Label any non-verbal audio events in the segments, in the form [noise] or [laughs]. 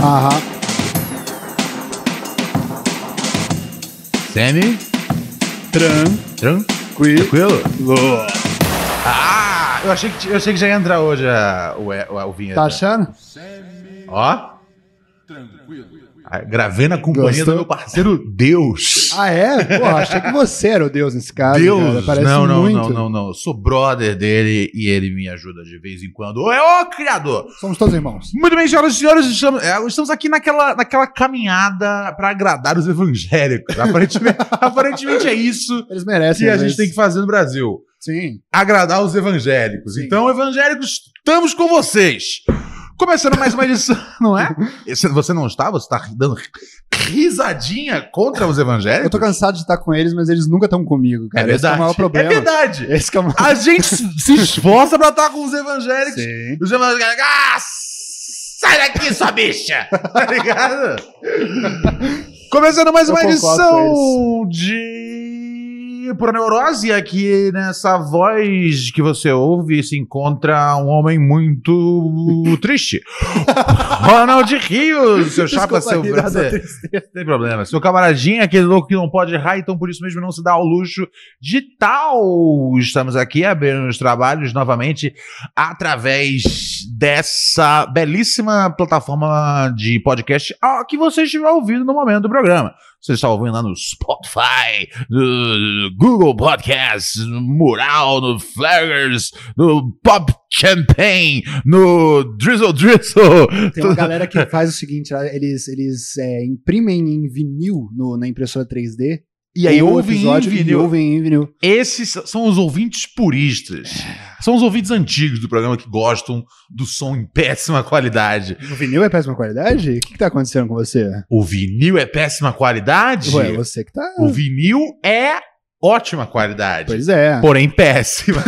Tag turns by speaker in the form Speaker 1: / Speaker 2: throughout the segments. Speaker 1: Uh-huh.
Speaker 2: Semi? Tranquilo?
Speaker 1: Tranquilo.
Speaker 2: Ah, eu achei que, ti- eu achei que já ia entrar hoje a, o, o, o vinheta.
Speaker 1: Tá achando?
Speaker 2: Ó. Ah, gravei na companhia
Speaker 1: Gostou?
Speaker 2: do meu parceiro Deus.
Speaker 1: Ah, é? Pô, achei que você era o Deus nesse caso. cara.
Speaker 2: Deus,
Speaker 1: Tá Parece
Speaker 2: não, não,
Speaker 1: muito.
Speaker 2: não, não, não. Eu sou brother dele e ele me ajuda de vez em quando. Ô, é o criador!
Speaker 1: Somos todos irmãos.
Speaker 2: Muito bem, senhoras e senhores, estamos, é, estamos aqui naquela, naquela caminhada para agradar os evangélicos. Aparentemente, [laughs] aparentemente é isso
Speaker 1: Eles merecem.
Speaker 2: que a
Speaker 1: às
Speaker 2: gente
Speaker 1: vezes.
Speaker 2: tem que fazer no Brasil.
Speaker 1: Sim.
Speaker 2: agradar os evangélicos.
Speaker 1: Sim.
Speaker 2: Então, evangélicos, estamos com vocês. Começando mais uma edição, [laughs] não é? Esse- Você não está? Você está dando risadinha contra os
Speaker 1: Eu
Speaker 2: evangélicos?
Speaker 1: tô cansado de tá- estar com eles, mas eles nunca estão comigo, cara.
Speaker 2: é
Speaker 1: Esse que é o
Speaker 2: verdade.
Speaker 1: maior problema.
Speaker 2: É verdade.
Speaker 1: Esse que é o maior...
Speaker 2: A gente se se esforça pra estar com os evangélicos.
Speaker 1: Sim.
Speaker 2: Os evangélicos. Ah, sai daqui, sua bicha! [laughs] Tá
Speaker 1: [laughs]
Speaker 2: ligado? Começando mais
Speaker 1: Eu
Speaker 2: uma
Speaker 1: concordo
Speaker 2: edição de Pura Neurose. Aqui nessa voz que você ouve se encontra um homem muito
Speaker 1: [laughs]
Speaker 2: triste. Ronald Rios, seu chapa,
Speaker 1: Desculpa
Speaker 2: seu
Speaker 1: aí, dessa
Speaker 2: brother.
Speaker 1: tristeza.
Speaker 2: Não tem problema. Seu camaradinho, é aquele louco que não pode errar, então por isso mesmo não se dá ao luxo de tal. Estamos aqui abrindo os trabalhos novamente através dessa belíssima plataforma de podcast ah, que você estiver ouvindo no momento do programa. Você está ouvindo lá no Spotify, no Google Podcasts, no Mural, no Flaggers, no Pop Champagne, no Drizzle Drizzle.
Speaker 1: Tem uma galera que faz o seguinte, lá, eles, eles é, imprimem em vinil no- na impressora 3D.
Speaker 2: E aí
Speaker 1: o
Speaker 2: ouve em
Speaker 1: episódio e
Speaker 2: vinil.
Speaker 1: ouvem em vinil.
Speaker 2: Esses são os ouvintes puristas.
Speaker 1: É.
Speaker 2: São os ouvintes antigos do programa que gostam do som em péssima qualidade.
Speaker 1: O vinil é péssima qualidade? O que, que tá acontecendo com você?
Speaker 2: O vinil é péssima qualidade?
Speaker 1: Ué, você que tá...
Speaker 2: O vinil é ótima qualidade.
Speaker 1: Pois é.
Speaker 2: Porém, péssima.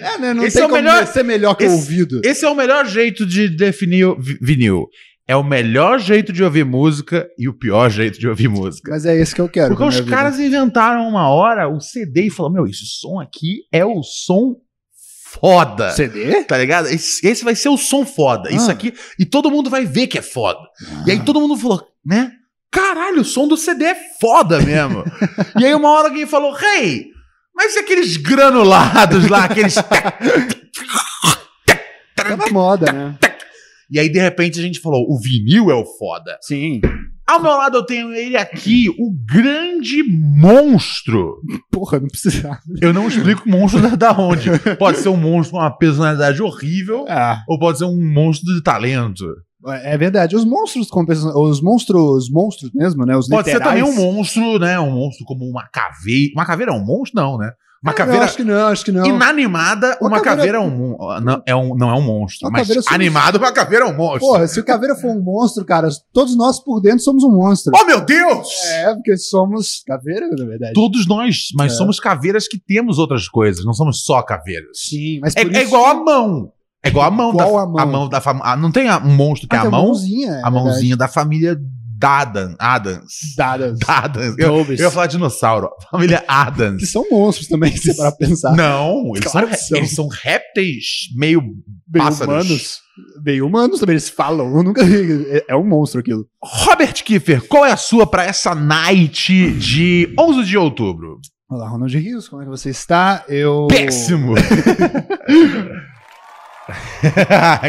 Speaker 1: É, né? Não
Speaker 2: Esse
Speaker 1: tem
Speaker 2: é o
Speaker 1: como
Speaker 2: melhor-
Speaker 1: ser melhor que o
Speaker 2: esse-
Speaker 1: ouvido.
Speaker 2: Esse é o melhor jeito de definir o vi- vinil. É o melhor jeito de ouvir música e o pior jeito de ouvir música.
Speaker 1: Mas é esse que eu quero.
Speaker 2: Porque
Speaker 1: pra
Speaker 2: os
Speaker 1: minha vida.
Speaker 2: caras inventaram uma hora o CD e falaram: Meu, esse som aqui é o som foda.
Speaker 1: CD?
Speaker 2: Tá ligado? Esse, esse vai ser o som foda. Isso
Speaker 1: Ah.
Speaker 2: aqui. E todo mundo vai ver que é foda. E aí todo mundo falou, né? Caralho, o som do CD é foda mesmo. e aí uma hora alguém falou, hey, mas e aqueles granulados lá, aqueles.
Speaker 1: Tá na moda, né?
Speaker 2: e aí, de repente, a gente falou: o vinil é o foda.
Speaker 1: Sim.
Speaker 2: Ao meu lado eu tenho ele aqui, o grande monstro.
Speaker 1: Porra, não precisava.
Speaker 2: Eu não explico monstro da, da onde. Pode ser um monstro com uma personalidade horrível,
Speaker 1: Ah,
Speaker 2: ou pode ser um monstro de talento.
Speaker 1: é verdade. Os monstros com perso- Os monstros, monstros mesmo, né? Os
Speaker 2: Pode ser
Speaker 1: literais.
Speaker 2: também um monstro, né? Um monstro como uma caveira. Uma caveira é um monstro? Não, né? Uma
Speaker 1: Ah,
Speaker 2: caveira
Speaker 1: não, acho que não, acho que não.
Speaker 2: inanimada, uma,
Speaker 1: Uma
Speaker 2: caveira,
Speaker 1: caveira-
Speaker 2: é um mon- não é um Não é um monstro.
Speaker 1: Uma
Speaker 2: Mas
Speaker 1: caveira somos-
Speaker 2: animada, uma caveira é um monstro.
Speaker 1: Porra, se o caveira for um monstro, cara, todos nós por dentro somos um monstro.
Speaker 2: Oh, meu Deus!
Speaker 1: É, porque somos caveira, na verdade. É.
Speaker 2: Todos nós, mas somos caveiras que temos outras coisas. Não somos só caveiras.
Speaker 1: Sim, mas
Speaker 2: É,
Speaker 1: por
Speaker 2: é
Speaker 1: isso-
Speaker 2: igual a mão. É igual a mão.
Speaker 1: Igual
Speaker 2: da,
Speaker 1: a mão.
Speaker 2: A mão da fam... ah, Não tem a- um monstro que
Speaker 1: Ah,
Speaker 2: é a
Speaker 1: tem
Speaker 2: mão?
Speaker 1: mãozinha. é
Speaker 2: a mãozinha
Speaker 1: verdade.
Speaker 2: da família Dadan, Adams.
Speaker 1: Dadas.
Speaker 2: Dadans. Eu,
Speaker 1: Tobes.
Speaker 2: eu ia falar dinossauro.
Speaker 1: [laughs]
Speaker 2: Família Adams.
Speaker 1: Que são monstros também, se parar pra pensar.
Speaker 2: Não, eles,
Speaker 1: Claro
Speaker 2: são,
Speaker 1: que são.
Speaker 2: eles são répteis meio.
Speaker 1: Bem
Speaker 2: pássaros.
Speaker 1: humanos. Bem humanos também, eles falam. Eu nunca vi. É, é um monstro aquilo.
Speaker 2: Robert Kiefer, qual é a sua pra essa night de 11 de outubro?
Speaker 1: Olá, Ronald Rios, como é que você está? Eu. [laughs]
Speaker 2: Péssimo! [laughs]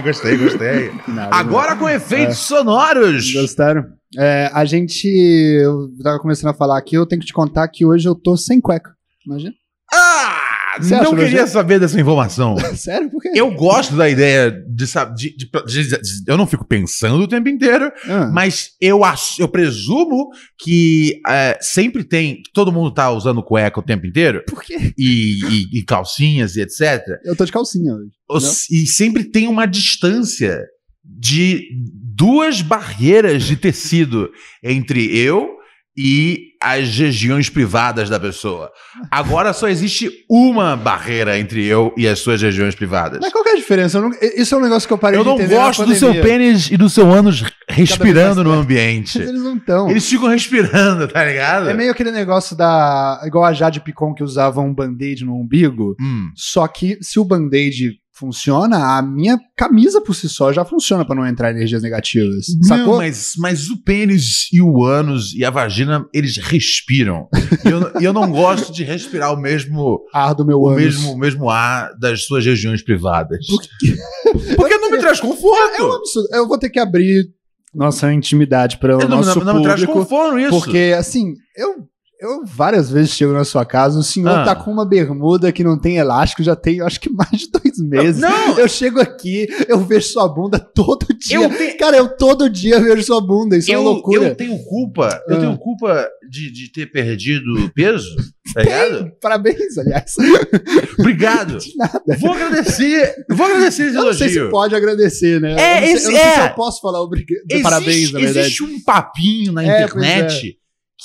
Speaker 2: gostei, gostei.
Speaker 1: Nada,
Speaker 2: Agora com
Speaker 1: É.
Speaker 2: efeitos sonoros.
Speaker 1: Gostaram? É, a gente. Eu tava começando a falar aqui, eu tenho que te contar que hoje eu tô sem cueca. Imagina?
Speaker 2: Ah,
Speaker 1: Você acha,
Speaker 2: não queria
Speaker 1: Rogério?
Speaker 2: saber dessa informação.
Speaker 1: [laughs] Sério? Por quê?
Speaker 2: Eu gosto da ideia de, sa- de, de- de- de- Eu não fico pensando o tempo inteiro,
Speaker 1: Ah,
Speaker 2: mas eu, acho, eu presumo que é, sempre tem. Todo mundo tá usando cueca o tempo inteiro
Speaker 1: por quê?
Speaker 2: e, e- e calcinhas e etc.
Speaker 1: Eu tô de calcinha hoje.
Speaker 2: Ou se- E sempre tem uma distância de duas barreiras de tecido entre eu e as regiões privadas da pessoa. Agora só existe uma barreira entre eu e as suas regiões privadas.
Speaker 1: Mas qual que é a diferença? Eu não- isso é um negócio que eu parei
Speaker 2: Eu
Speaker 1: de
Speaker 2: não
Speaker 1: entender na
Speaker 2: gosto do seu
Speaker 1: pandemia.
Speaker 2: pênis e do seu ânus respirando
Speaker 1: mais
Speaker 2: no
Speaker 1: perto.
Speaker 2: ambiente.
Speaker 1: Mas Eles não estão.
Speaker 2: Eles ficam respirando, tá ligado?
Speaker 1: É meio aquele negócio da. igual a Jade Picon que usava um band-aid no umbigo.
Speaker 2: Hum.
Speaker 1: Só que se o band-aid funciona, a minha camisa por si só já funciona pra não entrar energias negativas.
Speaker 2: Não,
Speaker 1: sacou?
Speaker 2: mas, mas o pênis e o ânus e a vagina, eles respiram. E eu, e eu não gosto de respirar o mesmo,
Speaker 1: [laughs] Ar do meu
Speaker 2: o
Speaker 1: ânus.
Speaker 2: mesmo, o mesmo ar das suas regiões privadas. Porque não me traz
Speaker 1: É um
Speaker 2: conforto.
Speaker 1: absurdo. Eu vou ter que abrir nossa intimidade para o
Speaker 2: Eu não,
Speaker 1: nosso
Speaker 2: não- não me traz
Speaker 1: público.
Speaker 2: conforto isso.
Speaker 1: Porque, assim, eu, eu várias vezes chego na sua casa, o senhor
Speaker 2: Ah.
Speaker 1: tá com uma bermuda que não tem elástico, já tem, eu acho que mais de dois meses.
Speaker 2: Não,
Speaker 1: Eu chego aqui, eu vejo sua bunda todo dia.
Speaker 2: eu, te-
Speaker 1: Cara, eu todo dia vejo sua bunda, isso é
Speaker 2: eu,
Speaker 1: uma loucura.
Speaker 2: eu tenho culpa. Eu
Speaker 1: Ah.
Speaker 2: tenho culpa de, de ter perdido peso, tá ligado? [laughs]
Speaker 1: Parabéns, aliás.
Speaker 2: Obrigado. Vou agradecer. Vou agradecer esse
Speaker 1: Eu não sei se
Speaker 2: elogio.
Speaker 1: pode agradecer, né?
Speaker 2: É,
Speaker 1: eu não sei,
Speaker 2: esse-
Speaker 1: eu não sei
Speaker 2: é.
Speaker 1: se eu posso falar obrigado.
Speaker 2: Existe-
Speaker 1: Parabéns, na verdade.
Speaker 2: Existe um papinho na
Speaker 1: É,
Speaker 2: internet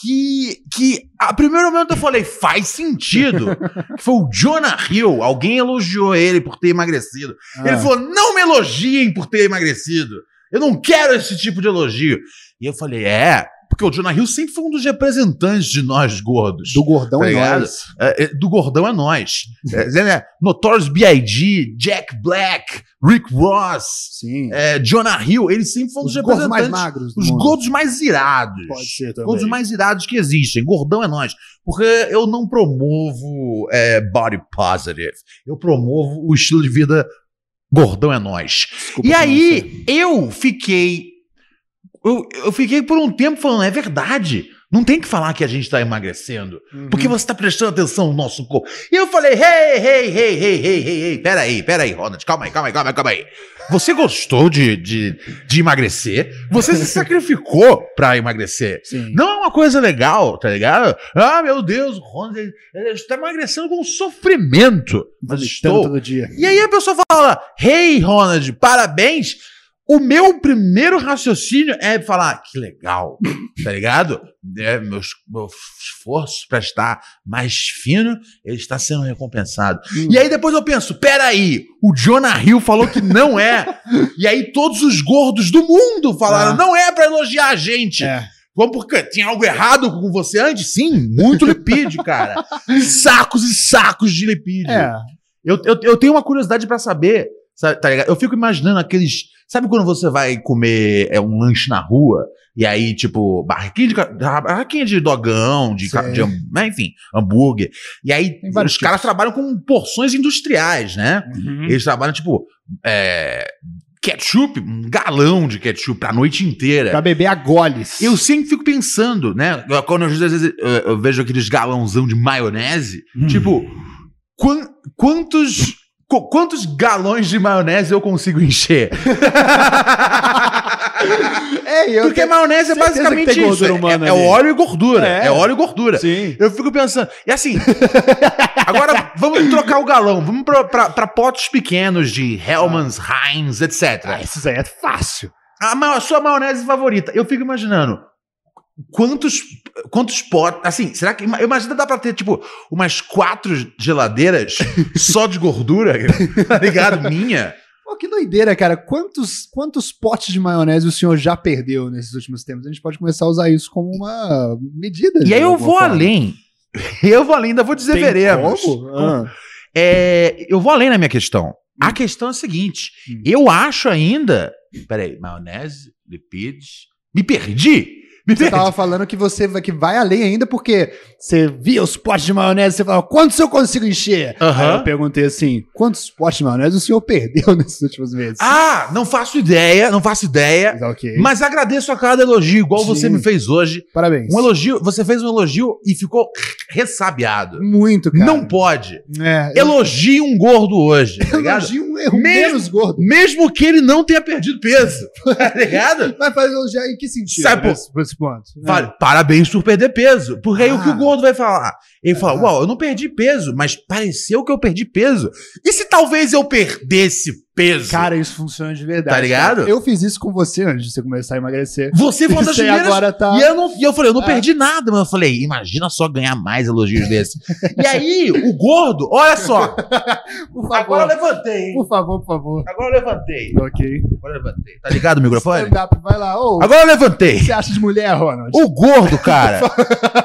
Speaker 2: que, que, a primeiro momento eu falei, faz
Speaker 1: [laughs]
Speaker 2: sentido. que foi o Jonah Hill. Alguém elogiou ele por ter emagrecido. Ele
Speaker 1: Ah.
Speaker 2: falou, não me elogiem por ter emagrecido. Eu não quero esse tipo de elogio. E eu falei, é... Porque o Jonah Hill sempre foi um dos representantes de nós gordos.
Speaker 1: do gordão
Speaker 2: Tá
Speaker 1: é
Speaker 2: ligado?
Speaker 1: nós.
Speaker 2: É, é, do gordão é
Speaker 1: [laughs]
Speaker 2: nós. É, né? Notorious B.I.G., Jack Black, Rick Ross,
Speaker 1: Sim.
Speaker 2: é, Jonah Hill, eles sempre foram os,
Speaker 1: Os gordos mais
Speaker 2: representantes.
Speaker 1: magros. do
Speaker 2: Os
Speaker 1: mundo.
Speaker 2: gordos mais irados.
Speaker 1: Pode ser também.
Speaker 2: Gordos mais irados que existem. Gordão é nós. Porque eu não promovo é, body positive. Eu promovo o estilo de vida gordão é nós.
Speaker 1: Desculpa
Speaker 2: E
Speaker 1: por não ser.
Speaker 2: aí, eu fiquei. Eu, eu fiquei por um tempo falando, é verdade. Não tem que falar que a gente tá emagrecendo.
Speaker 1: Uhum.
Speaker 2: Porque você tá prestando atenção no nosso corpo. E eu falei, hey, hey, hey, hey, hey, hey, hey, peraí, peraí, Ronald, calma aí, calma aí, calma aí, calma aí. Você gostou de, de, de emagrecer? Você se sacrificou pra emagrecer.
Speaker 1: Sim.
Speaker 2: Não é uma coisa legal, tá ligado? Ah, meu Deus, o Ronald ele- ele está emagrecendo com sofrimento. Mas
Speaker 1: Vomitando
Speaker 2: estou.
Speaker 1: todo dia.
Speaker 2: E aí a pessoa fala: Hey, Ronald, parabéns. O meu primeiro raciocínio é falar: Que legal, tá ligado? É, meus- meu esforço pra estar mais fino, ele está sendo recompensado. E aí depois eu penso: Peraí, o Jonah Hill falou que não é. e aí todos os gordos do mundo falaram:
Speaker 1: Ah.
Speaker 2: Não é pra elogiar a gente.
Speaker 1: É.
Speaker 2: Vamos porque tinha algo errado com você antes? Sim, muito lipídio,
Speaker 1: [laughs]
Speaker 2: cara. Sacos e sacos de lipídio.
Speaker 1: É.
Speaker 2: Eu, eu, eu tenho uma curiosidade pra saber, sabe, tá ligado? Eu fico imaginando aqueles. Sabe quando você vai comer é, um lanche na rua? E aí, tipo, barraquinha de, ca- barraquinha de dogão, de, ca-
Speaker 1: Sei.
Speaker 2: de ham- né, enfim, hambúrguer. E aí,
Speaker 1: Tem
Speaker 2: os
Speaker 1: vários Uhum.
Speaker 2: caras trabalham com porções industriais, né? Eles trabalham, tipo, é, ketchup, um galão de ketchup pra noite inteira.
Speaker 1: Pra beber a goles.
Speaker 2: Eu sempre fico pensando, né? Eu- Quando eu, às vezes eu, eu vejo aqueles galãozão de maionese,
Speaker 1: Hum.
Speaker 2: tipo, quan- quantos. qu- Quantos galões de maionese eu consigo encher?
Speaker 1: É, eu.
Speaker 2: Porque maionese é
Speaker 1: certeza que
Speaker 2: basicamente
Speaker 1: tem
Speaker 2: isso.
Speaker 1: gordura
Speaker 2: é-
Speaker 1: humana
Speaker 2: É,
Speaker 1: ali.
Speaker 2: óleo e gordura. É.
Speaker 1: É.
Speaker 2: óleo e gordura.
Speaker 1: Sim.
Speaker 2: Eu fico pensando. E assim.
Speaker 1: [laughs]
Speaker 2: agora vamos trocar o galão. Vamos pra, pra- pra potes pequenos de Hellman's, Heinz, etc.
Speaker 1: Ah, esses aí é fácil.
Speaker 2: A, ma- a sua maionese favorita. Eu fico imaginando. Quantos, quantos potes. Assim, será que. ima- Imagina dá pra ter, tipo, umas quatro geladeiras só de gordura, [laughs] tá ligado? Minha.
Speaker 1: Pô, que doideira, cara. Quantos, quantos potes de maionese o senhor já perdeu nesses últimos tempos? A gente pode começar a usar isso como uma
Speaker 2: E
Speaker 1: medida. né, de
Speaker 2: aí eu
Speaker 1: alguma
Speaker 2: vou
Speaker 1: forma.
Speaker 2: além. [laughs] Eu vou além, ainda vou dizer
Speaker 1: Tem
Speaker 2: veremos.
Speaker 1: como? Ah.
Speaker 2: É, eu vou além na minha questão. A questão é a seguinte:
Speaker 1: Hum.
Speaker 2: eu acho ainda. Peraí, maionese, lipides. Me perdi!
Speaker 1: Você tava falando que você vai, que vai além ainda, porque você via os potes de maionese e você falava, quantos eu consigo encher?
Speaker 2: Aham.
Speaker 1: Aí eu perguntei assim, quantos potes de maionese o senhor perdeu [laughs] nesses últimos meses?
Speaker 2: Ah, não faço ideia, não faço ideia.
Speaker 1: Mas ok.
Speaker 2: Mas agradeço a cada elogio, igual você
Speaker 1: Sim.
Speaker 2: me fez hoje.
Speaker 1: Parabéns.
Speaker 2: Um elogio, você fez um elogio e ficou ressabiado.
Speaker 1: Muito, cara.
Speaker 2: Não pode.
Speaker 1: É,
Speaker 2: Elogie um gordo hoje, tá ligado?
Speaker 1: elogio um erro
Speaker 2: Mesmo-
Speaker 1: menos gordo.
Speaker 2: Mesmo que ele não tenha perdido
Speaker 1: [laughs]
Speaker 2: peso, tá ligado?
Speaker 1: Mas faz elogiar em que sentido? né?
Speaker 2: Sabe, pô-
Speaker 1: nesse- por esse ponto.
Speaker 2: Vale, parabéns por perder peso. Porque aí o que
Speaker 1: Ah.
Speaker 2: o gordo vai falar? Ele fala, uau, eu não perdi peso, mas pareceu que eu perdi peso. E se talvez eu perdesse peso?
Speaker 1: Cara, isso funciona de verdade.
Speaker 2: Tá ligado?
Speaker 1: cara. Eu fiz isso com você antes de você começar a emagrecer.
Speaker 2: Você
Speaker 1: [laughs]
Speaker 2: foi uma das
Speaker 1: Você
Speaker 2: primeiras.
Speaker 1: agora tá-
Speaker 2: E eu, não, e eu falei, eu não
Speaker 1: Ah.
Speaker 2: perdi nada, mas eu falei, imagina só ganhar mais elogios desse. e aí, o gordo, olha só.
Speaker 1: Por
Speaker 2: Agora eu levantei, hein?
Speaker 1: Por favor, por favor.
Speaker 2: Agora eu levantei.
Speaker 1: Ok.
Speaker 2: Agora eu levantei. Tá ligado o microfone?
Speaker 1: Stand-up, vai lá. Ô, o
Speaker 2: Agora eu
Speaker 1: que
Speaker 2: levantei.
Speaker 1: você acha de mulher, Ronald?
Speaker 2: O gordo, cara.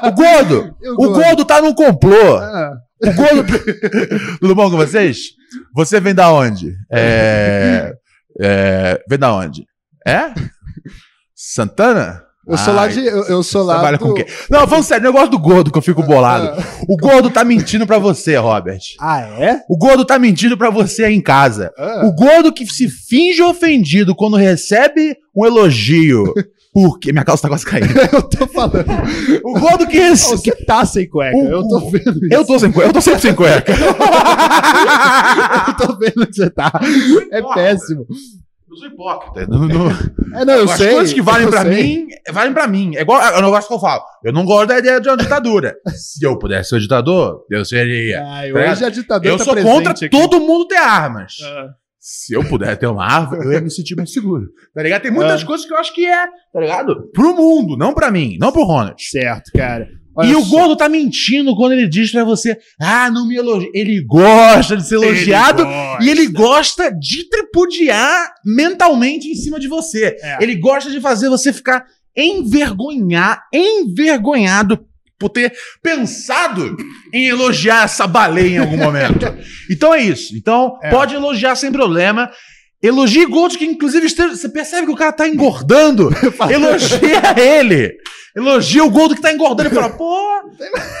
Speaker 2: O gordo.
Speaker 1: Eu
Speaker 2: O
Speaker 1: gosto.
Speaker 2: gordo tá num complô.
Speaker 1: Ah,
Speaker 2: O gordo. Tudo bom com vocês? Você vem da onde? É. é... Vem da onde? É? Santana? Ah,
Speaker 1: eu sou lá de. Eu, eu sou lá.
Speaker 2: Trabalha
Speaker 1: do-
Speaker 2: com quem? Não, falando sério, eu gosto do gordo que eu fico bolado.
Speaker 1: Ah,
Speaker 2: O gordo tá mentindo pra você, Robert.
Speaker 1: ah,
Speaker 2: [laughs]
Speaker 1: é?
Speaker 2: O gordo tá mentindo pra você aí em casa.
Speaker 1: Ah,
Speaker 2: O gordo que se finge ofendido quando recebe um
Speaker 1: [laughs]
Speaker 2: elogio. Porque minha calça tá quase caindo.
Speaker 1: eu tô falando.
Speaker 2: O gordo que
Speaker 1: Ô,
Speaker 2: recebe.
Speaker 1: Você tá sem cueca.
Speaker 2: O-
Speaker 1: eu tô vendo isso.
Speaker 2: Eu tô sem cueca, eu tô sempre sem cueca.
Speaker 1: Eu tô vendo que você tá. É péssimo.
Speaker 2: Eu sou hipócrita. Não- não-
Speaker 1: [laughs] É, não, eu
Speaker 2: As
Speaker 1: sei.
Speaker 2: coisas que valem
Speaker 1: eu
Speaker 2: pra
Speaker 1: sei.
Speaker 2: mim, valem pra mim. É igual é o negócio que eu falo. Eu não gosto da ideia de uma ditadura. Se eu pudesse ser um ditador, eu seria.
Speaker 1: Ai,
Speaker 2: Tá
Speaker 1: hoje a ditadura
Speaker 2: Eu
Speaker 1: tá
Speaker 2: sou
Speaker 1: presente
Speaker 2: contra
Speaker 1: aqui.
Speaker 2: todo mundo ter armas.
Speaker 1: Ah.
Speaker 2: Se eu puder ter uma arma, eu ia me sentir mais seguro. Tá ligado? Tem muitas
Speaker 1: Ah.
Speaker 2: coisas que eu acho que é, tá ligado? Pro mundo, não pra mim, não pro Ronald.
Speaker 1: Certo, cara.
Speaker 2: e
Speaker 1: Olha
Speaker 2: o
Speaker 1: só.
Speaker 2: gordo tá mentindo quando ele diz pra você: ah, não me elogia. Ele gosta de ser elogiado e ele gosta de tripudiar mentalmente em cima de você.
Speaker 1: É.
Speaker 2: Ele gosta de fazer você ficar envergonhar, envergonhado por ter pensado em elogiar essa baleia em algum
Speaker 1: [laughs]
Speaker 2: momento. Então é isso. Então
Speaker 1: É.
Speaker 2: pode elogiar sem problema. Elogie Gold, que inclusive este- você percebe que o cara tá
Speaker 1: [laughs]
Speaker 2: engordando. Elogia ele. Elogia o Gold que tá engordando e fala: pô,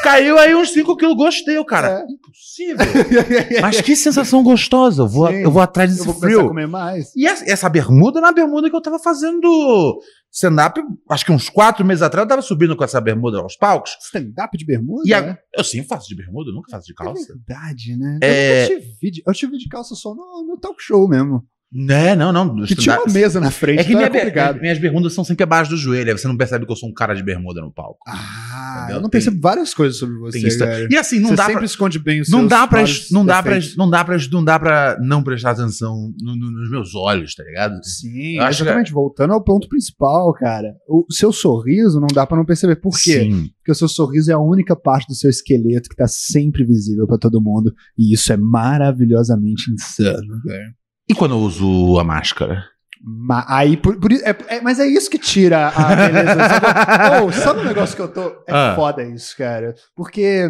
Speaker 2: caiu aí uns 5 quilos, gostei, o cara.
Speaker 1: É. [laughs]
Speaker 2: Impossível. Mas que sensação gostosa. Eu vou,
Speaker 1: Sim,
Speaker 2: eu vou atrás
Speaker 1: Eu
Speaker 2: desse
Speaker 1: vou começar a
Speaker 2: frio.
Speaker 1: comer mais.
Speaker 2: E essa, essa bermuda era uma bermuda que eu tava fazendo stand-up, acho que uns quatro meses atrás, eu tava subindo com essa bermuda aos palcos.
Speaker 1: Stand-up de bermuda?
Speaker 2: E a-
Speaker 1: né?
Speaker 2: eu sempre faço de bermuda, eu nunca faço de
Speaker 1: É
Speaker 2: calça.
Speaker 1: verdade, né?
Speaker 2: É.
Speaker 1: Eu, nunca te vi de, eu te vi de calça só no, no talk show mesmo.
Speaker 2: Né, não, não. do
Speaker 1: Que tinha
Speaker 2: stand-up.
Speaker 1: uma mesa na frente,
Speaker 2: É que
Speaker 1: então
Speaker 2: minha
Speaker 1: era
Speaker 2: be-
Speaker 1: complicado.
Speaker 2: minhas bermudas são sempre abaixo do joelho, aí você não percebe que eu sou um cara de bermuda no palco.
Speaker 1: Ah,
Speaker 2: Entendeu?
Speaker 1: eu não
Speaker 2: Tem-
Speaker 1: percebo várias coisas sobre você,
Speaker 2: Tem isso também.
Speaker 1: cara.
Speaker 2: E assim, não
Speaker 1: você
Speaker 2: dá
Speaker 1: sempre
Speaker 2: pra.
Speaker 1: esconde bem os
Speaker 2: Não
Speaker 1: seus
Speaker 2: dá, pra,
Speaker 1: vários
Speaker 2: não, dá pra,
Speaker 1: defeitos.
Speaker 2: não dá pra. Não dá pra não prestar atenção no- no- nos meus olhos, tá ligado?
Speaker 1: Sim,
Speaker 2: Eu acho que- é.
Speaker 1: exatamente. Voltando ao ponto principal, cara. O seu sorriso não dá pra não perceber. Por quê?
Speaker 2: Sim.
Speaker 1: Porque o seu sorriso é a única parte do seu esqueleto que tá sempre visível pra todo mundo. E isso é maravilhosamente insano, velho.
Speaker 2: E quando eu uso a máscara?
Speaker 1: Ma- aí, por, por isso- é- é- mas é isso que tira a beleza.
Speaker 2: [laughs]
Speaker 1: sabe? Ô, sabe um negócio que eu tô. É
Speaker 2: Ah.
Speaker 1: foda isso, cara. Porque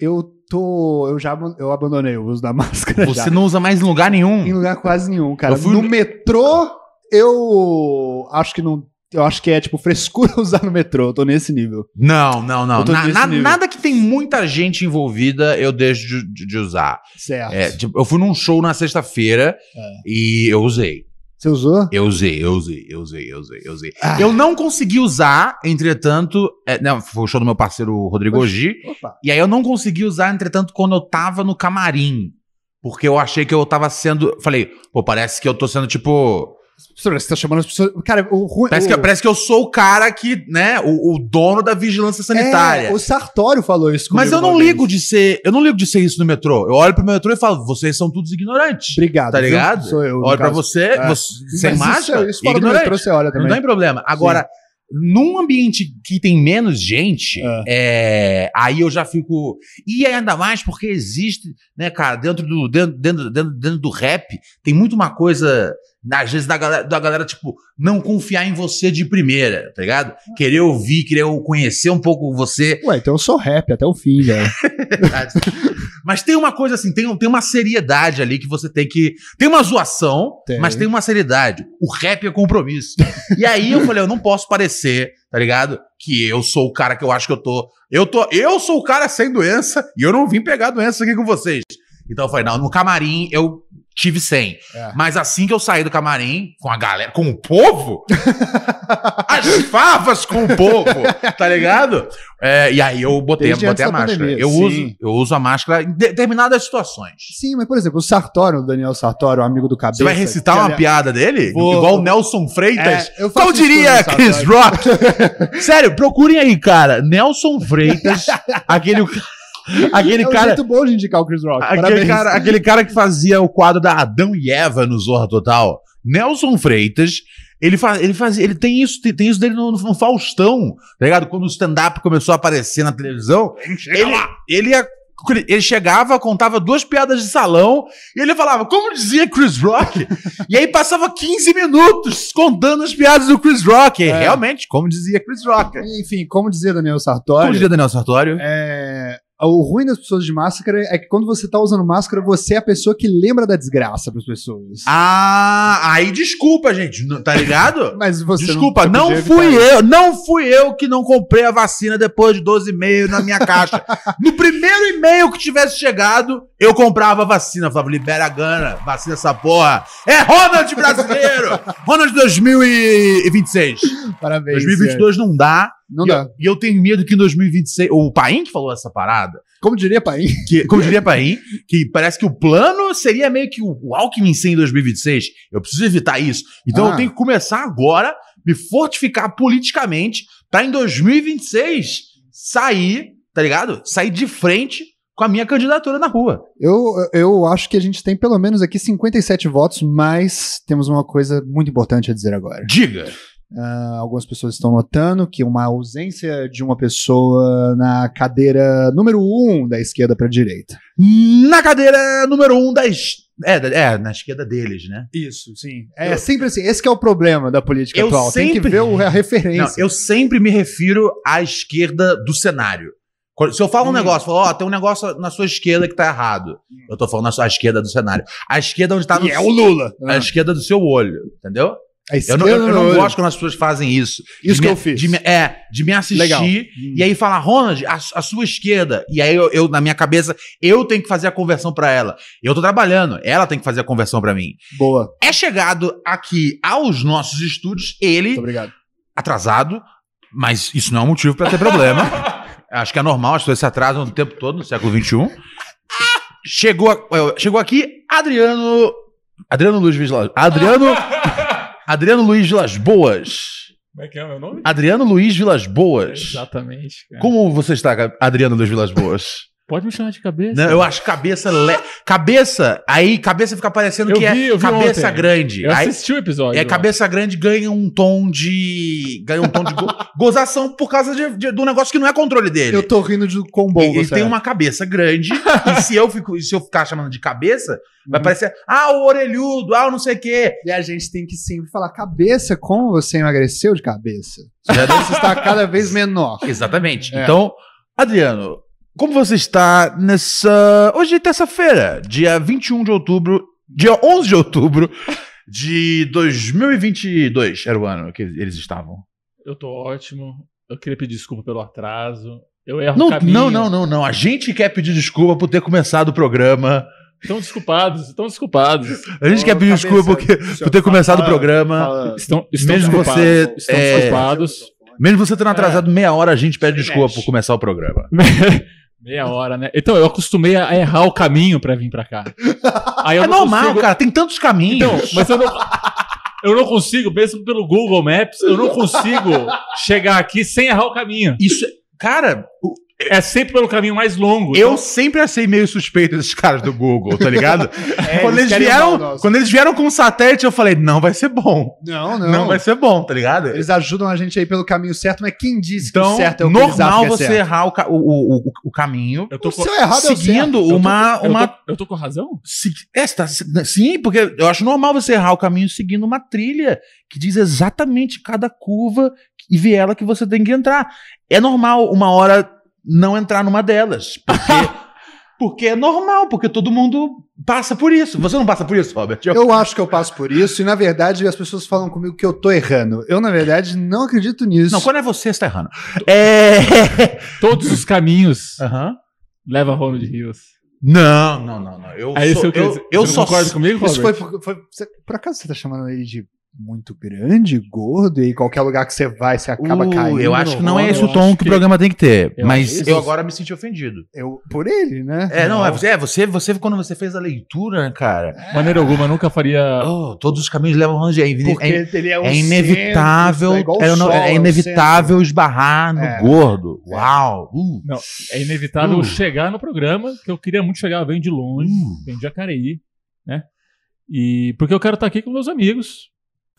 Speaker 1: eu tô. Eu já aban- eu abandonei o uso da [laughs] máscara.
Speaker 2: Você
Speaker 1: [laughs] já.
Speaker 2: não usa mais em lugar nenhum.
Speaker 1: Em lugar quase nenhum, cara.
Speaker 2: Eu fui- um
Speaker 1: No metrô, eu acho que não. Eu acho que é tipo frescura [laughs] usar no metrô. Eu tô nesse nível.
Speaker 2: Não, não, não.
Speaker 1: Eu tô
Speaker 2: Na-
Speaker 1: nesse
Speaker 2: na-
Speaker 1: nível.
Speaker 2: nada que tem muita gente envolvida eu deixo de, de- de usar.
Speaker 1: Certo.
Speaker 2: É, tipo, eu fui num show na sexta-feira
Speaker 1: É.
Speaker 2: e eu usei.
Speaker 1: Você usou?
Speaker 2: Eu usei, eu usei, eu usei, eu usei, eu usei.
Speaker 1: Ah.
Speaker 2: Eu não consegui usar, entretanto. é, não, foi o show do meu parceiro Rodrigo
Speaker 1: Oxe.
Speaker 2: Ogi.
Speaker 1: Opa.
Speaker 2: E aí eu não consegui usar, entretanto, quando eu tava no camarim. Porque eu achei que eu tava sendo. Falei, pô, parece que eu tô sendo tipo.
Speaker 1: Você tá chamando as pessoas. Cara, o ruim.
Speaker 2: Parece
Speaker 1: o...
Speaker 2: que, parece que eu sou o cara que, né? O, o dono da vigilância sanitária.
Speaker 1: É, o Sartório falou isso
Speaker 2: Mas
Speaker 1: comigo
Speaker 2: eu não
Speaker 1: uma vez.
Speaker 2: ligo de ser. Eu não ligo de ser isso no metrô. Eu olho pro meu metrô e falo, vocês são todos ignorantes.
Speaker 1: Obrigado.
Speaker 2: Tá
Speaker 1: viu?
Speaker 2: ligado?
Speaker 1: Sou eu. no
Speaker 2: Olho pra
Speaker 1: caso.
Speaker 2: você,
Speaker 1: É.
Speaker 2: você sem
Speaker 1: Mas isso
Speaker 2: máscara.
Speaker 1: é- Isso fora do
Speaker 2: ignorante.
Speaker 1: metrô você olha
Speaker 2: não
Speaker 1: também.
Speaker 2: tem problema. Agora, num ambiente que tem menos gente, é, aí eu já fico. E é ainda mais porque existe, né, cara, dentro do, dentro, dentro, dentro, dentro do rap, tem muito uma coisa Às vezes da galera, da galera, tipo, não confiar em você de primeira, tá ligado? Querer ouvir, querer conhecer um pouco você.
Speaker 1: Ué, então eu sou rap até o fim, velho.
Speaker 2: [laughs] Verdade. mas tem uma coisa assim, tem, um- tem uma seriedade ali que você tem que. Tem uma zoação,
Speaker 1: Tem.
Speaker 2: mas tem uma seriedade. O rap é compromisso. e aí eu falei, eu não posso parecer, tá ligado? Que eu sou o cara que eu acho que eu tô. Eu tô. Eu sou o cara sem doença e eu não vim pegar doença aqui com vocês. Então eu falei, não, no camarim eu tive 100.
Speaker 1: É.
Speaker 2: Mas assim que eu saí do camarim, com a galera, com o povo, as favas com o povo, tá ligado? É, e aí eu botei,
Speaker 1: Desde
Speaker 2: botei a
Speaker 1: antes da
Speaker 2: máscara.
Speaker 1: pandemia,
Speaker 2: eu,
Speaker 1: sim.
Speaker 2: uso, eu uso a máscara em determinadas situações.
Speaker 1: Sim, mas por exemplo, o Sartório, o Daniel Sartório, o amigo do cabeça.
Speaker 2: Você vai recitar
Speaker 1: que,
Speaker 2: uma
Speaker 1: aliás,
Speaker 2: piada dele?
Speaker 1: Vou-
Speaker 2: Igual o Nelson Freitas?
Speaker 1: É, eu faço
Speaker 2: Qual
Speaker 1: isso com
Speaker 2: diria
Speaker 1: o Nelson
Speaker 2: Chris Rock? [laughs] Sério, procurem aí, cara. Nelson [laughs] Freitas, aquele, aquele
Speaker 1: é um
Speaker 2: cara.
Speaker 1: jeito bom de indicar o Chris Rock.
Speaker 2: Aquele
Speaker 1: Parabéns.
Speaker 2: cara, aquele cara que fazia o quadro da Adão e Eva no Zorra Total, Nelson Freitas, ele, fa ele, faz, ele tem isso tem, tem isso dele no, no Faustão, tá ligado? Quando o stand-up começou a aparecer na televisão, ele, ele, ia- ele chegava, contava duas piadas de salão e ele falava, como dizia Chris Rock? [laughs] e aí passava 15 minutos contando as piadas do Chris Rock. E
Speaker 1: É.
Speaker 2: Realmente, como dizia Chris Rock.
Speaker 1: Enfim, como dizia Daniel
Speaker 2: Como
Speaker 1: Sartório,
Speaker 2: dizia Daniel Sartório?
Speaker 1: é, o ruim das pessoas de máscara é que quando você tá usando máscara, você é a pessoa que lembra da desgraça pras pessoas.
Speaker 2: Ah, aí desculpa, gente, não- tá ligado?
Speaker 1: [laughs] Mas você
Speaker 2: Desculpa,
Speaker 1: você
Speaker 2: não,
Speaker 1: podia evitar
Speaker 2: fui
Speaker 1: isso.
Speaker 2: eu, não fui eu que não comprei a vacina depois de 12 e-mail na minha
Speaker 1: [laughs]
Speaker 2: caixa. no primeiro e-mail que tivesse chegado, eu comprava a vacina. Eu Falava, libera a gana, vacina essa porra. É Ronald
Speaker 1: [laughs]
Speaker 2: brasileiro! Ronald 2026.
Speaker 1: Parabéns. é.
Speaker 2: 2022 não dá.
Speaker 1: Não
Speaker 2: e,
Speaker 1: dá.
Speaker 2: Eu, e eu tenho medo que em 2026. O Paim que falou essa parada,
Speaker 1: Como diria, pai?
Speaker 2: que, como diria Paim, que parece que o plano seria meio que o, o Alckmin ser em 2026. Eu preciso evitar isso. Então
Speaker 1: Ah.
Speaker 2: eu tenho que começar agora, me fortificar politicamente, pra em 2026 sair, tá ligado? Sair de frente com a minha candidatura na rua.
Speaker 1: Eu, eu acho que a gente tem pelo menos aqui 57 votos, mas temos uma coisa muito importante a dizer agora.
Speaker 2: Diga.
Speaker 1: Ah, algumas pessoas estão notando que uma ausência de uma pessoa na cadeira número 1 um, da esquerda para a direita.
Speaker 2: Na cadeira número um da. es- É, da- é, na esquerda deles, né?
Speaker 1: Isso, sim. É sempre assim. Esse que é o problema da política
Speaker 2: Eu
Speaker 1: atual. Tem que
Speaker 2: sempre-
Speaker 1: ver o- a referência.
Speaker 2: Não, eu sempre me refiro à esquerda do cenário. Quando- Se eu
Speaker 1: Hum.
Speaker 2: falo um negócio, eu falo, ó, tem um negócio na sua esquerda que tá errado. Eu tô falando na sua esquerda do cenário. A esquerda onde tá no.
Speaker 1: E Hum. é o Lula.
Speaker 2: A esquerda do seu olho, entendeu?
Speaker 1: A
Speaker 2: Eu
Speaker 1: esquerda
Speaker 2: não, eu- eu não
Speaker 1: no olho.
Speaker 2: gosto quando as pessoas fazem isso.
Speaker 1: Isso
Speaker 2: De
Speaker 1: que
Speaker 2: me-
Speaker 1: eu fiz.
Speaker 2: de me- é, de me assistir
Speaker 1: Legal.
Speaker 2: e aí falar, Ronald, a, su- a sua esquerda. E aí eu, eu, na minha cabeça, eu tenho que fazer a conversão pra ela. Eu tô trabalhando, ela tem que fazer a conversão pra mim.
Speaker 1: Boa. Muito
Speaker 2: É chegado aqui aos nossos estúdios, ele
Speaker 1: obrigado.
Speaker 2: atrasado, mas isso não é um motivo pra ter
Speaker 1: [laughs]
Speaker 2: problema. Acho que é normal, as pessoas se atrasam o tempo todo no século XXI. Chegou, a- eh, chegou aqui Adriano. Adriano Luiz Vilas.
Speaker 1: [laughs]
Speaker 2: Adriano. Adriano Luiz Vilas Boas.
Speaker 3: Como é que é o meu nome?
Speaker 2: Adriano Luiz Vilas Boas.
Speaker 3: Exatamente. cara.
Speaker 2: Como você está, Ca- Adriano Luiz Vilas
Speaker 1: [laughs]
Speaker 2: Boas?
Speaker 3: Pode me chamar de cabeça.
Speaker 2: Não, eu acho cabeça. Le... Cabeça. Aí cabeça fica parecendo
Speaker 3: Eu
Speaker 2: que
Speaker 3: vi,
Speaker 2: é
Speaker 3: eu vi
Speaker 2: cabeça
Speaker 3: ontem.
Speaker 2: grande.
Speaker 3: Eu
Speaker 2: Aí-
Speaker 3: assisti o
Speaker 2: e
Speaker 3: episódio.
Speaker 2: a
Speaker 3: eu
Speaker 2: cabeça grande ganha um tom de. ganha um tom
Speaker 1: [laughs]
Speaker 2: de go- gozação por causa de, de- do negócio que não é controle dele.
Speaker 1: Eu tô rindo de quão bom
Speaker 2: ele ele
Speaker 1: você
Speaker 2: tem
Speaker 1: é.
Speaker 2: uma cabeça grande, e se eu, fico, e se eu ficar chamando de cabeça, vai
Speaker 1: Uhum.
Speaker 2: parecer, ah, o orelhudo, ah, o não sei o quê.
Speaker 1: E a gente tem que sempre falar cabeça, como você emagreceu de cabeça.
Speaker 2: Já deu-
Speaker 1: Você está cada vez menor.
Speaker 2: Exatamente.
Speaker 1: É.
Speaker 2: Então, Adriano, como você está nessa. Hoje é terça-feira, dia 21 de outubro, dia 11 de outubro de 2022, era o ano que eles estavam.
Speaker 3: acho. Eu tô ótimo. Eu queria pedir desculpa pelo atraso. Eu erro
Speaker 2: Não,
Speaker 3: o caminho.
Speaker 2: não, não, não, não. A gente quer pedir desculpa por ter começado o programa.
Speaker 3: Estão desculpados, estão desculpados.
Speaker 2: A gente quer pedir desculpa porque- por ter começado o programa.
Speaker 1: Fala-
Speaker 3: Estão, estão
Speaker 2: Mesmo
Speaker 3: desculpados.
Speaker 2: você.
Speaker 3: Estão
Speaker 2: é,
Speaker 3: desculpados.
Speaker 2: mesmo você tendo atrasado
Speaker 1: É.
Speaker 2: meia hora, a gente pede
Speaker 3: Se
Speaker 2: desculpa
Speaker 3: mexe.
Speaker 2: por começar o programa.
Speaker 3: Meia hora, né? Então, eu acostumei a errar o caminho pra vir pra cá. Aí eu
Speaker 2: é
Speaker 3: não
Speaker 2: normal,
Speaker 3: consigo-
Speaker 2: cara. Tem tantos caminhos.
Speaker 3: Então, mas eu não. Eu não consigo, mesmo pelo Google Maps, eu não consigo chegar aqui sem errar o caminho.
Speaker 2: Isso. é- Cara, o-
Speaker 3: É sempre pelo caminho mais longo.
Speaker 2: Eu
Speaker 3: Então,
Speaker 2: sempre achei meio suspeito desses caras do Google, tá ligado? quando,
Speaker 1: eles
Speaker 2: eles
Speaker 1: querem
Speaker 2: vieram,
Speaker 1: mal nosso.
Speaker 2: quando eles vieram com o satélite, eu falei, não vai ser bom.
Speaker 1: Não,
Speaker 2: Não, vai ser bom, tá ligado?
Speaker 1: Eles ajudam a gente aí pelo caminho certo, mas quem diz que
Speaker 2: Então,
Speaker 1: o certo é o que eles acham
Speaker 2: normal
Speaker 1: que é
Speaker 2: você
Speaker 1: certo?
Speaker 2: errar o, ca- o- o- o- o caminho.
Speaker 3: eu tô
Speaker 1: O
Speaker 3: com,
Speaker 1: seu errado é o certo.
Speaker 2: seguindo
Speaker 3: eu tô-
Speaker 2: uma.
Speaker 3: eu
Speaker 2: uma
Speaker 3: tô- eu tô com razão?
Speaker 2: se- é, você tá- se- sim, porque eu acho normal você errar o caminho seguindo uma trilha que diz exatamente cada curva e viela que você tem que entrar. É normal uma hora não entrar numa delas. Porque, porque é normal, porque todo mundo passa por isso. Você não passa por isso, Robert? Eu-
Speaker 1: Eu acho que eu passo por isso, e na verdade as pessoas falam comigo que eu tô errando. Eu, na verdade, não acredito nisso.
Speaker 2: Não, quando é você, você tá
Speaker 1: [laughs]
Speaker 2: errando. É.
Speaker 3: Todos os caminhos
Speaker 2: Aham.
Speaker 3: levam a Ronald Rios.
Speaker 2: Não, não, não, não. É Eu
Speaker 3: Aí
Speaker 2: sou,
Speaker 3: você, o quê?
Speaker 2: eu,
Speaker 3: Você
Speaker 2: eu
Speaker 3: não
Speaker 2: só
Speaker 3: concorda comigo, Robert?
Speaker 1: Isso foi, por- foi- você- por acaso você tá chamando ele de muito grande, gordo, e qualquer lugar que você vai, você acaba
Speaker 2: Uh,
Speaker 1: caindo.
Speaker 2: Eu acho que não é
Speaker 1: rola?
Speaker 2: esse o
Speaker 3: eu
Speaker 2: tom
Speaker 3: acho
Speaker 2: que, o programa tem que ter.
Speaker 3: eu
Speaker 2: mas
Speaker 3: acho isso.
Speaker 2: eu agora me senti ofendido.
Speaker 1: Eu, por ele, né?
Speaker 2: É, não, é você, é você, você, quando você fez a leitura, né, cara.
Speaker 3: Maneira alguma, eu nunca faria.
Speaker 2: oh, todos os caminhos levam a Rangel. É, in-
Speaker 1: Porque ele é um
Speaker 2: é inevitável.
Speaker 1: centro, é igual
Speaker 2: é,
Speaker 1: o
Speaker 2: não-
Speaker 1: sol,
Speaker 2: é
Speaker 1: um
Speaker 2: inevitável esbarrar no
Speaker 1: É.
Speaker 2: gordo. Uau! uh.
Speaker 3: Não, é inevitável
Speaker 2: Uh.
Speaker 3: chegar no programa, que eu queria muito chegar, vem de longe,
Speaker 2: Uh.
Speaker 3: vem de Jacareí, né? E porque eu quero estar aqui com meus amigos.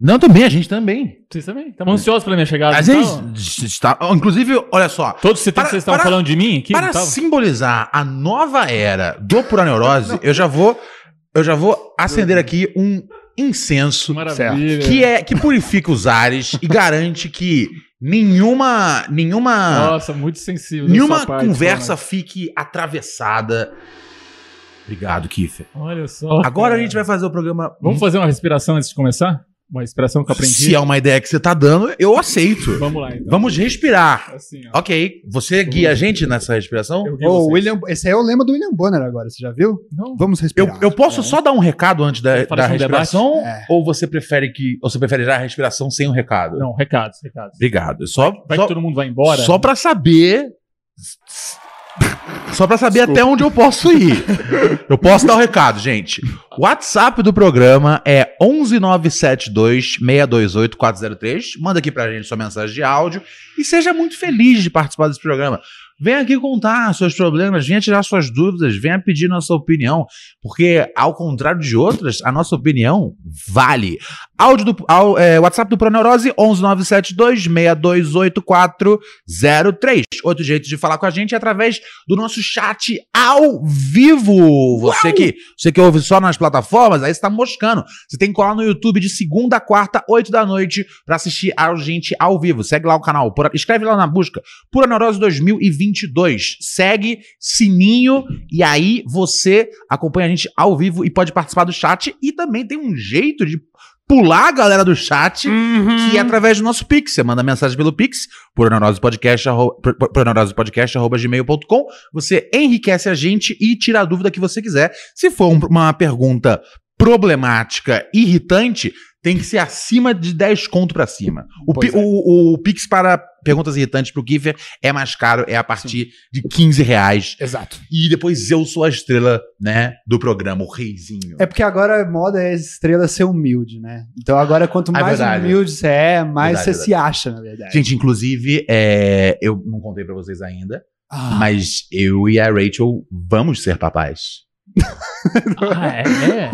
Speaker 2: Não, também, a gente também.
Speaker 3: Vocês também? Estavam ansiosos pela minha chegada.
Speaker 2: A
Speaker 3: não
Speaker 2: gente
Speaker 3: estavam?
Speaker 2: está. Inclusive, olha só.
Speaker 3: Todos você tem
Speaker 2: Para-
Speaker 3: que vocês estavam
Speaker 2: para-
Speaker 3: falando de mim aqui?
Speaker 2: Para
Speaker 3: não estavam?
Speaker 2: simbolizar a nova era do Pura Neurose, eu já vou, eu já vou acender aqui um incenso
Speaker 3: Maravilha.
Speaker 2: que é que purifica os ares e garante que nenhuma nenhuma
Speaker 3: Nossa, muito sensível. da
Speaker 2: nenhuma
Speaker 3: sua parte,
Speaker 2: Ah. conversa
Speaker 3: Ronald.
Speaker 2: fique atravessada. Obrigado, Kiffer.
Speaker 3: Olha só.
Speaker 2: Agora a
Speaker 3: cara.
Speaker 2: gente vai fazer o programa.
Speaker 3: Vamos fazer uma respiração antes de começar? Uma respiração que eu aprendi.
Speaker 2: Se é uma ideia que você tá dando, eu aceito.
Speaker 3: Vamos lá, então.
Speaker 2: Vamos respirar.
Speaker 3: Assim, ó.
Speaker 2: Ok, você guia a gente nessa respiração?
Speaker 3: Eu guio
Speaker 1: Ô,
Speaker 3: vocês.
Speaker 1: William, esse aí é o lema do William Bonner agora, você já viu?
Speaker 3: Não,
Speaker 1: Vamos
Speaker 2: Eu,
Speaker 1: respirar.
Speaker 2: eu posso só dar um recado antes da,
Speaker 3: Quer falar
Speaker 2: da
Speaker 3: de um
Speaker 2: respiração?
Speaker 1: debate? É.
Speaker 2: Ou você prefere que. Ou você prefere já a respiração sem o recado?
Speaker 3: não, recados, recados.
Speaker 2: Obrigado. Só,
Speaker 3: Vai
Speaker 2: só,
Speaker 3: que todo mundo vai embora.
Speaker 2: só pra saber. Só pra saber até onde eu posso ir. [laughs] Eu posso dar o recado, gente. O WhatsApp do programa é 11972-628-403. Manda aqui pra gente sua mensagem de áudio e seja muito feliz de participar desse programa. Venha aqui contar seus problemas, venha tirar suas dúvidas, venha pedir nossa opinião, porque ao contrário de outras, a nossa opinião vale. Áudio do au- é, WhatsApp do Proneurose 11972-628-403. Outro jeito de falar com a gente é através do nosso chat ao vivo. Você que, você que ouve só nas plataformas, aí você tá moscando. Você tem que colar no YouTube de segunda a quarta, 8 da noite, pra assistir a gente ao vivo. Segue lá o canal, por- escreve lá na busca Pura Neurose 2022. Segue, sininho, e aí você acompanha a gente ao vivo e pode participar do chat. E também tem um jeito de pular a galera do chat,
Speaker 4: Uhum.
Speaker 2: que é através do nosso Pix. Você manda mensagem pelo Pix, puraneurospodcast.com. Você enriquece a gente e tira a dúvida que você quiser. Se for um- uma pergunta problemática, irritante, tem que ser acima de 10 conto pra cima. O,
Speaker 4: Pois
Speaker 2: pi-
Speaker 4: é.
Speaker 2: o- o Pix para perguntas irritantes pro Kiefer é mais caro, é a partir de 15 reais.
Speaker 4: Exato.
Speaker 2: E depois eu sou a estrela, né, do programa, o reizinho.
Speaker 1: É porque agora a moda é a estrela ser humilde, né? Então agora quanto
Speaker 2: Ah, é
Speaker 1: mais
Speaker 2: verdade.
Speaker 1: humilde você é,
Speaker 2: Verdade,
Speaker 1: mais você
Speaker 2: verdade.
Speaker 1: se acha, né? na verdade.
Speaker 2: Gente, inclusive, é, eu não contei pra vocês ainda,
Speaker 1: Ah.
Speaker 2: mas eu e a Rachel vamos ser papais.
Speaker 3: Ah,
Speaker 2: [laughs]
Speaker 3: é?
Speaker 2: É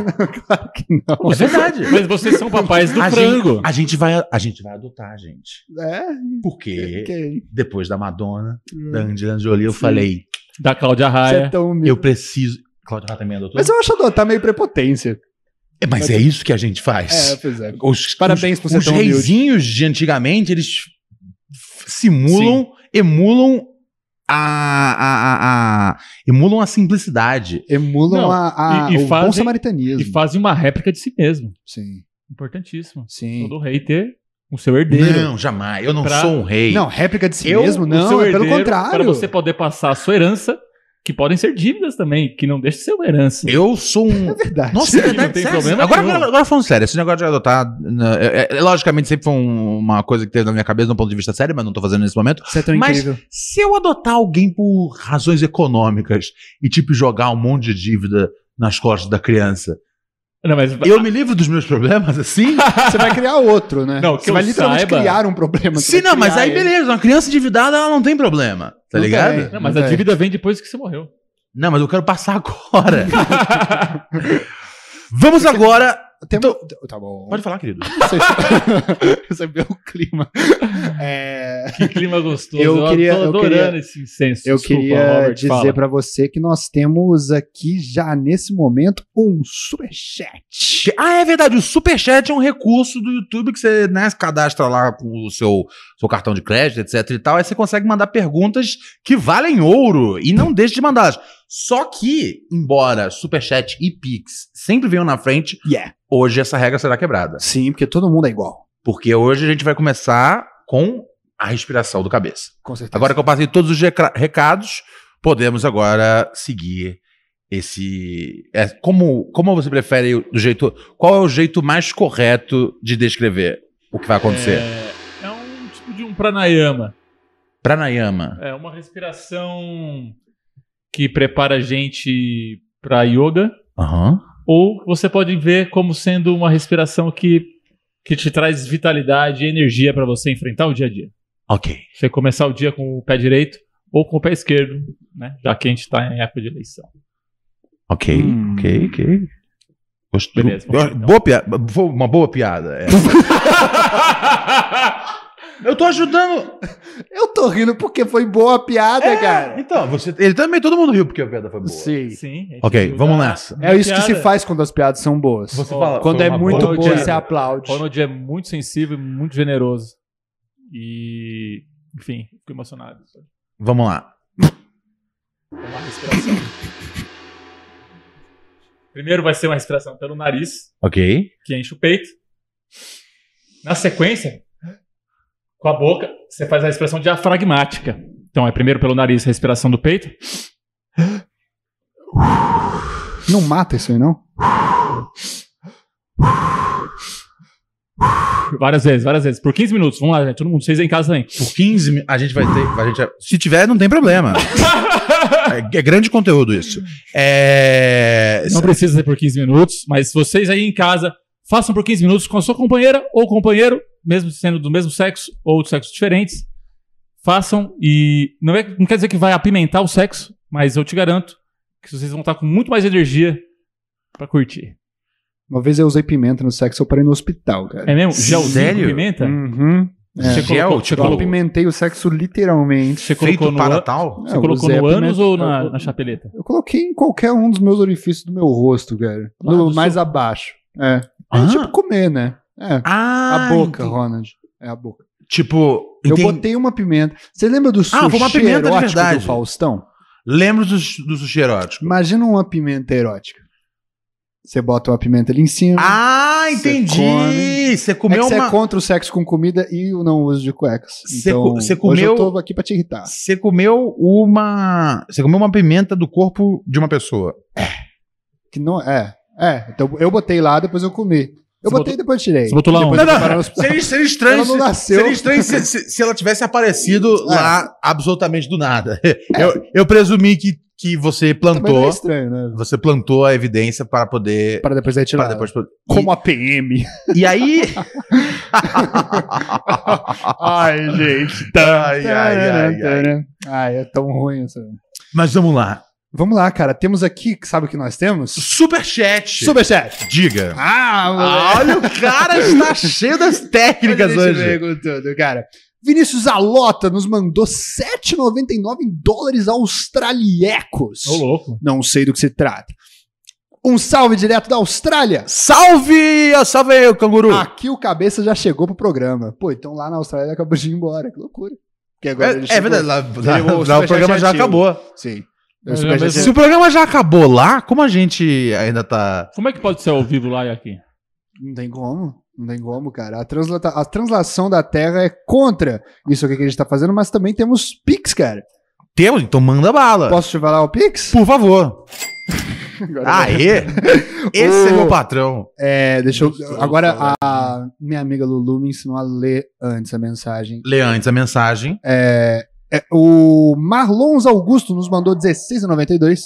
Speaker 2: verdade.
Speaker 3: Mas vocês são papais do
Speaker 2: a
Speaker 3: frango.
Speaker 2: Gente, a, gente vai, a gente vai adotar, gente.
Speaker 1: É?
Speaker 2: Porque
Speaker 1: Ok.
Speaker 2: depois da Madonna,
Speaker 1: Hum.
Speaker 2: da Angelina Jolie, eu
Speaker 1: Sim.
Speaker 2: falei...
Speaker 3: Da Cláudia
Speaker 1: Você é tão humilde.
Speaker 2: Eu preciso... Cláudia Raia também adotou?
Speaker 1: Mas eu acho adotar meio prepotência.
Speaker 2: É, Mas é isso que a gente faz.
Speaker 1: É, pois é.
Speaker 2: Os,
Speaker 1: Parabéns
Speaker 2: os,
Speaker 1: por ser
Speaker 2: Os
Speaker 1: tão humilde.
Speaker 2: reizinhos de antigamente, eles f- simulam, emulam a, a, a, a- emulam a simplicidade.
Speaker 1: Emulam
Speaker 3: Não,
Speaker 1: a, a-
Speaker 3: e- e
Speaker 1: o bom
Speaker 3: fazem-
Speaker 1: samaritanismo.
Speaker 3: E fazem uma réplica de si mesmo.
Speaker 1: Sim.
Speaker 3: Importantíssimo.
Speaker 1: Sim.
Speaker 3: Todo rei ter o seu herdeiro.
Speaker 2: Não, jamais. Eu não
Speaker 3: Pra-
Speaker 2: sou um rei.
Speaker 1: Não, réplica de si
Speaker 3: Eu,
Speaker 1: mesmo,
Speaker 3: o
Speaker 1: não,
Speaker 3: seu
Speaker 1: é pelo
Speaker 3: herdeiro, Para
Speaker 1: contrário.
Speaker 3: você poder passar a sua herança, que podem ser dívidas também, que não deixa de ser uma herança.
Speaker 2: Eu sou
Speaker 1: [laughs]
Speaker 2: um.
Speaker 1: Verdade.
Speaker 2: Nossa, é
Speaker 3: Não
Speaker 2: verdade,
Speaker 3: tem
Speaker 2: sério.
Speaker 3: problema
Speaker 2: agora,
Speaker 3: nenhum.
Speaker 2: agora, agora falando sério, esse negócio de adotar. né, é- é- logicamente, sempre foi um- uma coisa que teve na minha cabeça, do ponto de vista sério, mas não tô fazendo nesse momento.
Speaker 1: Você é tão
Speaker 2: Mas
Speaker 1: incrível.
Speaker 2: se eu adotar alguém por razões econômicas e, tipo, jogar um monte de dívida nas costas da criança,
Speaker 3: Não, mas
Speaker 2: eu me livro dos meus problemas assim?
Speaker 1: [laughs] Você vai criar outro, né?
Speaker 3: Não, que
Speaker 1: você
Speaker 3: eu
Speaker 1: vai literalmente
Speaker 3: saiba-
Speaker 1: criar um problema. você
Speaker 2: Sim,
Speaker 1: vai
Speaker 2: não, mas
Speaker 1: criar
Speaker 2: aí
Speaker 1: ele.
Speaker 2: beleza, uma criança endividada, ela não tem problema, tá
Speaker 1: Não
Speaker 2: ligado?
Speaker 1: tem.
Speaker 3: Não, mas
Speaker 1: Não
Speaker 3: a
Speaker 1: tem.
Speaker 3: dívida vem depois que você morreu.
Speaker 2: Não, mas eu quero passar
Speaker 1: [laughs]
Speaker 2: agora. Vamos agora.
Speaker 1: Tem
Speaker 2: Então-
Speaker 1: um- Tá bom.
Speaker 2: Pode falar, querido.
Speaker 1: [laughs] Recebeu o clima. É,
Speaker 3: Que clima gostoso.
Speaker 1: Eu
Speaker 3: Eu,
Speaker 1: queria-
Speaker 3: tô
Speaker 1: eu
Speaker 3: adorando
Speaker 1: queria-
Speaker 3: esse incenso.
Speaker 1: eu
Speaker 3: Desculpa,
Speaker 1: queria
Speaker 3: Robert,
Speaker 1: dizer
Speaker 3: fala.
Speaker 1: pra você que nós temos aqui já nesse momento um superchat.
Speaker 2: Ah, é verdade, o Superchat é um recurso do YouTube que você né, cadastra lá com o seu, seu cartão de crédito, etc e tal, aí você consegue mandar perguntas que valem ouro e não deixe de mandá-las. Só que, embora Superchat e Pix sempre venham na frente,
Speaker 1: Yeah.
Speaker 2: hoje essa regra será quebrada.
Speaker 1: Sim, porque todo mundo é igual.
Speaker 2: Porque hoje a gente vai começar com a respiração do cabeça.
Speaker 1: Com certeza.
Speaker 2: Agora que eu passei todos os recra- recados, podemos agora seguir esse. é, como, como você prefere o- do jeito. Qual é o jeito mais correto de descrever o que vai acontecer?
Speaker 3: É, é um tipo de um pranayama.
Speaker 2: Pranayama.
Speaker 3: É uma respiração que prepara a gente pra yoga.
Speaker 2: Aham.
Speaker 3: Ou você pode ver como sendo uma respiração que, que te traz vitalidade e energia pra você enfrentar o dia a dia.
Speaker 2: Ok.
Speaker 3: Você começar o dia com o pé direito ou com o pé esquerdo, né? Já que a gente tá em época de eleição.
Speaker 2: Ok.
Speaker 1: Hum.
Speaker 2: Ok, ok. Gostou.
Speaker 3: Beleza,
Speaker 2: Eu-
Speaker 3: vamos lá, então.
Speaker 2: boa piada. Uma boa piada. é. eu tô ajudando.
Speaker 1: [laughs] Eu tô rindo porque foi boa a piada, cara.
Speaker 2: Então, você, ele também, todo mundo riu porque a piada foi boa.
Speaker 1: Sim.
Speaker 3: Sim. a gente
Speaker 2: Ok,
Speaker 3: usa
Speaker 2: vamos nessa.
Speaker 1: É isso que se
Speaker 3: piada.
Speaker 1: faz quando as piadas são boas.
Speaker 2: Você
Speaker 3: Ó,
Speaker 2: fala,
Speaker 1: Quando
Speaker 2: foi
Speaker 1: é
Speaker 2: uma
Speaker 1: muito
Speaker 2: boa
Speaker 1: boa,
Speaker 3: piada.
Speaker 1: você aplaude.
Speaker 3: Ronald é muito sensível, e muito generoso. E, enfim, fico emocionado.
Speaker 2: Vamos lá.
Speaker 3: É uma respiração. Primeiro vai ser uma respiração pelo nariz,
Speaker 2: Ok.
Speaker 3: que enche o peito. Na sequência, com a boca, você faz a respiração diafragmática. Então é primeiro pelo nariz, respiração do peito.
Speaker 1: Não mata isso aí, não?
Speaker 3: Várias vezes, várias vezes. Por 15 minutos. Vamos lá, gente. Todo mundo, vocês aí em casa também.
Speaker 2: Por 15 mi- a gente vai ter. A gente, vai- se tiver, não tem
Speaker 1: [laughs]
Speaker 2: problema.
Speaker 3: [laughs]
Speaker 2: é, é grande conteúdo isso. É,
Speaker 3: Não precisa ser por 15 minutos, mas vocês aí em casa, façam por 15 minutos com a sua companheira ou companheiro, mesmo sendo do mesmo sexo ou de sexos diferentes. Façam e não, é, não quer dizer que vai apimentar o sexo, mas eu te garanto que vocês vão estar com muito mais energia pra curtir.
Speaker 1: Uma vez eu usei pimenta no sexo, eu parei no hospital, cara.
Speaker 3: É mesmo?
Speaker 2: Sério?
Speaker 3: Gelzinho com pimenta?
Speaker 1: Uhum.
Speaker 3: Você
Speaker 1: É.
Speaker 2: Gel,
Speaker 3: colocou, você
Speaker 2: tipo,
Speaker 1: Eu
Speaker 3: colocou,
Speaker 1: pimentei o sexo literalmente.
Speaker 3: você
Speaker 2: feito
Speaker 3: colocou no,
Speaker 2: para
Speaker 3: an-
Speaker 2: tal.
Speaker 3: você
Speaker 1: Ah, eu
Speaker 3: colocou
Speaker 1: usei a
Speaker 3: no ânus
Speaker 1: pimenta-
Speaker 3: ou na,
Speaker 1: eu-
Speaker 3: na chapeleta?
Speaker 1: Eu coloquei em qualquer um dos meus orifícios do meu rosto, cara.
Speaker 3: Lá
Speaker 1: No-
Speaker 3: do
Speaker 1: mais
Speaker 3: seu-
Speaker 1: abaixo. É.
Speaker 2: Ah.
Speaker 1: É tipo comer, né? É.
Speaker 2: Ah,
Speaker 1: a boca,
Speaker 2: entendi.
Speaker 1: Ronald. É a boca.
Speaker 2: Tipo,
Speaker 1: Eu
Speaker 2: entendi.
Speaker 1: botei uma pimenta. Você lembra do sushi
Speaker 2: Ah, foi uma pimenta de
Speaker 1: erótico
Speaker 2: verdade.
Speaker 1: do Faustão?
Speaker 2: lembro do, do sushi erótico.
Speaker 1: Imagina uma pimenta erótica. Você bota uma pimenta ali em cima.
Speaker 2: Ah,
Speaker 1: Você
Speaker 2: entendi.
Speaker 1: come.
Speaker 2: Você
Speaker 1: é que
Speaker 2: comeu
Speaker 1: você é
Speaker 2: uma.
Speaker 1: contra o sexo com comida e o não uso de cuecas.
Speaker 2: Você
Speaker 1: então,
Speaker 2: co- você
Speaker 1: hoje
Speaker 2: comeu-
Speaker 1: eu tô aqui pra te irritar.
Speaker 2: Você comeu uma. Você comeu uma pimenta do corpo de uma pessoa.
Speaker 1: Que não é. É, então eu botei lá, depois eu comi. Eu
Speaker 3: Você
Speaker 1: botei
Speaker 3: botou-
Speaker 1: e depois tirei.
Speaker 3: você botou lá
Speaker 1: Depois
Speaker 2: um-
Speaker 3: onde?
Speaker 1: eu fui parar no hospital.
Speaker 2: Seria, seria estranho,
Speaker 1: Ela não
Speaker 2: se-
Speaker 1: nasceu. É.
Speaker 2: seria estranho se, se- se ela tivesse aparecido lá absolutamente do nada. Eu, eu presumi que, que você
Speaker 1: Também não
Speaker 2: plantou.
Speaker 1: é estranho, né?
Speaker 2: Você plantou a evidência para poder.
Speaker 1: Para depois retirar.
Speaker 2: para depois-
Speaker 1: Como a PM.
Speaker 2: E aí.
Speaker 1: [laughs] ai, [laughs] gente.
Speaker 2: [laughs] Ai, ai, ai, ai.
Speaker 1: Ai, é tão ruim isso.
Speaker 2: Mas vamos lá.
Speaker 1: Vamos lá, cara. Temos aqui, sabe o que nós temos?
Speaker 2: Superchat.
Speaker 1: Superchat.
Speaker 2: Diga.
Speaker 1: Ah,
Speaker 2: Ah, Olha, o cara está cheio
Speaker 1: [laughs]
Speaker 2: das técnicas
Speaker 1: Deixa eu ver
Speaker 2: hoje.
Speaker 1: com tudo, cara. Vinícius Alota nos mandou 7,99 em dólares australiecos.
Speaker 3: Ô, louco.
Speaker 1: Não sei do que se trata. Um salve direto da Austrália.
Speaker 2: Salve! Salve, canguru!
Speaker 1: Aqui o cabeça já chegou pro programa. Pô, então lá na Austrália ele acabou de ir embora. Que loucura. Porque agora ele
Speaker 2: é, é
Speaker 1: chegou.
Speaker 2: verdade, lá,
Speaker 1: Ele-
Speaker 2: lá- lá o
Speaker 1: Superchat
Speaker 2: programa já
Speaker 1: é antigo.
Speaker 2: acabou.
Speaker 1: Sim.
Speaker 3: É,
Speaker 1: Superchat
Speaker 3: mas
Speaker 1: é-
Speaker 2: Se o programa já acabou lá, como a gente ainda tá.
Speaker 3: Como é que pode ser ao vivo lá e aqui?
Speaker 1: Não tem como. Não tem como, cara. A, translata- a translação da Terra é contra isso aqui que a gente tá fazendo, mas também temos Pix, cara.
Speaker 2: Temos, então manda bala.
Speaker 1: Posso te falar o Pix?
Speaker 2: Por favor.
Speaker 1: é Agora [laughs]
Speaker 2: Aê! Esse é
Speaker 1: Ô.
Speaker 2: meu patrão.
Speaker 1: É, deixa eu. Agora a minha amiga Lulu me ensinou a ler antes a mensagem.
Speaker 2: Lê antes a mensagem.
Speaker 1: É, é, o Marlons Augusto nos mandou 16,92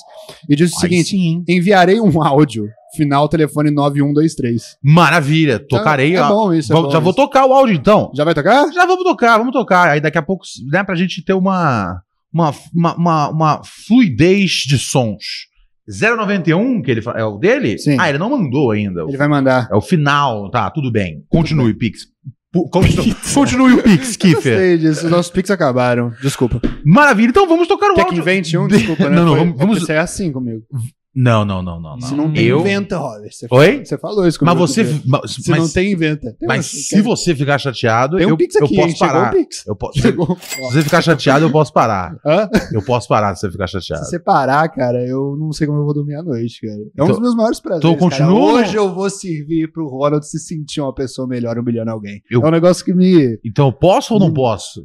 Speaker 1: e disse o seguinte: enviarei um áudio. Final telefone 9123.
Speaker 2: Maravilha, tocarei.
Speaker 1: é
Speaker 2: ó.
Speaker 1: bom isso, é
Speaker 2: Vamos-
Speaker 1: bom
Speaker 2: já vou
Speaker 1: isso.
Speaker 2: tocar o áudio então.
Speaker 1: Já vai tocar?
Speaker 2: Já vamos tocar, vamos tocar. Aí daqui a pouco, né, pra gente ter uma, uma, uma, uma, uma fluidez de sons. 091, que ele fa- é o dele?
Speaker 1: Sim.
Speaker 2: Ah, ele não mandou ainda.
Speaker 1: Ele vai mandar.
Speaker 2: É o final, tá, tudo bem. Continue, Pix. Pu- continu- Continue o Pix,
Speaker 1: [laughs] Eu
Speaker 2: Kiffer.
Speaker 1: sei disso, os nossos Pix acabaram. Desculpa.
Speaker 2: Maravilha, então vamos tocar o
Speaker 1: Quer que
Speaker 2: áudio. [laughs]
Speaker 1: invente um? Desculpa, né?
Speaker 2: Não, não,
Speaker 1: Foi-
Speaker 2: vamos- vamos-
Speaker 1: Você é assim comigo.
Speaker 2: Não, não, não, não. não.
Speaker 1: Se não tem,
Speaker 2: Eu...
Speaker 1: inventa, Robert. Você
Speaker 2: Oi?
Speaker 1: Você falou isso
Speaker 2: Mas
Speaker 1: comigo.
Speaker 2: você.
Speaker 1: outro dia.
Speaker 2: Mas,
Speaker 1: Se
Speaker 2: mas-
Speaker 1: não tem, inventa. Tem
Speaker 2: mas
Speaker 1: um-
Speaker 2: se você ficar chateado,
Speaker 1: Tem um
Speaker 2: eu,
Speaker 1: Pix
Speaker 2: eu
Speaker 1: aqui,
Speaker 2: posso
Speaker 1: hein? Chegou
Speaker 2: parar.
Speaker 1: um Pix.
Speaker 2: Eu posso.
Speaker 1: [laughs] Chegou.
Speaker 2: Se você ficar chateado, eu posso parar.
Speaker 1: Hã?
Speaker 2: Eu posso parar se você ficar chateado.
Speaker 1: Se separar, cara, eu não sei como eu vou dormir à noite, cara. É um
Speaker 2: Então-
Speaker 1: dos meus maiores prazeres.
Speaker 2: então
Speaker 1: cara.
Speaker 2: continua?
Speaker 1: Hoje eu vou servir pro Ronald se sentir uma pessoa melhor humilhando alguém.
Speaker 2: Eu-
Speaker 1: É um negócio que me. Hum.
Speaker 2: Então eu posso ou não posso?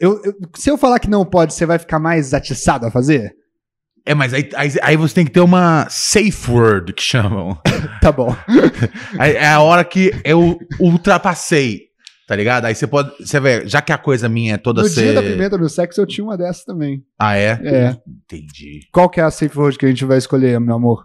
Speaker 1: Eu, eu- se eu falar que não pode, você vai ficar mais atiçado a fazer?
Speaker 2: É, mas aí, aí, aí você tem que ter uma safe word que chamam.
Speaker 1: [laughs] Tá bom.
Speaker 2: [laughs] Aí é a hora que eu ultrapassei. Tá ligado? Aí você pode. Você vê, já que a coisa minha é toda
Speaker 1: no
Speaker 2: ser.
Speaker 1: dia da pimenta no sexo, eu tinha uma dessas também.
Speaker 2: Ah, é?
Speaker 1: É.
Speaker 2: Entendi.
Speaker 1: Qual que é a safe word que a gente vai escolher, meu amor?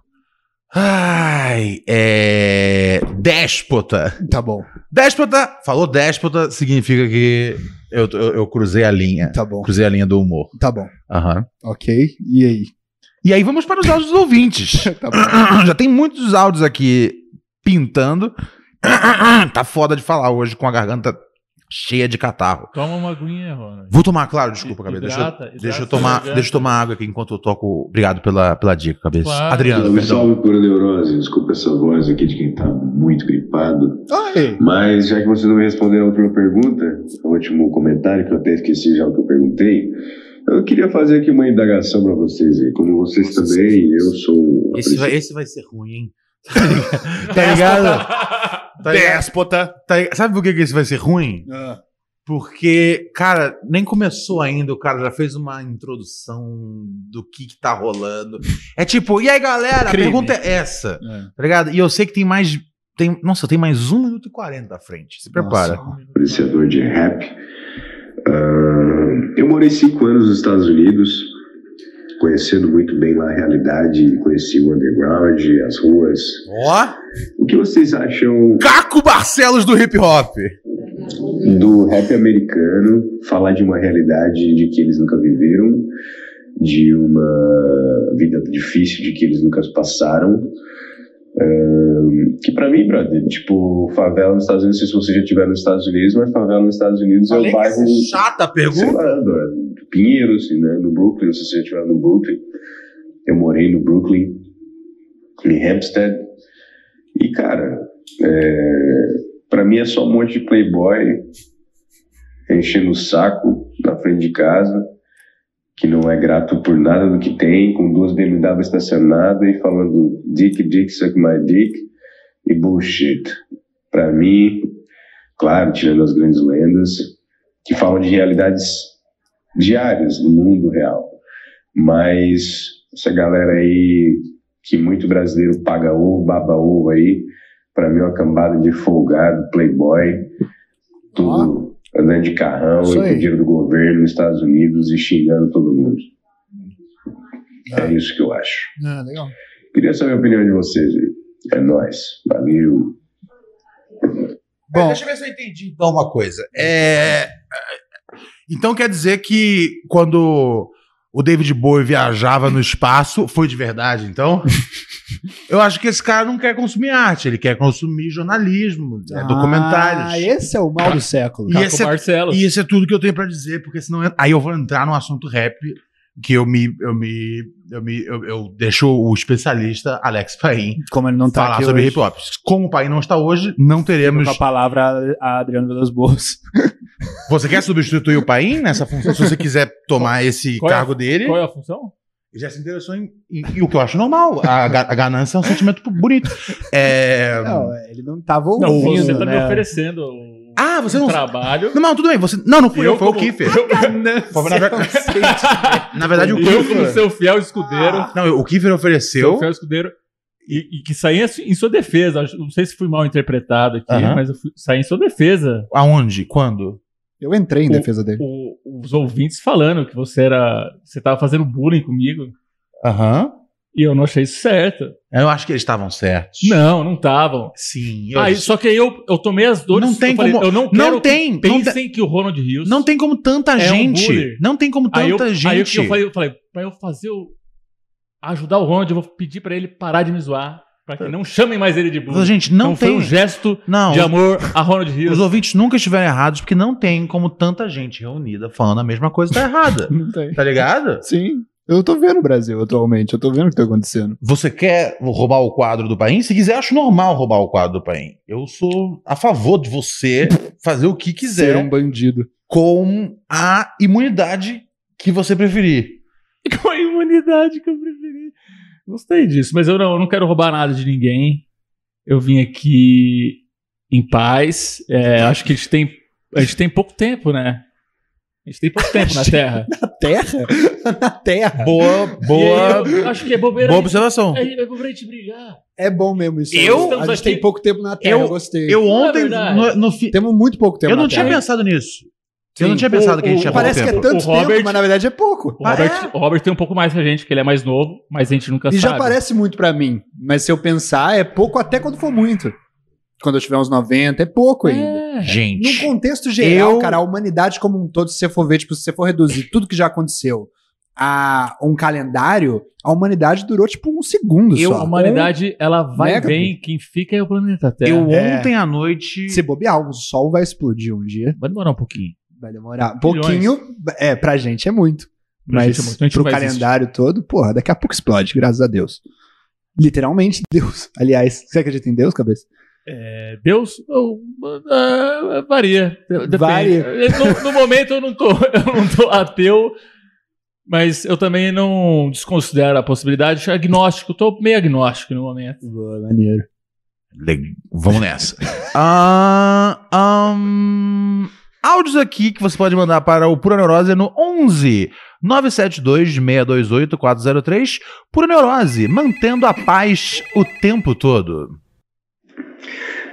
Speaker 2: Ai, é. Déspota.
Speaker 1: Tá bom,
Speaker 2: Déspota! Falou déspota, significa que eu, eu, eu cruzei a linha.
Speaker 1: tá bom,
Speaker 2: Cruzei a linha do humor.
Speaker 1: tá bom.
Speaker 2: Aham.
Speaker 1: Ok, e aí?
Speaker 2: E aí vamos para os áudios dos ouvintes.
Speaker 1: [laughs] Tá
Speaker 2: [coughs] Já tem muitos áudios aqui pintando. [coughs] tá foda de falar hoje com a garganta cheia de catarro.
Speaker 3: Toma uma aguinha, Ronald.
Speaker 2: Vou tomar, claro, desculpa, cabeça. Deixa, eu-
Speaker 3: Hidrata, hidrata
Speaker 2: deixa eu
Speaker 3: sua
Speaker 2: tomar,
Speaker 3: garganta.
Speaker 2: deixa eu tomar água aqui enquanto eu toco. Obrigado pela, pela dica, cabeça.
Speaker 3: Claro.
Speaker 2: Adriano,
Speaker 4: Salve,
Speaker 2: perdão.
Speaker 4: salve por neurose. Desculpa essa voz aqui de quem tá muito gripado.
Speaker 1: Oi!
Speaker 4: Mas já que vocês não me responderam a última pergunta, o último comentário, que eu até esqueci já o que eu perguntei, Eu queria fazer aqui uma indagação pra vocês aí. Como vocês também, eu sou. um
Speaker 2: Esse vai, esse vai ser ruim, hein? Tá ligado? Tá ligado?
Speaker 5: Déspota.
Speaker 2: Tá ligado? Sabe por que, que esse vai ser ruim? Porque, cara, nem começou ainda, o cara já fez uma introdução do que que tá rolando. É tipo, e aí galera, a
Speaker 5: Crime.
Speaker 2: pergunta é essa, tá ligado? E eu sei que tem mais, tem, nossa, tem mais 1 minuto e 40 à frente, se prepara.
Speaker 4: apreciador de rap. Ah, eu morei cinco anos nos Estados Unidos, conhecendo muito bem lá a realidade, conheci o underground, as ruas.
Speaker 2: Ó!
Speaker 4: O que vocês acham
Speaker 2: Caco Barcelos do hip hop!
Speaker 4: do rap americano falar de uma realidade de que eles nunca viveram, de uma vida difícil de que eles nunca passaram. Ahn, que pra mim, brother, tipo, favela nos Estados Unidos, não sei se você já estiver nos Estados Unidos, mas favela nos Estados Unidos é
Speaker 2: Falei
Speaker 4: o
Speaker 2: que ia
Speaker 4: bairro.
Speaker 2: ser chata a pergunta.
Speaker 4: Sei lá, brother, Pinheiros, né, no Brooklyn, não sei se você já estiver no Brooklyn. Eu morei no Brooklyn, em Hempstead. E, cara, é, pra mim é só um monte de playboy enchendo o saco na frente de casa, que não é grato por nada do que tem, com duas BMW estacionadas e falando dick, dick, suck my dick e bullshit. Pra mim, claro, tirando as grandes lendas, que falam de realidades diárias do mundo real. Mas essa galera aí que muito brasileiro paga ovo, baba ovo aí, pra mim é uma cambada de folgado, playboy, tudo andando de carrão
Speaker 1: Isso
Speaker 4: e
Speaker 1: aí.
Speaker 4: com dinheiro do governo nos Estados Unidos e xingando todo mundo. É isso que eu acho.
Speaker 1: Ah, legal.
Speaker 4: Queria saber a opinião de vocês aí. É nóis. Valeu.
Speaker 2: Bom, deixa eu ver se eu entendi então uma coisa. É, Então quer dizer que quando o David Bowie viajava no espaço, foi de verdade, então? eu acho que esse cara não quer consumir arte, ele quer consumir jornalismo, né, documentários.
Speaker 1: Ah, esse é o mal do século.
Speaker 2: E esse, é, e esse é tudo que eu tenho pra dizer, porque senão eu- aí eu vou entrar no assunto rap que eu me eu me eu me eu, eu deixo o especialista Alex Paim
Speaker 5: como ele não
Speaker 1: tá
Speaker 2: falar
Speaker 1: aqui
Speaker 2: sobre
Speaker 1: hoje.
Speaker 2: hip hop. Como o Paim não está hoje, não teremos
Speaker 5: Com a palavra a Adriano Velas Boas.
Speaker 2: [laughs] Você quer substituir o Paim nessa função? Se você quiser tomar esse
Speaker 3: Qual é a-
Speaker 2: cargo dele.
Speaker 3: Qual é a função?
Speaker 2: Ele já se interessou em. E, e o que eu acho normal. A, ga- a ganância é um sentimento bonito. É...
Speaker 1: Não, ele não tava ouvindo.
Speaker 2: um
Speaker 3: Não, você tá me
Speaker 1: né?
Speaker 3: oferecendo o
Speaker 2: Ah, você não.
Speaker 3: Um trabalho.
Speaker 2: Não, não, tudo bem. Você... Não, não fui eu,
Speaker 3: Eu
Speaker 2: foi o
Speaker 3: como-
Speaker 2: Kiffer. Foi na,
Speaker 3: Eu,
Speaker 2: verdade- [laughs] na verdade, o
Speaker 3: eu como
Speaker 2: Kiffer.
Speaker 3: seu fiel escudeiro.
Speaker 2: Não, o Kiffer
Speaker 3: seu
Speaker 2: ofereceu.
Speaker 3: fiel escudeiro. E, e que saí em su- em sua defesa. Acho- Não sei se fui mal interpretado aqui,
Speaker 2: Aham.
Speaker 3: mas eu fui- saí em sua defesa.
Speaker 2: Aonde? Quando?
Speaker 1: Eu entrei em
Speaker 3: O-
Speaker 1: defesa dele.
Speaker 3: o- os ouvintes falando que você era. Você tava fazendo bullying comigo.
Speaker 2: Aham.
Speaker 3: E eu não achei isso certo.
Speaker 2: Eu acho que eles estavam certos.
Speaker 3: Não, não estavam.
Speaker 2: Sim. eu-
Speaker 3: Aí, só que aí eu, eu tomei as dores.
Speaker 2: Não tem
Speaker 3: eu falei,
Speaker 2: como-
Speaker 3: Eu não
Speaker 2: não
Speaker 3: quero
Speaker 2: tem, não
Speaker 3: que pensem que o Ronald Rios.
Speaker 2: Não tem como tanta
Speaker 3: É um
Speaker 2: gente.
Speaker 3: bullying.
Speaker 2: não tem como
Speaker 3: aí eu,
Speaker 2: tanta gente.
Speaker 3: Aí eu, eu falei, eu falei, pra eu fazer o. ajudar o Ronald, eu vou pedir pra ele parar de me zoar. Pra que não chamem mais ele de bullying.
Speaker 2: Gente, não
Speaker 3: então
Speaker 2: tem.
Speaker 3: foi um gesto
Speaker 2: Não,
Speaker 3: de
Speaker 2: os-
Speaker 3: amor a Ronald Rios.
Speaker 2: Os ouvintes nunca estiveram errados porque não tem como tanta gente reunida falando a mesma coisa tá
Speaker 3: [laughs]
Speaker 2: errada.
Speaker 1: Não tem.
Speaker 2: tá ligado?
Speaker 1: Sim. Eu tô vendo o Brasil atualmente, eu tô vendo o que tá acontecendo.
Speaker 2: Você quer roubar o quadro do Paim? Se quiser, acho normal roubar o quadro do Paim. Eu sou a favor de você fazer o que quiser
Speaker 1: Ser um bandido.
Speaker 2: com a imunidade que você preferir.
Speaker 3: [laughs] Com a imunidade que eu preferi. Gostei disso, mas eu não, eu não quero roubar nada de ninguém. Eu vim aqui em paz. É, acho que a gente, tem, a gente tem pouco tempo, né? A gente tem pouco tempo na Terra.
Speaker 1: Terra? [laughs] Na terra.
Speaker 2: Boa, boa,
Speaker 3: E aí, eu acho que é bobeira.
Speaker 2: boa observação.
Speaker 3: É, é bobeira de brigar.
Speaker 1: É bom mesmo isso.
Speaker 2: Eu-
Speaker 1: a gente
Speaker 3: Estamos
Speaker 1: tem
Speaker 3: aqui-
Speaker 1: pouco tempo na terra, eu, gostei. é
Speaker 2: Eu ontem,
Speaker 3: é verdade.
Speaker 2: no, no fi-
Speaker 1: Temos muito pouco tempo
Speaker 2: eu
Speaker 1: na
Speaker 2: não tinha
Speaker 1: terra.
Speaker 2: pensado nisso. Eu
Speaker 1: Sim.
Speaker 2: não tinha pensado que a gente
Speaker 3: O-
Speaker 2: tinha
Speaker 3: o-
Speaker 1: Parece que
Speaker 2: pouco
Speaker 1: é
Speaker 2: tempo.
Speaker 1: tanto
Speaker 3: O Robert-
Speaker 1: tempo, mas na verdade é pouco.
Speaker 3: O
Speaker 2: Ah,
Speaker 3: Robert,
Speaker 2: é?
Speaker 3: o Robert tem um pouco mais que a gente, que ele é mais novo, mas a gente nunca
Speaker 1: E
Speaker 3: sabe.
Speaker 1: já parece muito pra mim. Mas se eu pensar, é pouco até quando for muito. Quando eu tiver uns 90, é pouco ainda. Num
Speaker 2: Gente,
Speaker 1: contexto geral,
Speaker 2: Eu-
Speaker 1: cara, a humanidade como um todo, se você for ver, tipo, se você for reduzir tudo que já aconteceu a um calendário, a humanidade durou, tipo, um segundo
Speaker 3: Eu,
Speaker 1: só.
Speaker 3: a humanidade, ela vai
Speaker 1: Mega-
Speaker 3: bem, quem fica é o planeta Terra.
Speaker 2: É. eu
Speaker 1: É.
Speaker 2: ontem à noite.
Speaker 1: Um- Se bobear, o sol vai explodir um dia.
Speaker 3: Vai demorar um pouquinho.
Speaker 1: Vai demorar. Um
Speaker 3: Bilhões.
Speaker 1: pouquinho, é, pra gente é muito.
Speaker 3: Pra
Speaker 1: mas
Speaker 3: gente é muito, a gente
Speaker 1: pro
Speaker 3: não vai
Speaker 1: calendário todo, porra, daqui a pouco explode, graças a Deus. Literalmente, [laughs] Deus. Aliás, você acredita em Deus, cabeça?
Speaker 3: É, Deus eu, ah, varia. de- Depende.
Speaker 1: Varia.
Speaker 3: [laughs] No, no momento eu não tô, eu não tô ateu, Mas eu também não desconsidero a possibilidade. Sou Agnóstico, tô meio agnóstico no momento.
Speaker 2: né?
Speaker 1: Boa, maneiro.
Speaker 2: Le- Vamos nessa. [laughs] Ah, ahn, áudios aqui que você pode mandar para o Pura Neurose no 11 972 628 403. Pura Neurose, mantendo a paz o tempo todo.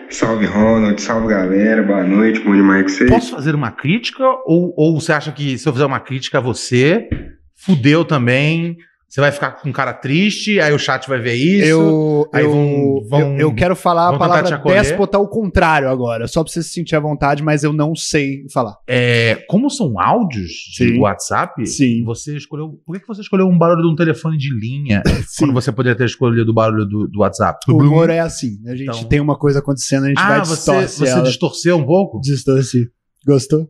Speaker 6: Salve Ronald, salve galera, boa noite, bom demais que vocês.
Speaker 2: Posso fazer uma crítica? Ou, ou você acha que se eu fizer uma crítica a você, fudeu também? Você vai ficar com um cara triste, aí o chat vai ver isso.
Speaker 1: Eu,
Speaker 2: aí
Speaker 1: eu,
Speaker 2: vão, vão-
Speaker 1: eu, eu quero falar a
Speaker 2: vão tentar te
Speaker 1: palavra
Speaker 2: acolher.
Speaker 1: déspota ao contrário agora, só pra você se sentir à vontade, mas eu não sei falar.
Speaker 2: É, como são áudios de WhatsApp, você escolheu. Por que que você escolheu um barulho de um telefone de linha quando você poderia ter escolhido o barulho do, do WhatsApp? Então,
Speaker 1: O humor é assim, a gente tem uma coisa acontecendo, a gente
Speaker 2: Ah,
Speaker 1: vai
Speaker 2: você,
Speaker 1: distorcer
Speaker 2: você
Speaker 1: ela.
Speaker 2: distorceu um pouco?
Speaker 1: Distorce. Gostou?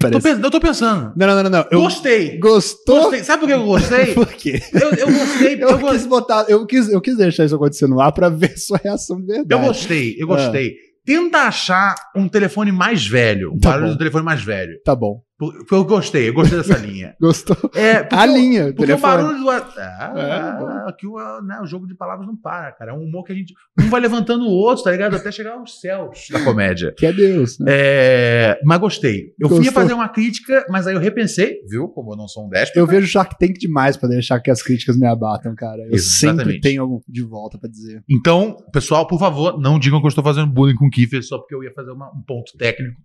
Speaker 2: Tô
Speaker 1: Parece.
Speaker 2: pens- eu tô pensando.
Speaker 1: Não, não, não, não. Eu
Speaker 2: Gostei.
Speaker 1: Gostou?
Speaker 2: Gostei. Sabe por que eu gostei?
Speaker 1: [laughs] Por quê?
Speaker 2: Eu, eu gostei. Eu,
Speaker 1: [laughs] Eu, quis botar, eu quis, eu quis deixar isso acontecer no ar pra ver [laughs] sua reação de verdade.
Speaker 2: eu gostei, eu gostei. Tenta achar um telefone mais velho. Um barulho do telefone mais velho.
Speaker 1: Tá bom.
Speaker 2: Por- Eu gostei, eu gostei dessa linha.
Speaker 1: [laughs] Gostou?
Speaker 2: É,
Speaker 1: a linha,
Speaker 2: Porque o barulho do WhatsApp.
Speaker 1: É,
Speaker 2: Ah, que o, né, o jogo de palavras não para, cara. É um humor que a gente. Um vai levantando o outro, tá ligado? Até chegar aos céus da comédia.
Speaker 1: Que é Deus, né?
Speaker 2: É, mas gostei. Eu ia
Speaker 1: Gostou?
Speaker 2: fazer uma crítica, mas aí eu repensei, viu? Como eu não sou um déspota.
Speaker 1: Eu vejo Shark Tank demais pra deixar que as críticas me abatam, cara. Eu
Speaker 2: Exatamente.
Speaker 1: sempre tenho algo de volta pra dizer.
Speaker 2: Então, pessoal, por favor, não digam que eu estou fazendo bullying com o Kiefer só porque eu ia fazer uma- um ponto técnico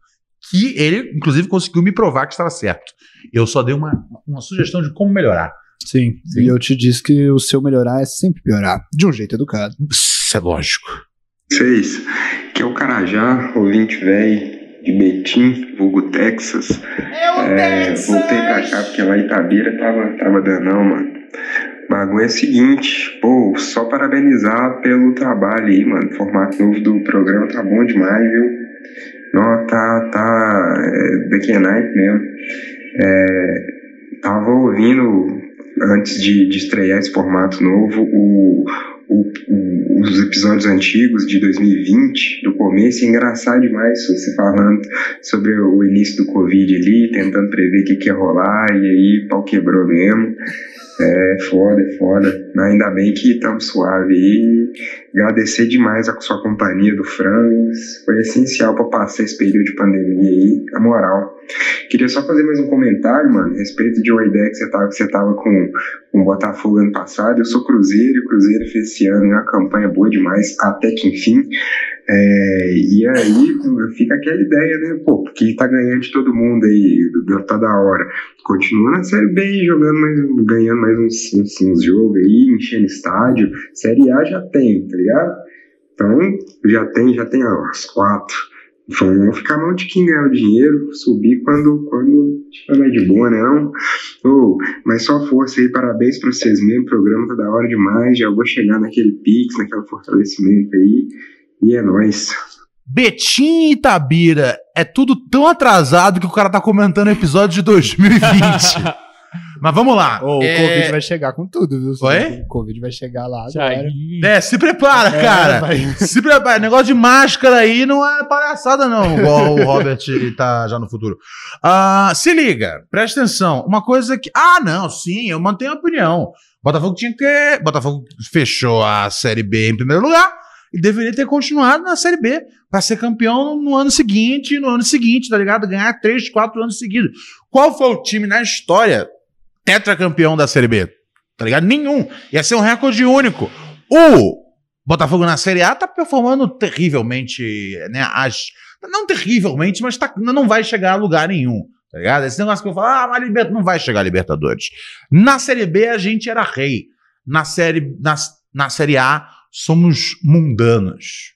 Speaker 2: que ele, inclusive, conseguiu me provar que estava certo. Eu só dei uma, uma sugestão de como melhorar.
Speaker 1: Sim, E eu te disse que o seu melhorar é sempre piorar. De um jeito educado.
Speaker 2: Isso é lógico.
Speaker 6: Vocês, que é o Carajá, ouvinte velho de Betim, vulgo Texas. É, voltei pra cá porque lá em Itabira tava, tava danão, mano. O bagulho é o seguinte, pô, só parabenizar pelo trabalho aí, mano. O formato novo do programa tá bom demais, viu? Não, tá, tá, é, Back and Night mesmo. É, tava ouvindo, antes de, de estrear esse formato novo, o, o- o- os episódios antigos de 2020, do começo, é engraçado demais você falando sobre o início do Covid ali, tentando prever o que, que ia rolar, e aí pau quebrou mesmo. É foda, é foda. Mas ainda bem que estamos suave aí. Agradecer demais a sua companhia do Frangos. Foi essencial para passar esse período de pandemia aí, a moral. Queria só fazer mais um comentário, mano, a respeito de uma ideia que você tava, que você tava com, com o Botafogo ano passado. Eu sou Cruzeiro e o Cruzeiro fez esse ano uma campanha boa demais, até que enfim. É, e aí fica aquela ideia, né? Pô, porque tá ganhando de todo mundo aí, do- tá da hora. Continua na Série B aí, jogando mais, ganhando mais uns, uns, uns jogos aí, enchendo estádio. Série A já tem, tá ligado? Então, já tem, já tem ó, as quatro. Vamos um, ficar mão de quem ganhar o dinheiro, subir quando, quando tiver mais de boa, né, não. Ô, mas só força aí, parabéns pra vocês mesmo, o programa tá da hora demais, já vou chegar naquele pix, naquele fortalecimento aí, e é nóis.
Speaker 2: Betim e Itabira é tudo tão atrasado que o cara tá comentando episódio de 2020.
Speaker 1: [laughs]
Speaker 2: Mas vamos lá.
Speaker 1: Ô, o
Speaker 2: É,
Speaker 1: Covid vai chegar com tudo, viu?
Speaker 2: Oi?
Speaker 1: O Covid vai chegar lá
Speaker 2: Já-
Speaker 1: agora.
Speaker 2: É, se prepara,
Speaker 1: É,
Speaker 2: cara.
Speaker 1: vai.
Speaker 2: Se prepara. Negócio de máscara aí não é palhaçada, não. Igual o Robert tá já no futuro. Ah, se liga, presta atenção. Uma coisa que. Ah, não, sim, eu mantenho a opinião. Botafogo tinha que ter. Botafogo fechou a Série B em primeiro lugar. E deveria ter continuado na Série B pra ser campeão no ano seguinte, no ano seguinte, tá ligado? Ganhar três, quatro anos seguidos. Qual foi o time na história tetracampeão da Série B? Tá ligado? Nenhum. Ia ser um recorde único. O Botafogo na Série A tá performando terrivelmente, né? As, não terrivelmente, mas tá, não vai chegar a lugar nenhum. Tá ligado? Esse negócio que eu falo, ah, mas Liber- não vai chegar a Libertadores. Na Série B a gente era rei. Na Série, na, na série A somos mundanos.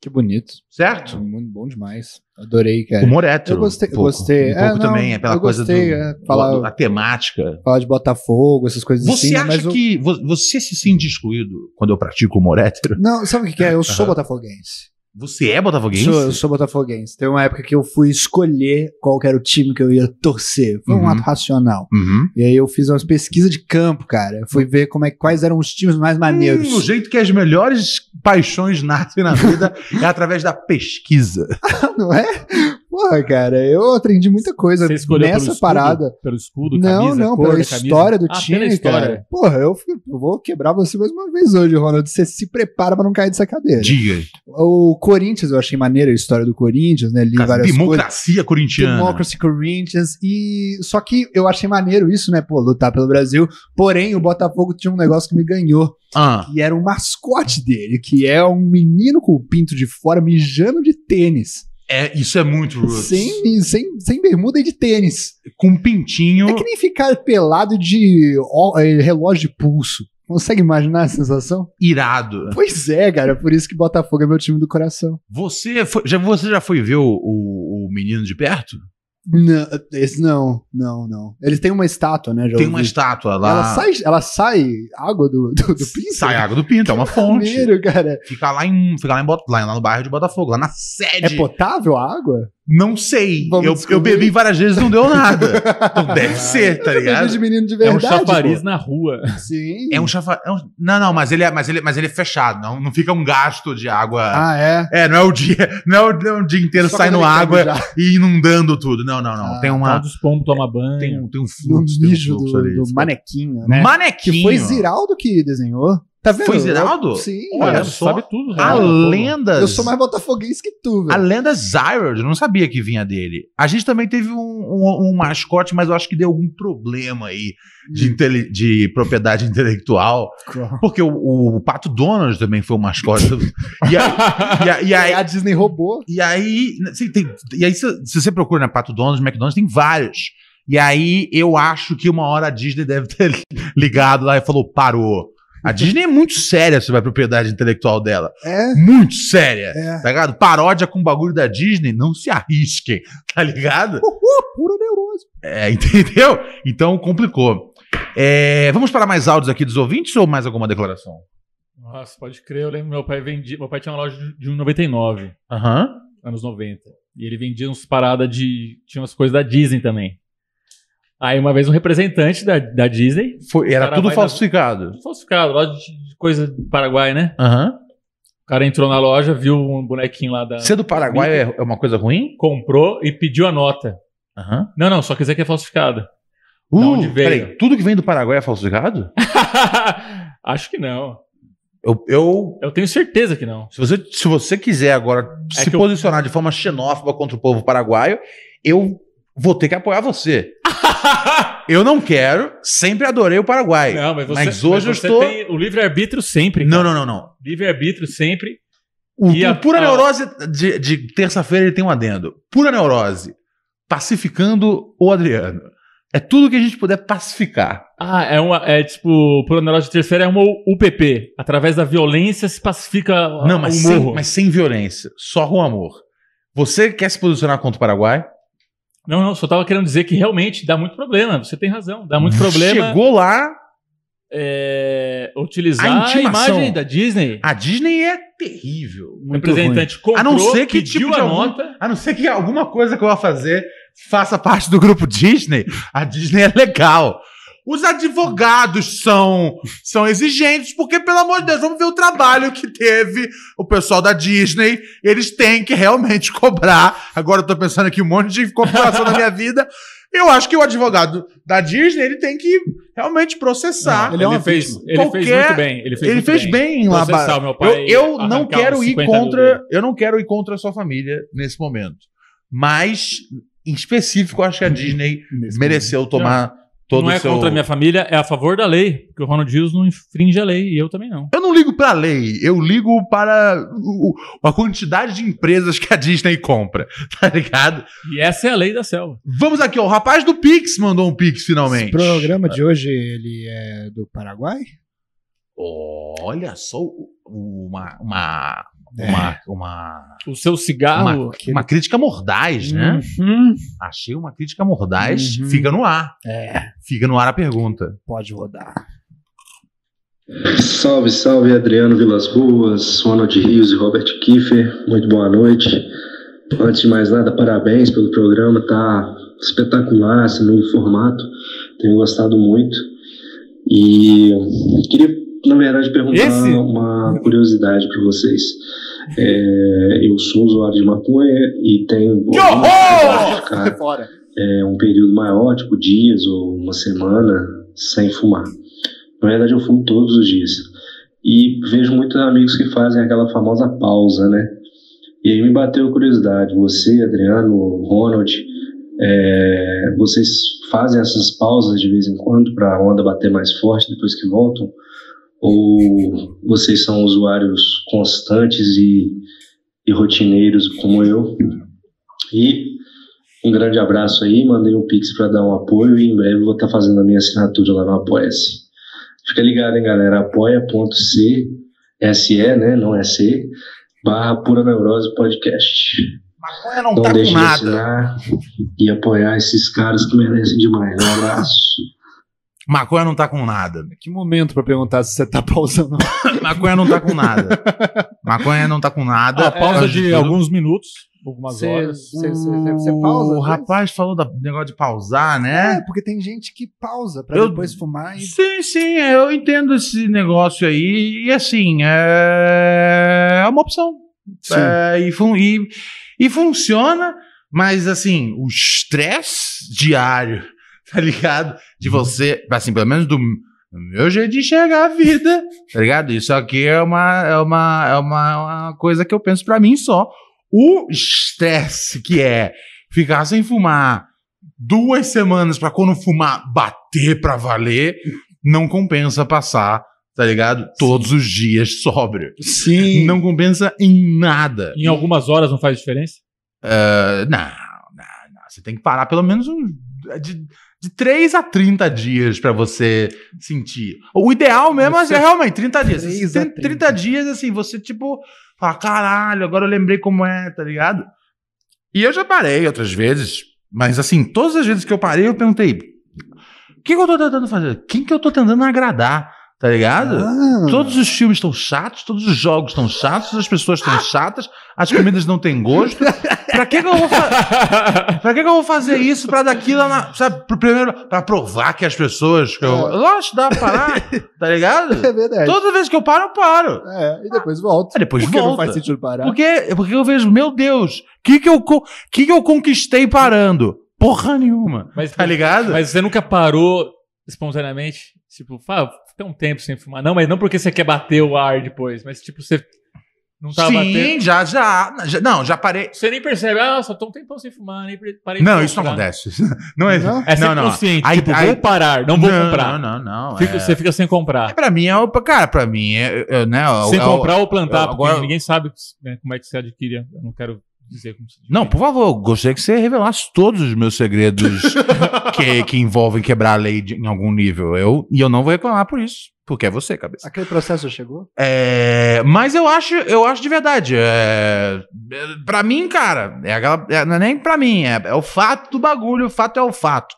Speaker 1: Que bonito.
Speaker 2: Certo?
Speaker 1: Muito bom demais. Adorei, cara.
Speaker 2: Humor hétero.
Speaker 1: Eu gostei.
Speaker 2: um
Speaker 1: eu
Speaker 2: pouco.
Speaker 1: gostei.
Speaker 2: Um pouco
Speaker 1: não,
Speaker 2: também, é pela
Speaker 1: eu
Speaker 2: coisa
Speaker 1: gostei,
Speaker 2: do,
Speaker 1: é,
Speaker 2: do-
Speaker 1: falar,
Speaker 2: do- a temática.
Speaker 1: falar de Botafogo, essas coisas
Speaker 2: Você
Speaker 1: assim. né,
Speaker 2: acha
Speaker 1: mas eu-
Speaker 2: que vo- você se sente excluído quando eu pratico humor hétero?
Speaker 1: Não, sabe o que que é? Eu sou
Speaker 2: Aham.
Speaker 1: botafoguense.
Speaker 2: Você é botafoguense?
Speaker 1: Sou, eu sou botafoguense. Tem uma época que eu fui escolher qual que era o time que eu ia torcer. Foi um
Speaker 2: Uhum.
Speaker 1: ato racional.
Speaker 2: Uhum.
Speaker 1: E aí eu fiz umas pesquisas de campo, cara. Eu Fui ver como é, quais eram os times mais maneiros.
Speaker 2: Hum, o jeito que as melhores paixões nascem na vida é através da pesquisa.
Speaker 1: [laughs] Não é? Porra, cara, eu aprendi muita coisa
Speaker 3: Você escolheu
Speaker 1: nessa
Speaker 3: pelo escudo?
Speaker 1: parada.
Speaker 3: Pelo escudo,
Speaker 1: não,
Speaker 3: camisa,
Speaker 1: não,
Speaker 3: cor
Speaker 1: pela
Speaker 3: da camisa?
Speaker 1: história do
Speaker 3: Ah, pela
Speaker 1: time,
Speaker 3: história.
Speaker 1: cara. Porra, eu, fui- eu vou quebrar você mais uma vez hoje, Ronald. Você se prepara pra não cair dessa cadeira.
Speaker 2: Diga.
Speaker 1: O Corinthians, eu achei maneira a história do Corinthians, né? Li várias coisas.
Speaker 2: Democracia corintiana.
Speaker 1: Democracy Corinthians e só que eu achei maneiro isso, né, pô, lutar pelo Brasil. Porém, o Botafogo tinha um negócio que me ganhou,
Speaker 2: Ah.
Speaker 1: que era o mascote dele, que é um menino com o pinto de fora mijando de tênis.
Speaker 2: É, isso é muito roots.
Speaker 1: Sem, sem, sem bermuda e de tênis.
Speaker 2: Com um pintinho.
Speaker 1: É que nem ficar pelado de ó- eh, relógio de pulso. Consegue imaginar a sensação?
Speaker 2: Irado.
Speaker 1: Pois é, cara, por isso que Botafogo é meu time do coração.
Speaker 2: Você, foi- já, você já foi ver o, o- o menino de perto?
Speaker 1: Não, esse não, não, não. Ele tem uma estátua, né? já
Speaker 2: Tem
Speaker 1: ouvi.
Speaker 2: uma estátua lá.
Speaker 1: Ela sai, ela sai água do, do, do pinto?
Speaker 2: Sai água do pinto, é uma fonte.
Speaker 1: maneiro, cara.
Speaker 2: Fica lá em, fica lá em Bot- lá- lá no bairro de Botafogo, lá na sede.
Speaker 1: É potável a água?
Speaker 2: Não sei.
Speaker 1: Vamos
Speaker 2: Eu,
Speaker 1: descobrir.
Speaker 2: eu bebi várias vezes e não deu
Speaker 1: [laughs]
Speaker 2: nada. Então deve ser, tá
Speaker 1: Eu bebi
Speaker 2: ligado?
Speaker 1: de menino de verdade,
Speaker 2: É um chafariz
Speaker 1: pô.
Speaker 2: na
Speaker 3: rua.
Speaker 1: Sim.
Speaker 2: É um chafariz. Não, não, mas ele é, mas ele, mas ele é fechado. Não, não fica um gasto de água.
Speaker 1: Ah, é?
Speaker 2: É, não é o dia, não é o, não é o dia inteiro
Speaker 3: Só
Speaker 2: saindo
Speaker 3: quando ele
Speaker 2: água
Speaker 3: quer mijar.
Speaker 2: e inundando tudo. Não, não, não. tem uma.
Speaker 3: Tal dos pombos tomar banho. Tem
Speaker 2: um, tem um
Speaker 1: No
Speaker 2: fluxo.
Speaker 1: mijo
Speaker 2: fluxo
Speaker 1: do,
Speaker 2: ali,
Speaker 1: do
Speaker 2: ficou-
Speaker 1: manequinho, né?
Speaker 2: Manequinho.
Speaker 1: Que foi Ziraldo que desenhou. Tá vendo?
Speaker 2: Foi Ziraldo?
Speaker 1: Eu- Sim.
Speaker 2: Olha
Speaker 1: eu-
Speaker 2: só. Sabe tudo, né? A
Speaker 1: Botafogo.
Speaker 2: lenda-
Speaker 1: tá Eu sou mais botafoguense que tu,
Speaker 2: A
Speaker 1: velho.
Speaker 2: lenda Zyrod, eu não sabia que vinha dele. A gente também teve um, um- um mascote, mas eu acho que deu algum problema aí de,
Speaker 1: Hum.
Speaker 2: intele- de propriedade [laughs] intelectual. Porque o, o Pato Donald também foi um mascote. E a,
Speaker 1: [laughs]
Speaker 2: e a- e aí-
Speaker 1: a Disney roubou.
Speaker 2: E aí, assim, tem- e aí se, se você procura na Pato Donald, McDonald's, tem vários. E aí eu acho que uma hora a Disney deve ter [laughs] ligado lá e falou: parou. A Disney é muito séria sobre a propriedade intelectual dela.
Speaker 1: É.
Speaker 2: Muito séria.
Speaker 1: É.
Speaker 2: Tá ligado? Paródia com bagulho da Disney, não se arrisquem, [laughs] tá ligado?
Speaker 1: Uhul, puro neurose.
Speaker 2: É, [laughs] entendeu? Então complicou. É, vamos para mais áudios aqui dos ouvintes ou mais alguma declaração?
Speaker 3: Nossa, pode crer, eu lembro meu pai vendia. Meu pai tinha uma loja de- de 1,99.
Speaker 2: Aham.
Speaker 3: Anos 90. E ele vendia uns paradas de. Tinha umas coisas da Disney também. Aí uma vez um representante da, da Disney.
Speaker 2: Foi,
Speaker 3: o
Speaker 2: era
Speaker 3: cara
Speaker 2: tudo
Speaker 3: vai na-
Speaker 2: falsificado.
Speaker 3: falsificado, loja de de coisa do Paraguai, né?
Speaker 2: Aham.
Speaker 3: O cara entrou na loja, viu um bonequinho lá da.
Speaker 2: Ser do Paraguai é, é uma coisa ruim?
Speaker 3: Comprou e pediu a nota.
Speaker 2: Aham.
Speaker 3: Não, não, só quer dizer que é falsificado.
Speaker 2: Uh,
Speaker 3: Da onde veio?
Speaker 2: peraí, tudo que vem do Paraguai é falsificado?
Speaker 3: [laughs] Acho que não.
Speaker 2: Eu, eu,
Speaker 3: Eu tenho certeza que não.
Speaker 2: se, você, se você quiser agora
Speaker 3: É
Speaker 2: se
Speaker 3: que eu-
Speaker 2: posicionar de forma xenófoba contra o povo paraguaio, eu vou ter que apoiar
Speaker 3: [laughs]
Speaker 2: você. eu não quero, sempre adorei o Paraguai.
Speaker 3: Não, mas, você,
Speaker 2: hoje
Speaker 3: mas você
Speaker 2: eu estou.
Speaker 3: tem o livre-arbítrio sempre.
Speaker 2: Não, não, não, não.
Speaker 3: Livre-arbítrio sempre.
Speaker 2: O,
Speaker 3: E
Speaker 2: o
Speaker 3: a-
Speaker 2: um pura
Speaker 3: a-
Speaker 2: neurose de, de terça-feira ele tem um adendo. Pura neurose. Pacificando o Adriano. É tudo que a gente puder pacificar.
Speaker 3: Ah, é uma. É tipo, por neurose de terceira é uma UPP. Através da violência se pacifica
Speaker 2: Não, mas
Speaker 3: o
Speaker 2: sem,
Speaker 3: morro.
Speaker 2: mas sem violência. Só com amor. Você quer se posicionar contra o Paraguai?
Speaker 3: Não, não, só tava querendo dizer que realmente dá muito problema. Você tem razão. Dá muito problema.
Speaker 2: Chegou lá.
Speaker 3: é, utilizar
Speaker 2: A
Speaker 3: a,
Speaker 2: intimação.
Speaker 3: imagem da Disney.
Speaker 2: A Disney é terrível.
Speaker 3: Muito Representante ruim.
Speaker 2: a não
Speaker 3: comprou,
Speaker 2: ser que
Speaker 3: pediu
Speaker 2: tipo de
Speaker 3: a
Speaker 2: algum-
Speaker 3: nota.
Speaker 2: A não ser que alguma coisa que eu vou fazer faça parte do grupo Disney. A Disney é legal. Os advogados são, são exigentes, porque, pelo amor de Deus, vamos ver o trabalho que teve o pessoal da Disney. Eles têm que realmente [laughs] cobrar. Agora eu tô pensando aqui um monte de complicação na minha vida. Eu acho que o advogado da Disney, ele tem que realmente processar.
Speaker 3: Ah, Ele, fez, ele fez muito bem. Ele fez, muito
Speaker 2: bem, lá.
Speaker 3: Processar, meu pai,
Speaker 2: eu eu não
Speaker 3: arrancar
Speaker 2: quero
Speaker 3: uns
Speaker 2: ir
Speaker 3: 50 mil
Speaker 2: contra, eu não quero ir contra a sua família nesse momento. Mas em específico, eu
Speaker 3: [laughs]
Speaker 2: acho que a Disney mereceu tomar todo
Speaker 3: não
Speaker 2: o
Speaker 3: é
Speaker 2: seu
Speaker 3: contra a minha família, é a favor da lei. Porque o Ronald Dias não infringe a lei e eu também não.
Speaker 2: Eu não ligo pra lei, eu ligo para o- o- a quantidade de empresas que a Disney compra, [laughs] tá ligado?
Speaker 3: E essa é a lei da selva.
Speaker 2: Vamos aqui, ó, o rapaz do Pix mandou um Pix
Speaker 1: Esse
Speaker 2: finalmente.
Speaker 1: programa de hoje, ele é do Paraguai?
Speaker 2: Olha só o- uma uma uma, uma
Speaker 3: O seu
Speaker 2: uma,
Speaker 3: cigarro. Uhum.
Speaker 2: uma crítica mordaz, né? Achei uma crítica mordaz. Fica no ar.
Speaker 1: É.
Speaker 2: Fica no ar a pergunta.
Speaker 1: Pode rodar.
Speaker 7: Salve, salve Adriano Vilas Boas, Ronald Rios e Robert Kiefer, muito boa noite. Antes de mais nada, parabéns pelo programa, tá espetacular esse novo formato, tenho gostado muito. E queria, na verdade, perguntar
Speaker 8: Esse?
Speaker 7: uma curiosidade para vocês. É, eu sou usuário de maconha e tenho.
Speaker 1: Que horror!
Speaker 7: Ficar, é, um período maior, tipo dias ou uma semana, sem fumar. Na verdade, eu fumo todos os dias. E vejo muitos amigos que fazem aquela famosa pausa, né? E aí me bateu a curiosidade. Você, Adriano, Ronald, é, vocês fazem essas pausas de vez em quando para a onda bater mais forte depois que voltam? Ou vocês são usuários constantes e, e rotineiros como eu? E um grande abraço aí, mandei um pix para dar um apoio e em breve vou estar fazendo a minha assinatura lá no Apoia-se. Fica ligado, hein, galera? apoia.c, SE, né? Não é C, barra Pura Neurose Podcast.
Speaker 2: Maconha não,
Speaker 7: Não né?
Speaker 2: tá
Speaker 7: deixe
Speaker 2: com
Speaker 7: de
Speaker 2: nada.
Speaker 7: assinar e apoiar esses caras que merecem demais. Um abraço.
Speaker 2: Maconha não tá com nada.
Speaker 1: Que momento pra perguntar se você tá [laughs] pausando.
Speaker 2: Maconha não tá com nada.
Speaker 3: [laughs]
Speaker 2: Maconha não tá com nada.
Speaker 3: A pausa de
Speaker 2: Antes tudo.
Speaker 3: alguns minutos, algumas
Speaker 1: Cê-
Speaker 3: horas.
Speaker 1: cê- cê- cê- cê pausa,
Speaker 2: O
Speaker 1: né?
Speaker 2: rapaz falou do negócio de pausar, né?
Speaker 1: É, porque tem gente que pausa pra
Speaker 2: Eu-
Speaker 1: depois fumar e.
Speaker 2: Sim, sim, eu entendo esse negócio aí. E assim, é, é uma opção.
Speaker 1: Sim.
Speaker 2: É, e, fun- e- e funciona, mas assim, o estresse diário, [laughs] tá ligado? De
Speaker 1: Uhum.
Speaker 2: você, assim, pelo menos do meu jeito de enxergar a vida, tá ligado? Isso aqui é uma, é uma, é uma, uma coisa que eu penso pra mim só. O estresse que é ficar sem fumar duas semanas pra quando fumar bater pra valer, não compensa passar, tá ligado? Todos os dias sóbrio.
Speaker 1: Sim.
Speaker 2: Não compensa em nada. Eh,
Speaker 3: Em algumas horas não faz diferença?
Speaker 2: não, não, não. Você tem que parar pelo menos uns- É de, de 3 a 30 dias pra você sentir. O ideal mesmo
Speaker 1: Você-
Speaker 2: é realmente 30 dias.
Speaker 1: 3 a
Speaker 2: 30, 30 dias, assim, você tipo, fala, caralho, agora eu lembrei como é, tá ligado? E eu já parei outras vezes, mas assim, todas as vezes que eu parei, eu perguntei: o que, que eu tô tentando fazer? Quem que eu tô tentando agradar? Tá ligado?
Speaker 1: Ah.
Speaker 2: Todos os filmes estão chatos, todos os jogos estão chatos, as pessoas estão chatas, as comidas não têm
Speaker 1: [laughs]
Speaker 2: gosto. Pra que, que eu vou
Speaker 3: [laughs]
Speaker 2: fa- Pra que, que eu vou fazer isso? Pra daqui lá na. Sabe, pro primeiro, pra provar que as pessoas. Que eu... Lógico, dá pra parar,
Speaker 1: [laughs]
Speaker 2: tá ligado?
Speaker 1: É verdade.
Speaker 2: Toda vez que eu paro, eu paro.
Speaker 1: É, e depois volta.
Speaker 2: depois
Speaker 1: porque
Speaker 2: volta.
Speaker 1: não faz sentido parar.
Speaker 2: Porque, porque eu vejo, meu Deus, o que, que, eu co- que, que eu conquistei parando? Porra nenhuma.
Speaker 3: Mas,
Speaker 2: tá ligado?
Speaker 3: Mas você nunca parou espontaneamente? Tipo, fala, tem um tempo sem fumar. Não, mas não porque você quer bater o ar depois, mas tipo, você não tá
Speaker 2: Sim,
Speaker 3: batendo.
Speaker 2: já, já, já. Não, já parei.
Speaker 3: Você nem percebe, ah, só tô um tempão sem fumar, nem pre- parei de
Speaker 2: Não, isso não
Speaker 3: comprar.
Speaker 2: acontece. [laughs] Não é, não,
Speaker 3: É sempre
Speaker 2: não.
Speaker 3: consciente,
Speaker 2: Aí-
Speaker 3: tipo,
Speaker 2: aí-
Speaker 3: vou parar, não vou
Speaker 2: Não,
Speaker 3: comprar.
Speaker 2: não, não,
Speaker 3: Fica-
Speaker 2: é.
Speaker 3: Você fica sem comprar.
Speaker 2: Pra mim é o. Cara, pra mim é. é, né, é o-
Speaker 3: sem
Speaker 2: é o-
Speaker 3: comprar ou plantar,
Speaker 2: é o-
Speaker 3: porque
Speaker 2: agora-
Speaker 3: ninguém sabe né, como é que você adquire. Eu não quero dizer como se
Speaker 2: Não, por favor, gostaria que você revelasse todos os meus segredos que, que envolvem quebrar a lei de- em algum nível. Eu, e eu não vou reclamar por isso, porque é você, cabeça.
Speaker 1: Aquele processo já chegou?
Speaker 2: É, mas eu acho, eu acho de verdade. É, é, para mim, cara, é aquela- é, não é nem pra mim, é, é o fato do bagulho, o fato é o fato.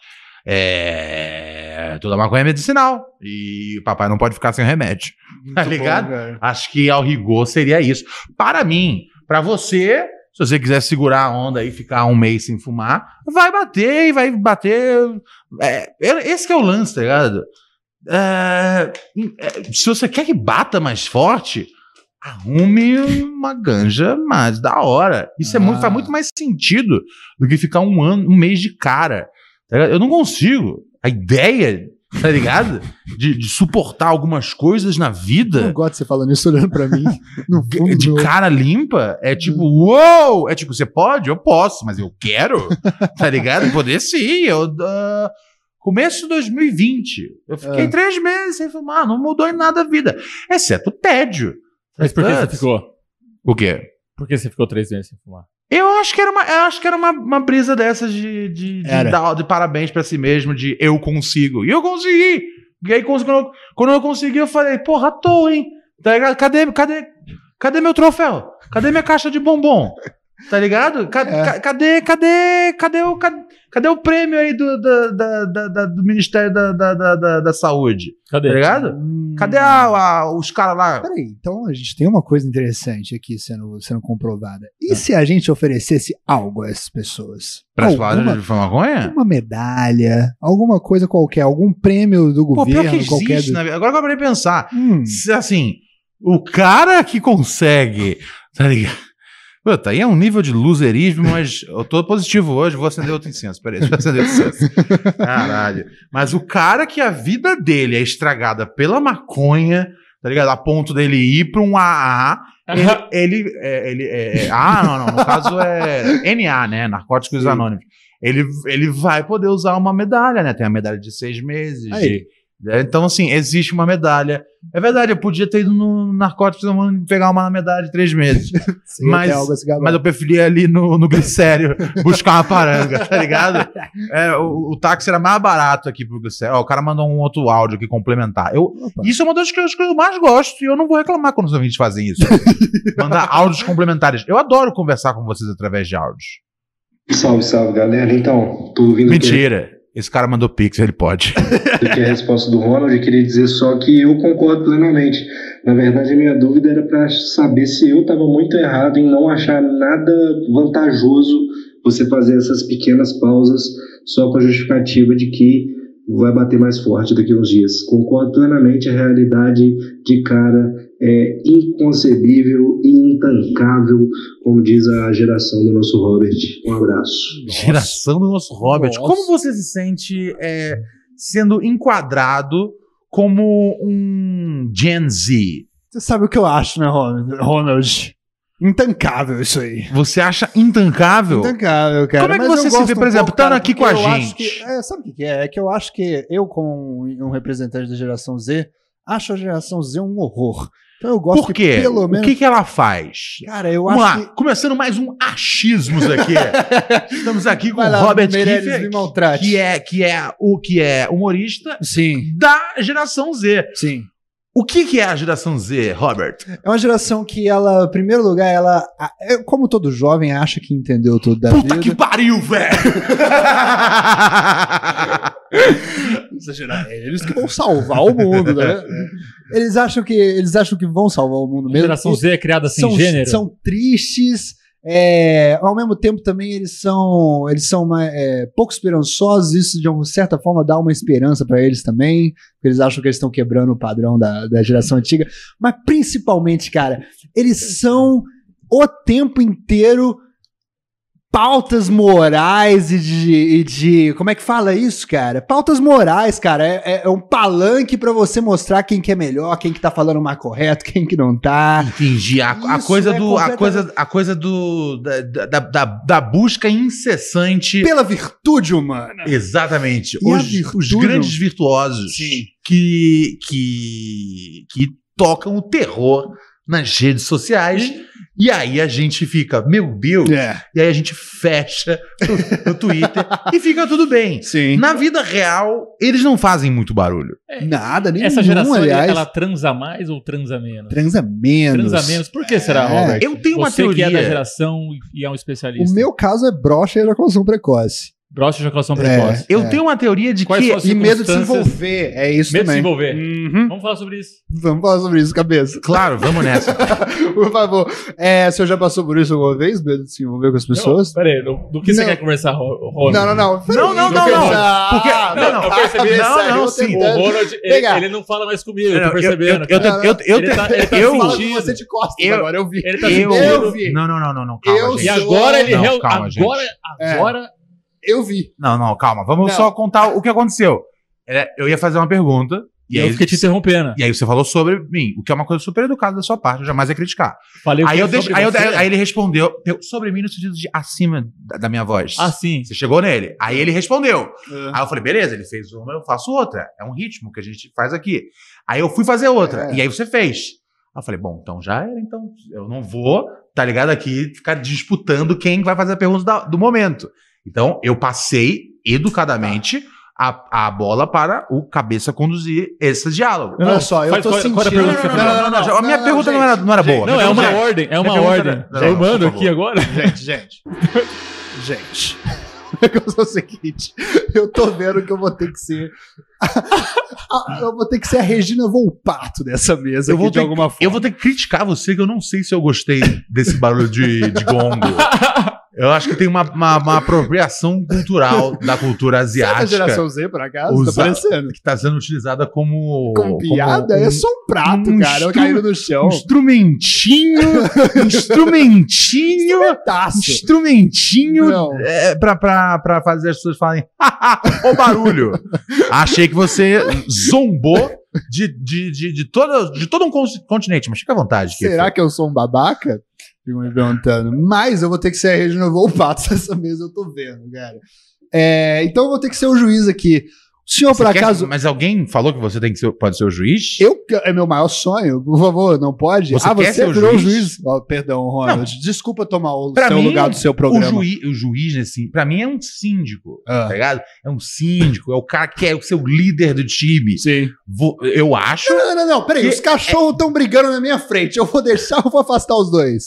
Speaker 2: É, toda maconha é medicinal e papai não pode ficar sem remédio. tá
Speaker 1: bom,
Speaker 2: ligado?
Speaker 1: velho.
Speaker 2: acho que ao rigor seria isso. Para mim, pra você, se você quiser segurar a onda e ficar um mês sem fumar, vai bater e vai bater. é, é, esse que é o lance, tá ligado? É, é, se você quer que bata mais forte, arrume uma ganja mais da hora. Isso é muito,
Speaker 1: Ah.
Speaker 2: faz muito mais sentido do que ficar um ano, um mês de cara. tá ligado? Eu não consigo. A ideia, tá ligado?
Speaker 1: [laughs]
Speaker 2: De, de suportar algumas coisas na vida
Speaker 1: Não gosto de você falando isso olhando pra mim.
Speaker 2: [laughs]
Speaker 1: No fundo
Speaker 2: de
Speaker 1: do- Hum.
Speaker 2: cara limpa, é tipo, uou! É tipo, você pode? Eu posso, mas eu
Speaker 1: [laughs]
Speaker 2: quero, tá ligado? Poder sim. Eu, ah, começo de 2020, eu fiquei
Speaker 3: É.
Speaker 2: três meses sem fumar, não mudou em nada a vida,
Speaker 1: É
Speaker 2: exceto o tédio.
Speaker 3: Mas por que você
Speaker 2: Antes-
Speaker 3: ficou?
Speaker 2: O quê?
Speaker 3: Por que você ficou três meses sem fumar?
Speaker 2: Eu acho que era uma, eu acho que era uma, uma brisa dessas de, de, de
Speaker 3: Era.
Speaker 2: dar de parabéns pra si mesmo, de eu consigo. E eu consegui! E aí, quando eu, quando eu consegui, eu falei, porra, à toa, hein? Tá ligado? Cadê, cadê, cadê meu troféu? Cadê minha caixa de bombom? Tá ligado? Ca- ca- Cadê, cadê, cadê o, ca- cadê o prêmio aí do, da- da- da- da- do Ministério da, da, da, da- da Saúde?
Speaker 3: Cadê?
Speaker 2: Tá ligado? Cadê a- a- os caras lá?
Speaker 1: Peraí, então a gente tem uma coisa interessante aqui sendo, sendo comprovada. E se a gente oferecesse algo a essas pessoas?
Speaker 2: Ah. Pra
Speaker 1: Alguma-
Speaker 2: falar de maconha?
Speaker 1: Uma medalha, alguma coisa qualquer, algum prêmio do
Speaker 2: Pô, pior
Speaker 1: governo,
Speaker 2: que existe, né?
Speaker 1: qualquer.
Speaker 2: na verdade. Agora que eu parei de pensar.
Speaker 1: Hum.
Speaker 2: se, Assim, o cara que consegue Tá ligado? Puta, aí é um nível de loserismo, mas eu tô positivo hoje, vou acender outro incenso. Peraí, [laughs] deixa eu acender outro incenso. Caralho. Mas o cara que a vida dele é estragada pela maconha, tá ligado? A ponto dele ir pra um AA, ele. ele, é, ele é, é- ah, não, não. No caso é NA, né? Narcóticos Anônimos. Ele, ele vai poder usar uma medalha, né? Tem a medalha de seis meses. de-
Speaker 1: Aí.
Speaker 2: né? Então, assim, existe uma medalha. É verdade, eu podia ter ido no Narcóticos Anônimos e pegar uma medalha de três meses.
Speaker 1: [laughs] Sim,
Speaker 2: mas,
Speaker 1: tem algo a se gabar.
Speaker 2: mas eu preferi ir ali no, no glicério buscar uma paranga, tá ligado? É, o, o táxi era mais barato aqui pro glicério. Ó, o cara mandou um outro áudio aqui complementar. Eu, isso é uma das coisas que eu mais gosto e eu não vou reclamar quando os ouvintes fazem
Speaker 1: [laughs]
Speaker 2: isso. Mandar áudios complementares. Eu adoro conversar com vocês através de áudios.
Speaker 7: Salve, salve, galera. Então, tô ouvindo aqui-
Speaker 2: Mentira. Esse cara mandou pix, ele pode.
Speaker 7: do que a resposta do Ronald, eu queria dizer só que eu concordo plenamente. Na verdade, a minha dúvida era para saber se eu estava muito errado em não achar nada vantajoso você fazer essas pequenas pausas só com a justificativa de que vai bater mais forte daqui a uns dias. Concordo plenamente, a realidade de cara é inconcebível e intancável, como diz a geração do nosso Robert. Um abraço.
Speaker 2: Geração do nosso Robert. Como você se sente é, sendo enquadrado como um Gen Z?
Speaker 1: Você sabe o que eu acho, né, Ron- Ronald? Intancável isso aí.
Speaker 2: Você acha intancável?
Speaker 1: Intancável, cara.
Speaker 2: Como é que
Speaker 1: Mas eu
Speaker 2: você se
Speaker 1: gosto
Speaker 2: vê,
Speaker 1: um
Speaker 2: por exemplo,
Speaker 1: pouco, cara,
Speaker 2: estando aqui com a
Speaker 1: porque eu acho
Speaker 2: gente?
Speaker 1: que- é, sabe o que que é? É que eu acho que eu, como um representante da geração Z, acho a geração Z um horror. Então eu gosto
Speaker 2: Por quê?
Speaker 1: que pelo menos.
Speaker 2: O que, que ela faz?
Speaker 1: Cara, eu
Speaker 2: Vamos
Speaker 1: acho
Speaker 2: lá, começando mais um achismos
Speaker 1: [laughs]
Speaker 2: aqui. Estamos aqui com
Speaker 1: Vai lá,
Speaker 2: o Robert
Speaker 1: Meirelles,
Speaker 2: Kiefer,
Speaker 1: me maltrate.
Speaker 2: que é que é o que é humorista
Speaker 1: Sim.
Speaker 2: da geração Z.
Speaker 1: Sim.
Speaker 2: O que, que é a geração Z, Robert?
Speaker 1: É uma geração que ela, em primeiro lugar, ela, a- é, como todo jovem, acha que entendeu tudo da vida.
Speaker 2: Que pariu, velho!
Speaker 1: Eles que vão salvar o mundo, né?
Speaker 2: [laughs]
Speaker 1: Eles acham que eles acham que vão salvar o mundo mesmo.
Speaker 3: geração Z é criada sem
Speaker 1: são,
Speaker 3: gênero?
Speaker 1: São tristes. é, ao mesmo tempo também eles são eles são mais, é, pouco esperançosos isso de uma certa forma dá uma esperança pra eles também porque eles acham que eles estão quebrando o padrão da, da geração antiga mas principalmente cara eles são o tempo inteiro pautas morais e de, e de- Como é que fala isso, cara? Pautas morais, cara. É, é- é um palanque pra você mostrar quem que é melhor, quem que tá falando mais correto, quem que não tá.
Speaker 2: Entendi. A, a
Speaker 1: Isso
Speaker 2: coisa
Speaker 1: é
Speaker 2: do a coisa
Speaker 1: completamente-
Speaker 2: a coisa do da, da, da, da busca incessante
Speaker 1: pela virtude humana.
Speaker 2: Exatamente.
Speaker 1: E a
Speaker 2: Os,
Speaker 1: virtude-
Speaker 2: os grandes virtuosos que que que tocam o terror nas redes sociais. E aí a gente fica, meu Deus,
Speaker 1: É.
Speaker 2: e aí a gente fecha no- no Twitter e fica tudo bem. Na vida real, eles não fazem muito barulho.
Speaker 1: Nada, nem
Speaker 3: É, Essa geração,
Speaker 1: aliás.
Speaker 3: ela transa mais ou transa menos?
Speaker 1: Transa menos.
Speaker 3: Transa menos. Por que será,
Speaker 1: É.
Speaker 3: Robert?
Speaker 1: Eu tenho uma
Speaker 3: Você que é da
Speaker 1: teoria.
Speaker 3: geração e é um especialista.
Speaker 1: O meu caso é brocha e ejaculação precoce.
Speaker 3: Brocha e ejaculação
Speaker 1: É,
Speaker 3: precoce.
Speaker 1: Eu é. tenho
Speaker 2: uma teoria de
Speaker 3: Quais
Speaker 1: que-
Speaker 3: são as
Speaker 1: e medo de se
Speaker 3: circunstâncias-
Speaker 1: envolver, é isso
Speaker 3: Medo
Speaker 1: também.
Speaker 3: de se envolver. Vamos falar sobre isso.
Speaker 1: Vamos falar sobre isso, cabeça.
Speaker 2: Claro, vamos nessa.
Speaker 1: [laughs] por favor. É, o senhor já passou por isso alguma vez, medo de se envolver com as pessoas?
Speaker 3: Pera aí, do, do que você
Speaker 1: Não.
Speaker 3: quer conversar, Ro- Ronald?
Speaker 1: Não, não, não. Peraí,
Speaker 3: Não, não,
Speaker 1: eu
Speaker 3: não,
Speaker 1: quero-
Speaker 3: não.
Speaker 1: Ah,
Speaker 3: Porque, não, não,
Speaker 1: não,
Speaker 3: eu percebi.
Speaker 1: cabeça,
Speaker 3: Não, não,
Speaker 1: eu
Speaker 3: sim. O
Speaker 1: tentando
Speaker 3: Ronald, ele,
Speaker 1: pegar.
Speaker 3: ele não fala mais comigo, eu
Speaker 2: Não,
Speaker 3: tô
Speaker 2: eu-
Speaker 3: percebendo.
Speaker 2: eu- eu-
Speaker 3: cara.
Speaker 2: eu- eu-
Speaker 3: ele tá, ele tá
Speaker 2: eu-
Speaker 3: sentindo.
Speaker 2: eu-
Speaker 1: Você de costas
Speaker 2: Eu-
Speaker 1: agora, eu vi.
Speaker 3: Ele tá
Speaker 2: eu,
Speaker 3: sentindo.
Speaker 2: Não, não, não, não, não. Calma,
Speaker 3: Eu
Speaker 2: gente.
Speaker 3: E agora ele
Speaker 2: não,
Speaker 3: real-
Speaker 2: calma, gente.
Speaker 3: agora-
Speaker 1: É.
Speaker 3: agora-
Speaker 1: Eu vi.
Speaker 2: Não, não, calma. Vamos
Speaker 3: Não.
Speaker 2: só contar o que aconteceu. É, Eu ia fazer uma pergunta. E
Speaker 3: Eu
Speaker 2: aí,
Speaker 3: fiquei te interrompendo.
Speaker 2: E aí você falou sobre mim, o que é uma coisa super educada da sua parte, eu jamais ia criticar.
Speaker 3: Falei o
Speaker 2: aí,
Speaker 3: quê
Speaker 2: eu deixo,
Speaker 3: sobre
Speaker 2: aí, eu-
Speaker 3: você?
Speaker 2: aí ele respondeu eu- sobre mim no sentido de acima da, da minha voz.
Speaker 3: Ah, sim.
Speaker 2: Você chegou nele. Aí ele respondeu.
Speaker 3: É.
Speaker 2: Aí eu falei, beleza, ele fez uma, eu faço outra. É um ritmo que a gente faz aqui. Aí eu fui fazer outra.
Speaker 1: É.
Speaker 2: E aí você fez. Aí eu falei, bom, então já era, então eu não vou, tá ligado aqui, ficar disputando quem vai fazer a pergunta da- do momento. Então eu passei educadamente a, a bola para o cabeça conduzir esse diálogo.
Speaker 1: Olha só, eu
Speaker 2: Faz
Speaker 1: tô
Speaker 2: qual- qual era a
Speaker 1: sentindo-
Speaker 2: pergunta que
Speaker 1: Não,
Speaker 2: você fez?
Speaker 1: não, não, não,
Speaker 2: A minha
Speaker 1: não,
Speaker 2: pergunta
Speaker 1: gente.
Speaker 2: não era, não era
Speaker 1: Gente,
Speaker 2: boa.
Speaker 1: não,
Speaker 2: Minha
Speaker 1: é uma
Speaker 2: pergunta
Speaker 3: ordem, é
Speaker 2: minha
Speaker 3: uma
Speaker 2: pergunta
Speaker 3: ordem.
Speaker 2: era-
Speaker 3: Eu mando
Speaker 2: por favor.
Speaker 3: aqui agora.
Speaker 2: [laughs]
Speaker 1: Gente, gente. Gente. [laughs] O negócio é o seguinte. Eu tô vendo que eu vou ter que ser. a- a- eu vou ter que ser a Regina Volpato dessa mesa.
Speaker 2: Eu vou,
Speaker 1: aqui,
Speaker 2: ter,
Speaker 1: de alguma forma.
Speaker 2: eu vou ter que criticar você, que eu não sei se eu gostei desse barulho de, de gongo. Eu acho que tem uma, uma, uma apropriação cultural da cultura asiática.
Speaker 1: Será a geração Z, por acaso? Tá
Speaker 2: Usa-
Speaker 1: parecendo.
Speaker 2: Que tá sendo utilizada como.
Speaker 1: Com piada?
Speaker 2: como
Speaker 1: É só um prato, cara. Eu
Speaker 2: instru-
Speaker 1: caindo no chão. [laughs]
Speaker 2: Instrumentinho. instrumentinho. instrumentinho. É, pra, pra, pra fazer as pessoas falarem.
Speaker 1: um
Speaker 2: o [laughs] barulho. Achei que você zombou de, de, de, de, todo, de todo um con- continente, mas fica à vontade. Kiko.
Speaker 1: Será que eu sou um babaca? Fico me perguntando. Mas eu vou ter que ser a Regina [laughs] Volpato essa mesa, eu tô vendo, cara. É, então eu vou ter que ser o juiz aqui. O senhor, por
Speaker 2: Você quer-
Speaker 1: acaso.
Speaker 2: Mas alguém falou que você tem que ser- pode ser o juiz?
Speaker 1: Eu, é meu maior sonho, por favor, não pode?
Speaker 2: Você
Speaker 1: ah,
Speaker 2: quer
Speaker 1: você
Speaker 2: ser o
Speaker 1: virou o
Speaker 2: juiz?
Speaker 1: juiz? Ó, perdão, Ronald. Desculpa tomar o
Speaker 2: Pra
Speaker 1: seu
Speaker 2: mim,
Speaker 1: lugar do seu programa. Ah.
Speaker 2: O, juiz, o juiz, assim, pra mim é um síndico, tá ligado? É um síndico, é o cara que é o seu líder do time.
Speaker 1: Sim.
Speaker 2: eu acho.
Speaker 1: Não, não, não, não, peraí.
Speaker 2: que é
Speaker 1: Os cachorros estão brigando na minha frente. Eu vou deixar, eu vou afastar os dois.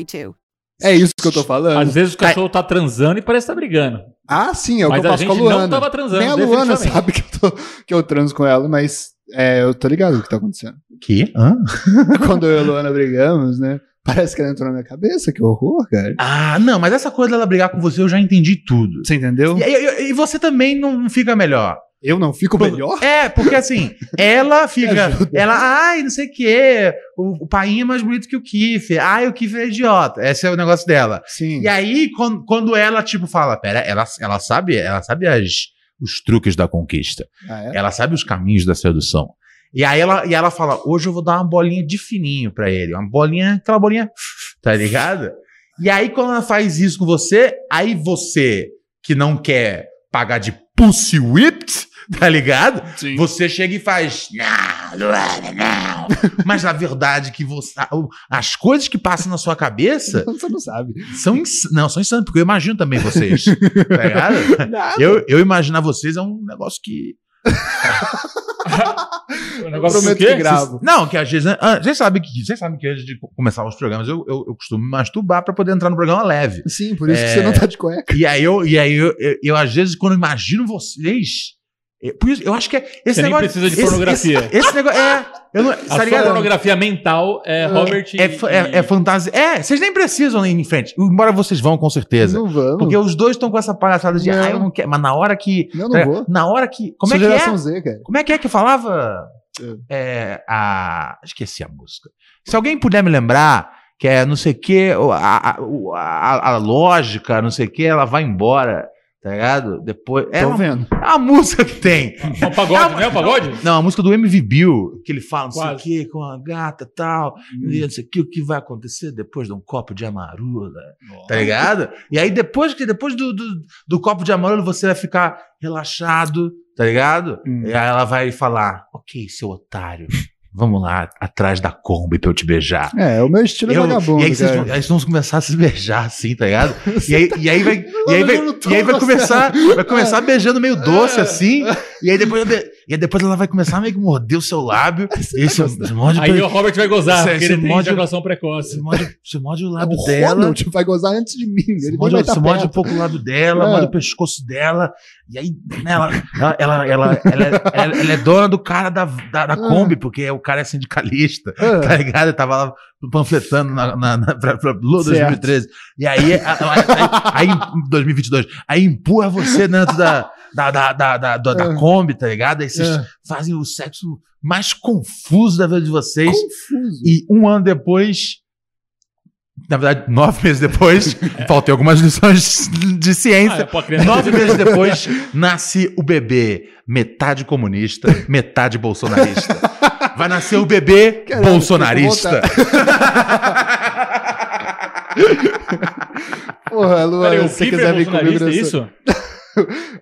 Speaker 1: É isso que eu tô falando.
Speaker 3: Às vezes o cachorro tá transando e parece que tá brigando.
Speaker 1: Ah, sim, é o
Speaker 3: Mas
Speaker 1: que eu
Speaker 3: a
Speaker 1: faço com a
Speaker 3: gente não
Speaker 1: Luana.
Speaker 3: tava transando,
Speaker 1: Nem a Luana
Speaker 3: definitivamente.
Speaker 1: sabe que eu, tô, que eu transo com ela, mas é, eu tô ligado o que tá acontecendo.
Speaker 2: Que? Hã?
Speaker 1: [laughs] Quando eu e a Luana brigamos, né? Parece que ela entrou na minha cabeça, que horror, cara.
Speaker 2: Ah, não, mas essa coisa dela brigar com você, eu já entendi tudo.
Speaker 1: né? Você entendeu?
Speaker 2: E, e- e você também não fica melhor.
Speaker 1: Eu não fico melhor?
Speaker 2: É, porque assim,
Speaker 1: [laughs]
Speaker 2: ela fica. Ela, ai, não sei o quê. O, o painho é mais bonito que o Kiff. Ai, o Kiff é idiota. Esse é o negócio dela.
Speaker 1: Sim.
Speaker 2: E aí, quando, quando ela, tipo, fala, pera, ela, ela sabe, ela sabe as, os truques da conquista.
Speaker 1: Ah, é?
Speaker 2: Ela sabe os caminhos da sedução. E aí ela, e ela fala: hoje eu vou dar uma bolinha de fininho pra ele. Uma bolinha, aquela bolinha, tá ligado? E aí, quando ela faz isso com você, aí você que não quer pagar de pussy whipped, tá ligado? Você chega e faz. Não, Luana, não. Mas a verdade é que você. As coisas que passam na sua cabeça.
Speaker 1: [laughs] Você não sabe.
Speaker 2: São ins- Não, são insanas, porque eu imagino também vocês. tá ligado?
Speaker 1: [laughs]
Speaker 2: Eu, eu imaginar vocês é um negócio que.
Speaker 3: O
Speaker 1: Prometo que gravo.
Speaker 2: Vocês- Não, que às vezes. ah, Vocês sabem que, vocês sabem que antes de co- começar os programas, eu, eu, eu costumo me masturbar pra poder entrar no programa leve. É,
Speaker 1: Sim, Por isso que você não tá de cueca.
Speaker 2: E aí eu, e aí eu, eu, eu, às vezes, quando imagino vocês. eu- Por isso, eu acho que é. Esse
Speaker 3: Você nem
Speaker 2: negócio,
Speaker 3: precisa de
Speaker 2: esse-
Speaker 3: pornografia.
Speaker 2: Esse, esse negócio. É. Eu não,
Speaker 3: A sua pornografia mental Tá é Robert
Speaker 2: É, fa- é, é fantasia. É, vocês nem precisam ir em frente. Embora vocês vão, com certeza.
Speaker 1: Não vamos.
Speaker 2: Porque os dois estão com essa palhaçada de. Ah, eu não quero. Mas na hora que. tá
Speaker 1: Não, não vou.
Speaker 2: Na hora que. Como
Speaker 1: Sou
Speaker 2: é que
Speaker 1: geração
Speaker 2: é?
Speaker 1: Z, cara.
Speaker 2: Como é que é que falava? É, a... Esqueci a música. Se alguém puder me lembrar, que é não sei o quê, o- a, a, o- a- a lógica, não sei o quê, ela vai embora. Tá ligado? Depois. é
Speaker 3: Tô
Speaker 2: uma-
Speaker 3: vendo.
Speaker 2: É uma música que tem.
Speaker 3: É um pagode, não é um pagode?
Speaker 2: Não, a música do MV Bill, que ele fala não sei o
Speaker 3: Quase.
Speaker 2: quê, com a gata e tal,
Speaker 3: Hum.
Speaker 2: e não sei o quê, o que vai acontecer depois de um copo de amarula, tá ligado? E aí depois que depois do, do, do copo de amarula você vai ficar relaxado, tá ligado?
Speaker 3: Hum.
Speaker 2: E aí ela vai falar, ok, seu otário, vamos lá atrás da Kombi pra eu te beijar.
Speaker 1: É, o meu estilo
Speaker 2: Eu-
Speaker 1: é vagabundo.
Speaker 2: e aí vocês
Speaker 1: cara.
Speaker 2: vão, aí vocês vão começar a se beijar assim, tá
Speaker 1: [laughs]
Speaker 2: ligado? E aí, e aí vai, e aí vai,
Speaker 1: Eu não tô
Speaker 2: e aí vai
Speaker 1: gostando. É.
Speaker 2: começar, vai começar beijando meio doce assim, e aí depois, vai be- E aí depois ela vai começar a meio que morder o seu lábio.
Speaker 1: tá
Speaker 2: esse, é um esse morde
Speaker 3: Aí o Robert vai gozar,
Speaker 2: Esse- é
Speaker 3: porque
Speaker 2: esse
Speaker 3: ele tem
Speaker 2: morde-
Speaker 3: ejaculação precoce.
Speaker 2: [laughs]
Speaker 3: Você
Speaker 2: morde, o lábio
Speaker 1: É O
Speaker 2: dela.
Speaker 1: Ronald vai gozar antes de mim. Ele nem
Speaker 2: morde,
Speaker 1: vai tá
Speaker 2: você morde um
Speaker 1: perto.
Speaker 2: pouco o lado dela,
Speaker 1: É.
Speaker 2: morde o pescoço dela, e aí né, ela, ela, ela, ela, ela, ela- ela é dona do cara da, da, da
Speaker 1: É.
Speaker 2: Kombi, porque o cara é sindicalista,
Speaker 1: É.
Speaker 2: tá ligado? Eu tava lá panfletando na, na, na, pra, pra Lula
Speaker 1: Certo.
Speaker 2: 2013. E aí, a- a- a- aí, em 2022, aí empurra você dentro da, da, da, da, da, da, da
Speaker 1: É.
Speaker 2: Kombi, tá ligado? Aí vocês
Speaker 1: É.
Speaker 2: fazem o sexo mais confuso da vida de vocês. E um ano depois, na verdade, nove meses
Speaker 3: [laughs]
Speaker 2: depois, faltei algumas lições de
Speaker 3: Ah, é
Speaker 2: ciência.
Speaker 3: pra criança.
Speaker 2: nove meses depois, nasce o bebê, metade comunista, metade bolsonarista. Vai nascer o bebê
Speaker 1: Caralho,
Speaker 2: bolsonarista.
Speaker 1: Porra, Luan,
Speaker 3: Peraí, o
Speaker 1: se você
Speaker 3: Kiefer
Speaker 1: quiser
Speaker 3: é
Speaker 1: vir comigo
Speaker 3: bolsonarista,
Speaker 1: nessa...
Speaker 3: é isso?
Speaker 5: [laughs]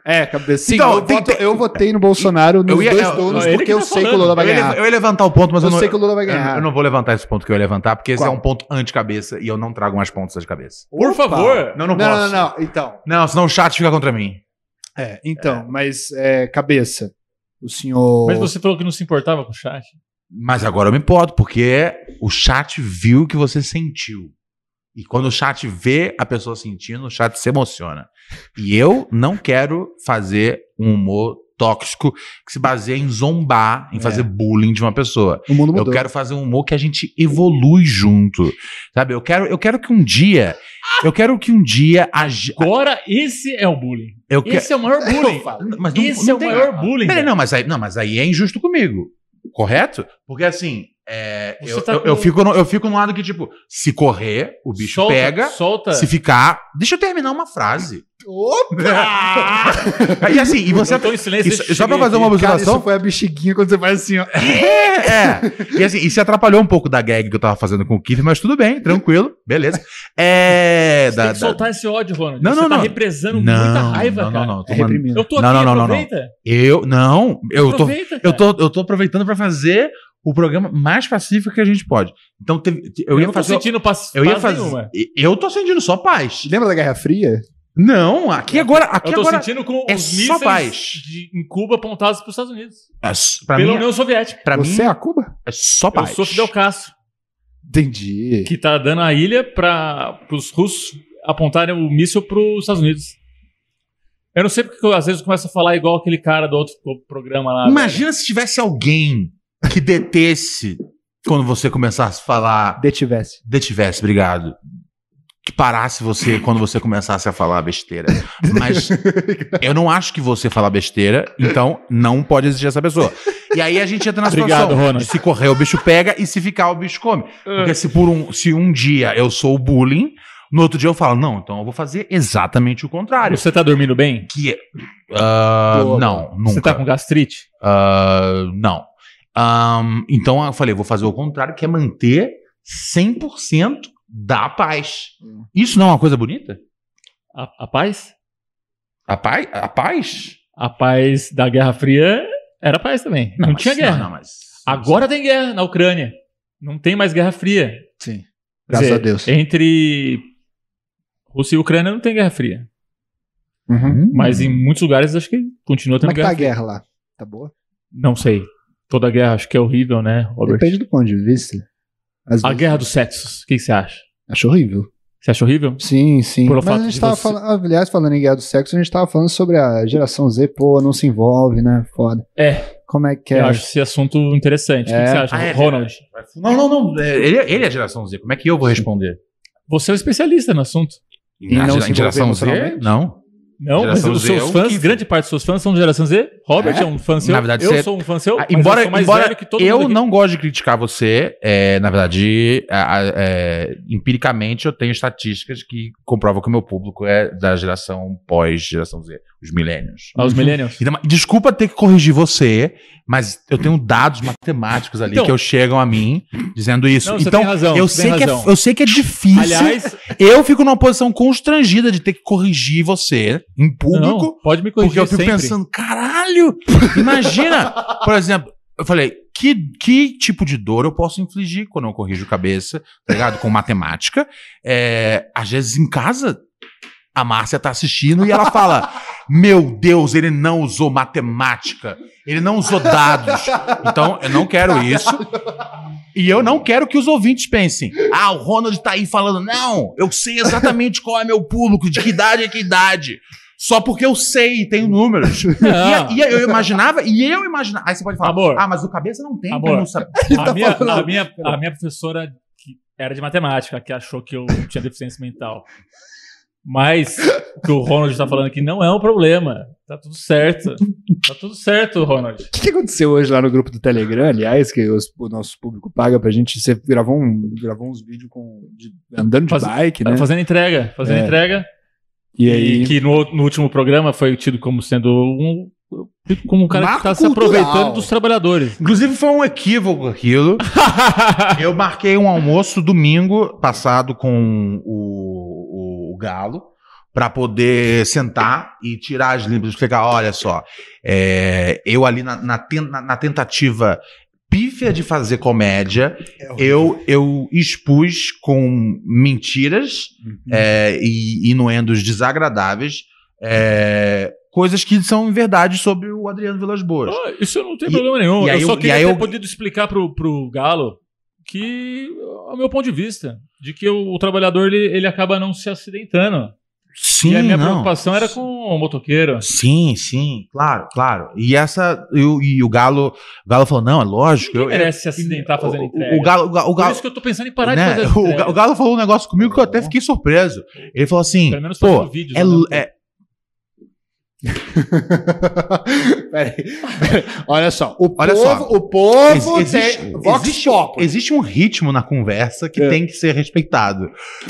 Speaker 5: É, cabecinha.
Speaker 2: Então,
Speaker 5: eu,
Speaker 2: tem-
Speaker 5: voto- eu votei no Bolsonaro nos
Speaker 2: ia-
Speaker 5: dois donos
Speaker 2: ele
Speaker 5: porque
Speaker 2: que
Speaker 5: eu
Speaker 2: tá
Speaker 5: sei que o
Speaker 2: falando.
Speaker 5: Lula vai
Speaker 2: Eu ia-
Speaker 5: ganhar.
Speaker 2: Eu ia levantar o ponto, mas eu,
Speaker 5: Eu
Speaker 2: não.
Speaker 5: sei que o Lula vai
Speaker 2: eu-
Speaker 5: ganhar.
Speaker 2: Eu não vou levantar esse ponto que eu ia levantar, porque esse
Speaker 5: Qual?
Speaker 2: é um ponto anti-cabeça e eu não trago mais pontos de cabeça.
Speaker 3: Por favor.
Speaker 2: Não, não,
Speaker 5: Não,
Speaker 2: posso.
Speaker 5: não, não. Então,
Speaker 2: Não, senão o chat fica contra mim.
Speaker 5: é, então, mas é, cabeça. O senhor.
Speaker 3: Mas você falou que não se importava com o chat.
Speaker 2: Mas agora eu me importo, porque é, o chat viu o que você sentiu. E quando o chat vê a pessoa sentindo, o chat se emociona. E eu não quero fazer um humor tóxico que se baseia em zombar, em
Speaker 3: É.
Speaker 2: fazer bullying de uma pessoa.
Speaker 5: O mundo mudou.
Speaker 2: Eu quero fazer um humor que a gente evolui junto. Sabe? Eu quero, eu quero que um dia. Eu quero que um dia. A, ge-
Speaker 3: Agora, esse é o bullying.
Speaker 2: eu que-
Speaker 3: Esse é o maior bullying.
Speaker 2: mas não-
Speaker 3: Esse
Speaker 2: não
Speaker 3: é o
Speaker 2: tem-
Speaker 3: maior bullying.
Speaker 2: Peraí,
Speaker 3: velho.
Speaker 2: não, mas aí, não, mas aí é injusto comigo. Correto? Porque assim, é,
Speaker 3: Você
Speaker 2: eu,
Speaker 3: tá
Speaker 2: eu,
Speaker 3: com-
Speaker 2: eu fico no, eu fico no lado que, tipo, se correr, o bicho
Speaker 3: Solta-
Speaker 2: pega.
Speaker 3: solta.
Speaker 2: Se ficar. Deixa eu terminar uma frase. Opa! e assim, e você.
Speaker 3: Eu tô em silêncio,
Speaker 2: isso-
Speaker 3: deixa eu
Speaker 2: só pra
Speaker 3: chegar
Speaker 2: fazer uma
Speaker 3: aqui.
Speaker 5: Cara,
Speaker 2: observação.
Speaker 5: isso foi a bexiguinha quando você faz assim, ó.
Speaker 2: É, é. E assim, e se atrapalhou um pouco da gag que eu tava fazendo com o Keith, mas tudo bem, tranquilo, beleza. É.
Speaker 3: Você
Speaker 2: da-
Speaker 3: tem que
Speaker 2: da-
Speaker 3: soltar esse ódio, Ronald.
Speaker 2: Não,
Speaker 3: você
Speaker 2: não,
Speaker 3: tá
Speaker 2: não.
Speaker 3: represando
Speaker 2: Não,
Speaker 3: muita raiva,
Speaker 2: não, não,
Speaker 3: cara.
Speaker 2: não, tô
Speaker 5: É
Speaker 2: mandando-
Speaker 5: reprimido.
Speaker 3: Eu tô aqui,
Speaker 2: Não, não, não, não, não.
Speaker 3: aproveita.
Speaker 2: Eu não, eu tô,
Speaker 3: Aproveita,
Speaker 2: eu
Speaker 3: cara.
Speaker 2: tô, eu tô aproveitando pra fazer o programa mais pacífico que a gente pode. Então teve, eu,
Speaker 3: Eu
Speaker 2: ia
Speaker 3: não tô
Speaker 2: fazer,
Speaker 3: sentindo paz,
Speaker 2: eu ia
Speaker 3: paz
Speaker 2: fazer,
Speaker 3: nenhuma.
Speaker 2: eu tô sentindo só paz.
Speaker 5: Lembra da Guerra Fria?
Speaker 2: Não, aqui agora, aqui
Speaker 3: Eu tô
Speaker 2: agora
Speaker 3: sentindo com
Speaker 2: é
Speaker 3: os
Speaker 2: só
Speaker 3: mísseis
Speaker 2: paz.
Speaker 3: de- em Cuba apontados pros Estados Unidos.
Speaker 2: é s- pra
Speaker 3: pela
Speaker 2: mim,
Speaker 3: União Soviética.
Speaker 2: para mim
Speaker 5: você é a Cuba?
Speaker 2: é só
Speaker 3: Eu
Speaker 2: paz.
Speaker 3: sou Fidel Castro,
Speaker 5: Entendi.
Speaker 3: que tá dando a ilha para os russos apontarem o míssil pros Estados Unidos. Eu não sei porque eu, às vezes eu começo a falar igual aquele cara do outro programa lá. velho.
Speaker 2: Imagina se tivesse alguém que detesse quando você começasse a falar,
Speaker 5: Detivesse.
Speaker 2: detivesse, obrigado. Que parasse você quando você começasse a falar besteira. Mas eu não acho que você falar besteira, então não pode existir essa pessoa. E aí a gente entra na
Speaker 3: Obrigado, É.
Speaker 2: situação. é,
Speaker 3: Ronald.
Speaker 2: Se correr, o bicho pega, e se ficar, o bicho come. Porque se, por um, se um dia eu sou o bullying, no outro dia eu falo, não, então eu vou fazer exatamente o contrário.
Speaker 3: Você tá dormindo bem?
Speaker 2: Que é. Ah,
Speaker 5: Boa,
Speaker 2: não, nunca.
Speaker 3: Você tá com gastrite?
Speaker 2: Ah, não. Ahn, então eu falei, vou fazer o contrário, que é manter 100% da paz. Isso não é uma coisa bonita?
Speaker 3: Hum. A, a paz?
Speaker 2: A paz? A paz?
Speaker 3: A paz da Guerra Fria era paz também. Não,
Speaker 2: mas-
Speaker 3: tinha guerra.
Speaker 2: Não, mas,
Speaker 3: Agora tem guerra na Ucrânia. Não tem mais Guerra Fria.
Speaker 5: Sim.
Speaker 3: Quer
Speaker 5: Graças
Speaker 3: dizer,
Speaker 5: a Deus.
Speaker 3: Entre Rússia e Ucrânia não tem Guerra Fria.
Speaker 5: Uhum.
Speaker 3: Mas em muitos lugares acho que continua
Speaker 5: Como
Speaker 3: tendo
Speaker 5: é que Hum. tá
Speaker 3: guerra.
Speaker 5: a guerra lá? Tá boa?
Speaker 3: Não sei. Toda guerra acho que é horrível, né, Robert?
Speaker 5: Depende do ponto de vista. Às
Speaker 3: A
Speaker 5: vezes-
Speaker 3: guerra dos sexos. O que que você acha?
Speaker 5: Acho horrível.
Speaker 3: Você acha horrível?
Speaker 5: Sim, sim.
Speaker 3: Pelo
Speaker 5: Mas
Speaker 3: fato
Speaker 5: a gente
Speaker 3: de
Speaker 5: tava
Speaker 3: você-
Speaker 5: falando, aliás, falando em guerra do sexo, a gente tava falando sobre a geração Z, pô, não se envolve, né? Foda.
Speaker 3: É.
Speaker 5: Como é que é?
Speaker 3: Eu acho esse assunto interessante. O que
Speaker 5: É.
Speaker 3: que você acha,
Speaker 2: Ah, é
Speaker 3: Ronald?
Speaker 2: Não, não, não. é, Ele, ele é a geração Z. Como é que eu vou responder?
Speaker 3: Você é um especialista no assunto.
Speaker 5: E não
Speaker 2: gera-
Speaker 5: se envolver emocionalmente?
Speaker 2: Não.
Speaker 3: Não,
Speaker 2: Geração
Speaker 3: mas os
Speaker 2: Z é
Speaker 3: seus
Speaker 2: um
Speaker 3: fãs,
Speaker 2: Kiefer.
Speaker 3: grande parte dos seus fãs são de geração Z. Robert
Speaker 2: É?
Speaker 3: é, um fã seu.
Speaker 2: Na verdade,
Speaker 3: eu
Speaker 2: você-
Speaker 3: sou um fã seu.
Speaker 2: Ah,
Speaker 3: mas
Speaker 2: embora
Speaker 3: eu sou mais
Speaker 2: embora
Speaker 3: velho que todo mundo
Speaker 2: eu
Speaker 3: aqui.
Speaker 2: não gosto de criticar você, é, na verdade, a- a- é, empiricamente eu tenho estatísticas que comprovam que o meu público é da geração pós-geração Z, os millennials.
Speaker 3: Ah, os millennials.
Speaker 2: Então, mas Desculpa ter que corrigir você, mas eu tenho dados matemáticos ali
Speaker 3: Então-
Speaker 2: que eu chegam a mim dizendo isso.
Speaker 3: Não, você
Speaker 2: então,
Speaker 3: tem razão,
Speaker 2: eu,
Speaker 3: você
Speaker 2: sei
Speaker 3: tem
Speaker 2: que é,
Speaker 3: razão.
Speaker 2: eu sei que é difícil.
Speaker 3: Aliás,
Speaker 2: eu fico numa posição constrangida de ter que corrigir você em público.
Speaker 3: não, pode me
Speaker 2: Porque
Speaker 3: corrigir
Speaker 2: eu fico
Speaker 3: sempre.
Speaker 2: pensando, caralho,
Speaker 3: [laughs]
Speaker 2: imagina, por exemplo, eu falei, que, que tipo de dor eu posso infligir quando eu corrijo cabeça, tá ligado? Com matemática. É, às vezes em casa, a Márcia tá assistindo e ela fala, Meu Deus, ele não usou matemática. Ele não usou dados. Então, eu não
Speaker 5: [laughs]
Speaker 2: quero isso. E eu não quero que os ouvintes pensem. Ah, o Ronald tá aí falando. Não, eu sei exatamente qual é meu público, de que idade é que idade. Só porque eu sei, tenho [laughs] números. E, e eu imaginava, e eu imaginava. Aí você pode falar,
Speaker 3: Amor.
Speaker 2: ah, mas o cabeça não tem,
Speaker 3: Amor,
Speaker 2: então não sabe.
Speaker 3: Tá a, minha, a, minha, a minha professora que era de matemática, que achou que eu tinha deficiência mental. Mas o que o Ronald está falando aqui não é um problema. Tá tudo certo. Tá tudo certo, Ronald.
Speaker 5: O que, que aconteceu hoje lá no grupo do Telegram, aliás, que os- o nosso público paga pra gente? Você gravou, um, gravou uns vídeos com, de- andando de
Speaker 3: Faz-
Speaker 5: bike, né?
Speaker 3: Fazendo entrega, fazendo
Speaker 5: É.
Speaker 3: entrega.
Speaker 5: E aí?
Speaker 3: que no, no último programa foi tido como sendo um. Como um cara
Speaker 2: Marco
Speaker 3: que tá se
Speaker 2: cultural.
Speaker 3: aproveitando dos trabalhadores.
Speaker 2: Inclusive, foi um equívoco [laughs] aquilo. [laughs] eu marquei um almoço domingo passado com o, o- o Galo para poder sentar e tirar as limpas. Explicar, olha só, é, eu ali na, na ten- na- na tentativa pífia de fazer comédia, eu, eu expus com mentiras é, e inuendos desagradáveis é, coisas que são verdade sobre o Adriano Vilas Boas.
Speaker 3: Ah, Isso eu não tem
Speaker 2: E-
Speaker 3: problema nenhum.
Speaker 2: e aí
Speaker 3: eu só
Speaker 2: eu- e
Speaker 3: queria
Speaker 2: aí
Speaker 3: ter
Speaker 2: eu-
Speaker 3: podido explicar pro, pro Galo que, ao meu ponto de vista, de que o, o trabalhador ele, ele acaba não se acidentando.
Speaker 2: Sim,
Speaker 3: e a minha
Speaker 2: não.
Speaker 3: preocupação era com o motoqueiro.
Speaker 2: Sim, sim, claro, claro. E essa e o, e o Galo, o Galo falou não, é lógico.
Speaker 3: Ninguém
Speaker 2: eu-
Speaker 3: merece se acidentar fazendo entrega.
Speaker 2: o Galo- o Galo- o
Speaker 3: Por
Speaker 2: Galo-
Speaker 3: isso que eu tô pensando em parar
Speaker 2: né?
Speaker 3: de
Speaker 2: [laughs]
Speaker 3: fazer
Speaker 2: o,
Speaker 3: entrega.
Speaker 2: Ga- o Galo falou um negócio comigo que eu até fiquei surpreso. Ele falou assim,
Speaker 3: Pelo menos
Speaker 2: pô,
Speaker 3: fazendo vídeos,
Speaker 2: é,
Speaker 3: né?
Speaker 2: é-
Speaker 5: [laughs] [laughs] Olha só, o
Speaker 2: olha
Speaker 5: povo,
Speaker 2: só,
Speaker 5: o povo
Speaker 2: Ex- existe,
Speaker 5: tem É. Vox
Speaker 2: existe, existe um ritmo na conversa que tem que ser respeitado.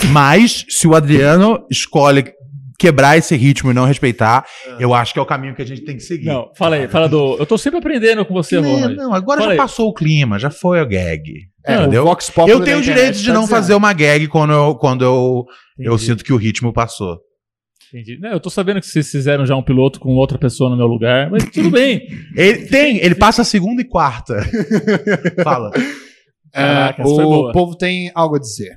Speaker 2: Mas se o Adriano escolhe quebrar esse ritmo e não respeitar, eu acho que é o caminho que a gente tem que seguir.
Speaker 3: Não, fala aí, fala do. Eu tô sempre aprendendo com você,
Speaker 2: Não,
Speaker 3: Ronald.
Speaker 2: não, agora já
Speaker 3: Fala aí.
Speaker 2: passou o clima, já foi a gag.
Speaker 3: É,
Speaker 2: entendeu?
Speaker 3: o Vox Populi
Speaker 2: eu
Speaker 3: da
Speaker 2: tenho o
Speaker 3: internet
Speaker 2: direito de
Speaker 3: tá
Speaker 2: não
Speaker 3: dizendo.
Speaker 2: fazer uma gag quando eu, quando eu, eu sinto que o ritmo passou.
Speaker 3: Entendi. Não, eu tô sabendo que vocês fizeram já um piloto com outra pessoa no meu lugar, mas tudo bem.
Speaker 2: [laughs] ele tem, ele passa segunda e quarta.
Speaker 5: [laughs]
Speaker 2: Fala.
Speaker 3: Caraca, essa
Speaker 5: É, o
Speaker 3: foi boa.
Speaker 5: povo tem algo a dizer.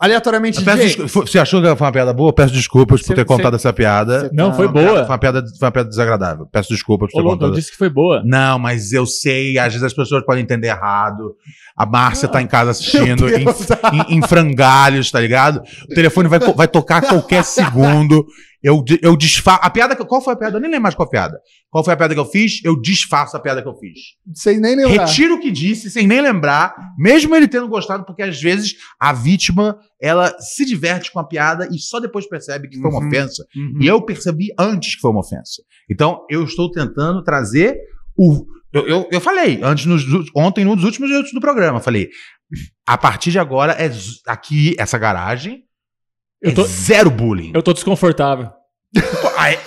Speaker 5: Aleatoriamente,
Speaker 2: Eu peço
Speaker 5: DJ,
Speaker 2: desculpa- foi- Você achou que foi uma piada boa? Eu Peço desculpas por
Speaker 5: Você-
Speaker 2: ter contado
Speaker 5: você-
Speaker 2: essa piada.
Speaker 5: você tá- Não, foi
Speaker 2: Uma piada-
Speaker 5: boa.
Speaker 2: Foi uma piada, foi uma piada desagradável. Peço desculpas por
Speaker 3: Ô,
Speaker 2: ter
Speaker 3: louco,
Speaker 2: contado.
Speaker 3: eu disse que foi boa.
Speaker 2: Não, mas eu sei, às vezes as pessoas podem entender errado. A Márcia tá em casa assistindo
Speaker 3: [laughs] Meu
Speaker 2: em,
Speaker 3: Deus.
Speaker 2: em- em frangalhos, tá ligado? O telefone vai, co- vai tocar
Speaker 3: [laughs]
Speaker 2: a
Speaker 5: [laughs]
Speaker 2: qualquer segundo. Eu, de- eu desfaço. A piada. que eu- Qual foi a piada? Eu nem lembro mais qual a piada. Qual foi a piada que eu fiz? Eu desfaço a piada que eu fiz.
Speaker 5: sem nem lembrar.
Speaker 2: Retiro o que disse, sem nem lembrar, mesmo ele tendo gostado, porque às vezes a vítima ela se diverte com a piada e só depois percebe que foi uma
Speaker 5: Uhum,
Speaker 2: ofensa.
Speaker 5: uhum.
Speaker 2: E eu percebi antes que foi uma ofensa. Então eu estou tentando trazer o. Eu, eu, eu falei antes nos, ú- ontem, num dos últimos minutos do programa, eu falei. A partir de agora, é z- aqui, essa garagem,
Speaker 3: Eu tô-
Speaker 2: é zero bullying.
Speaker 3: Eu tô desconfortável.
Speaker 2: Ah, é?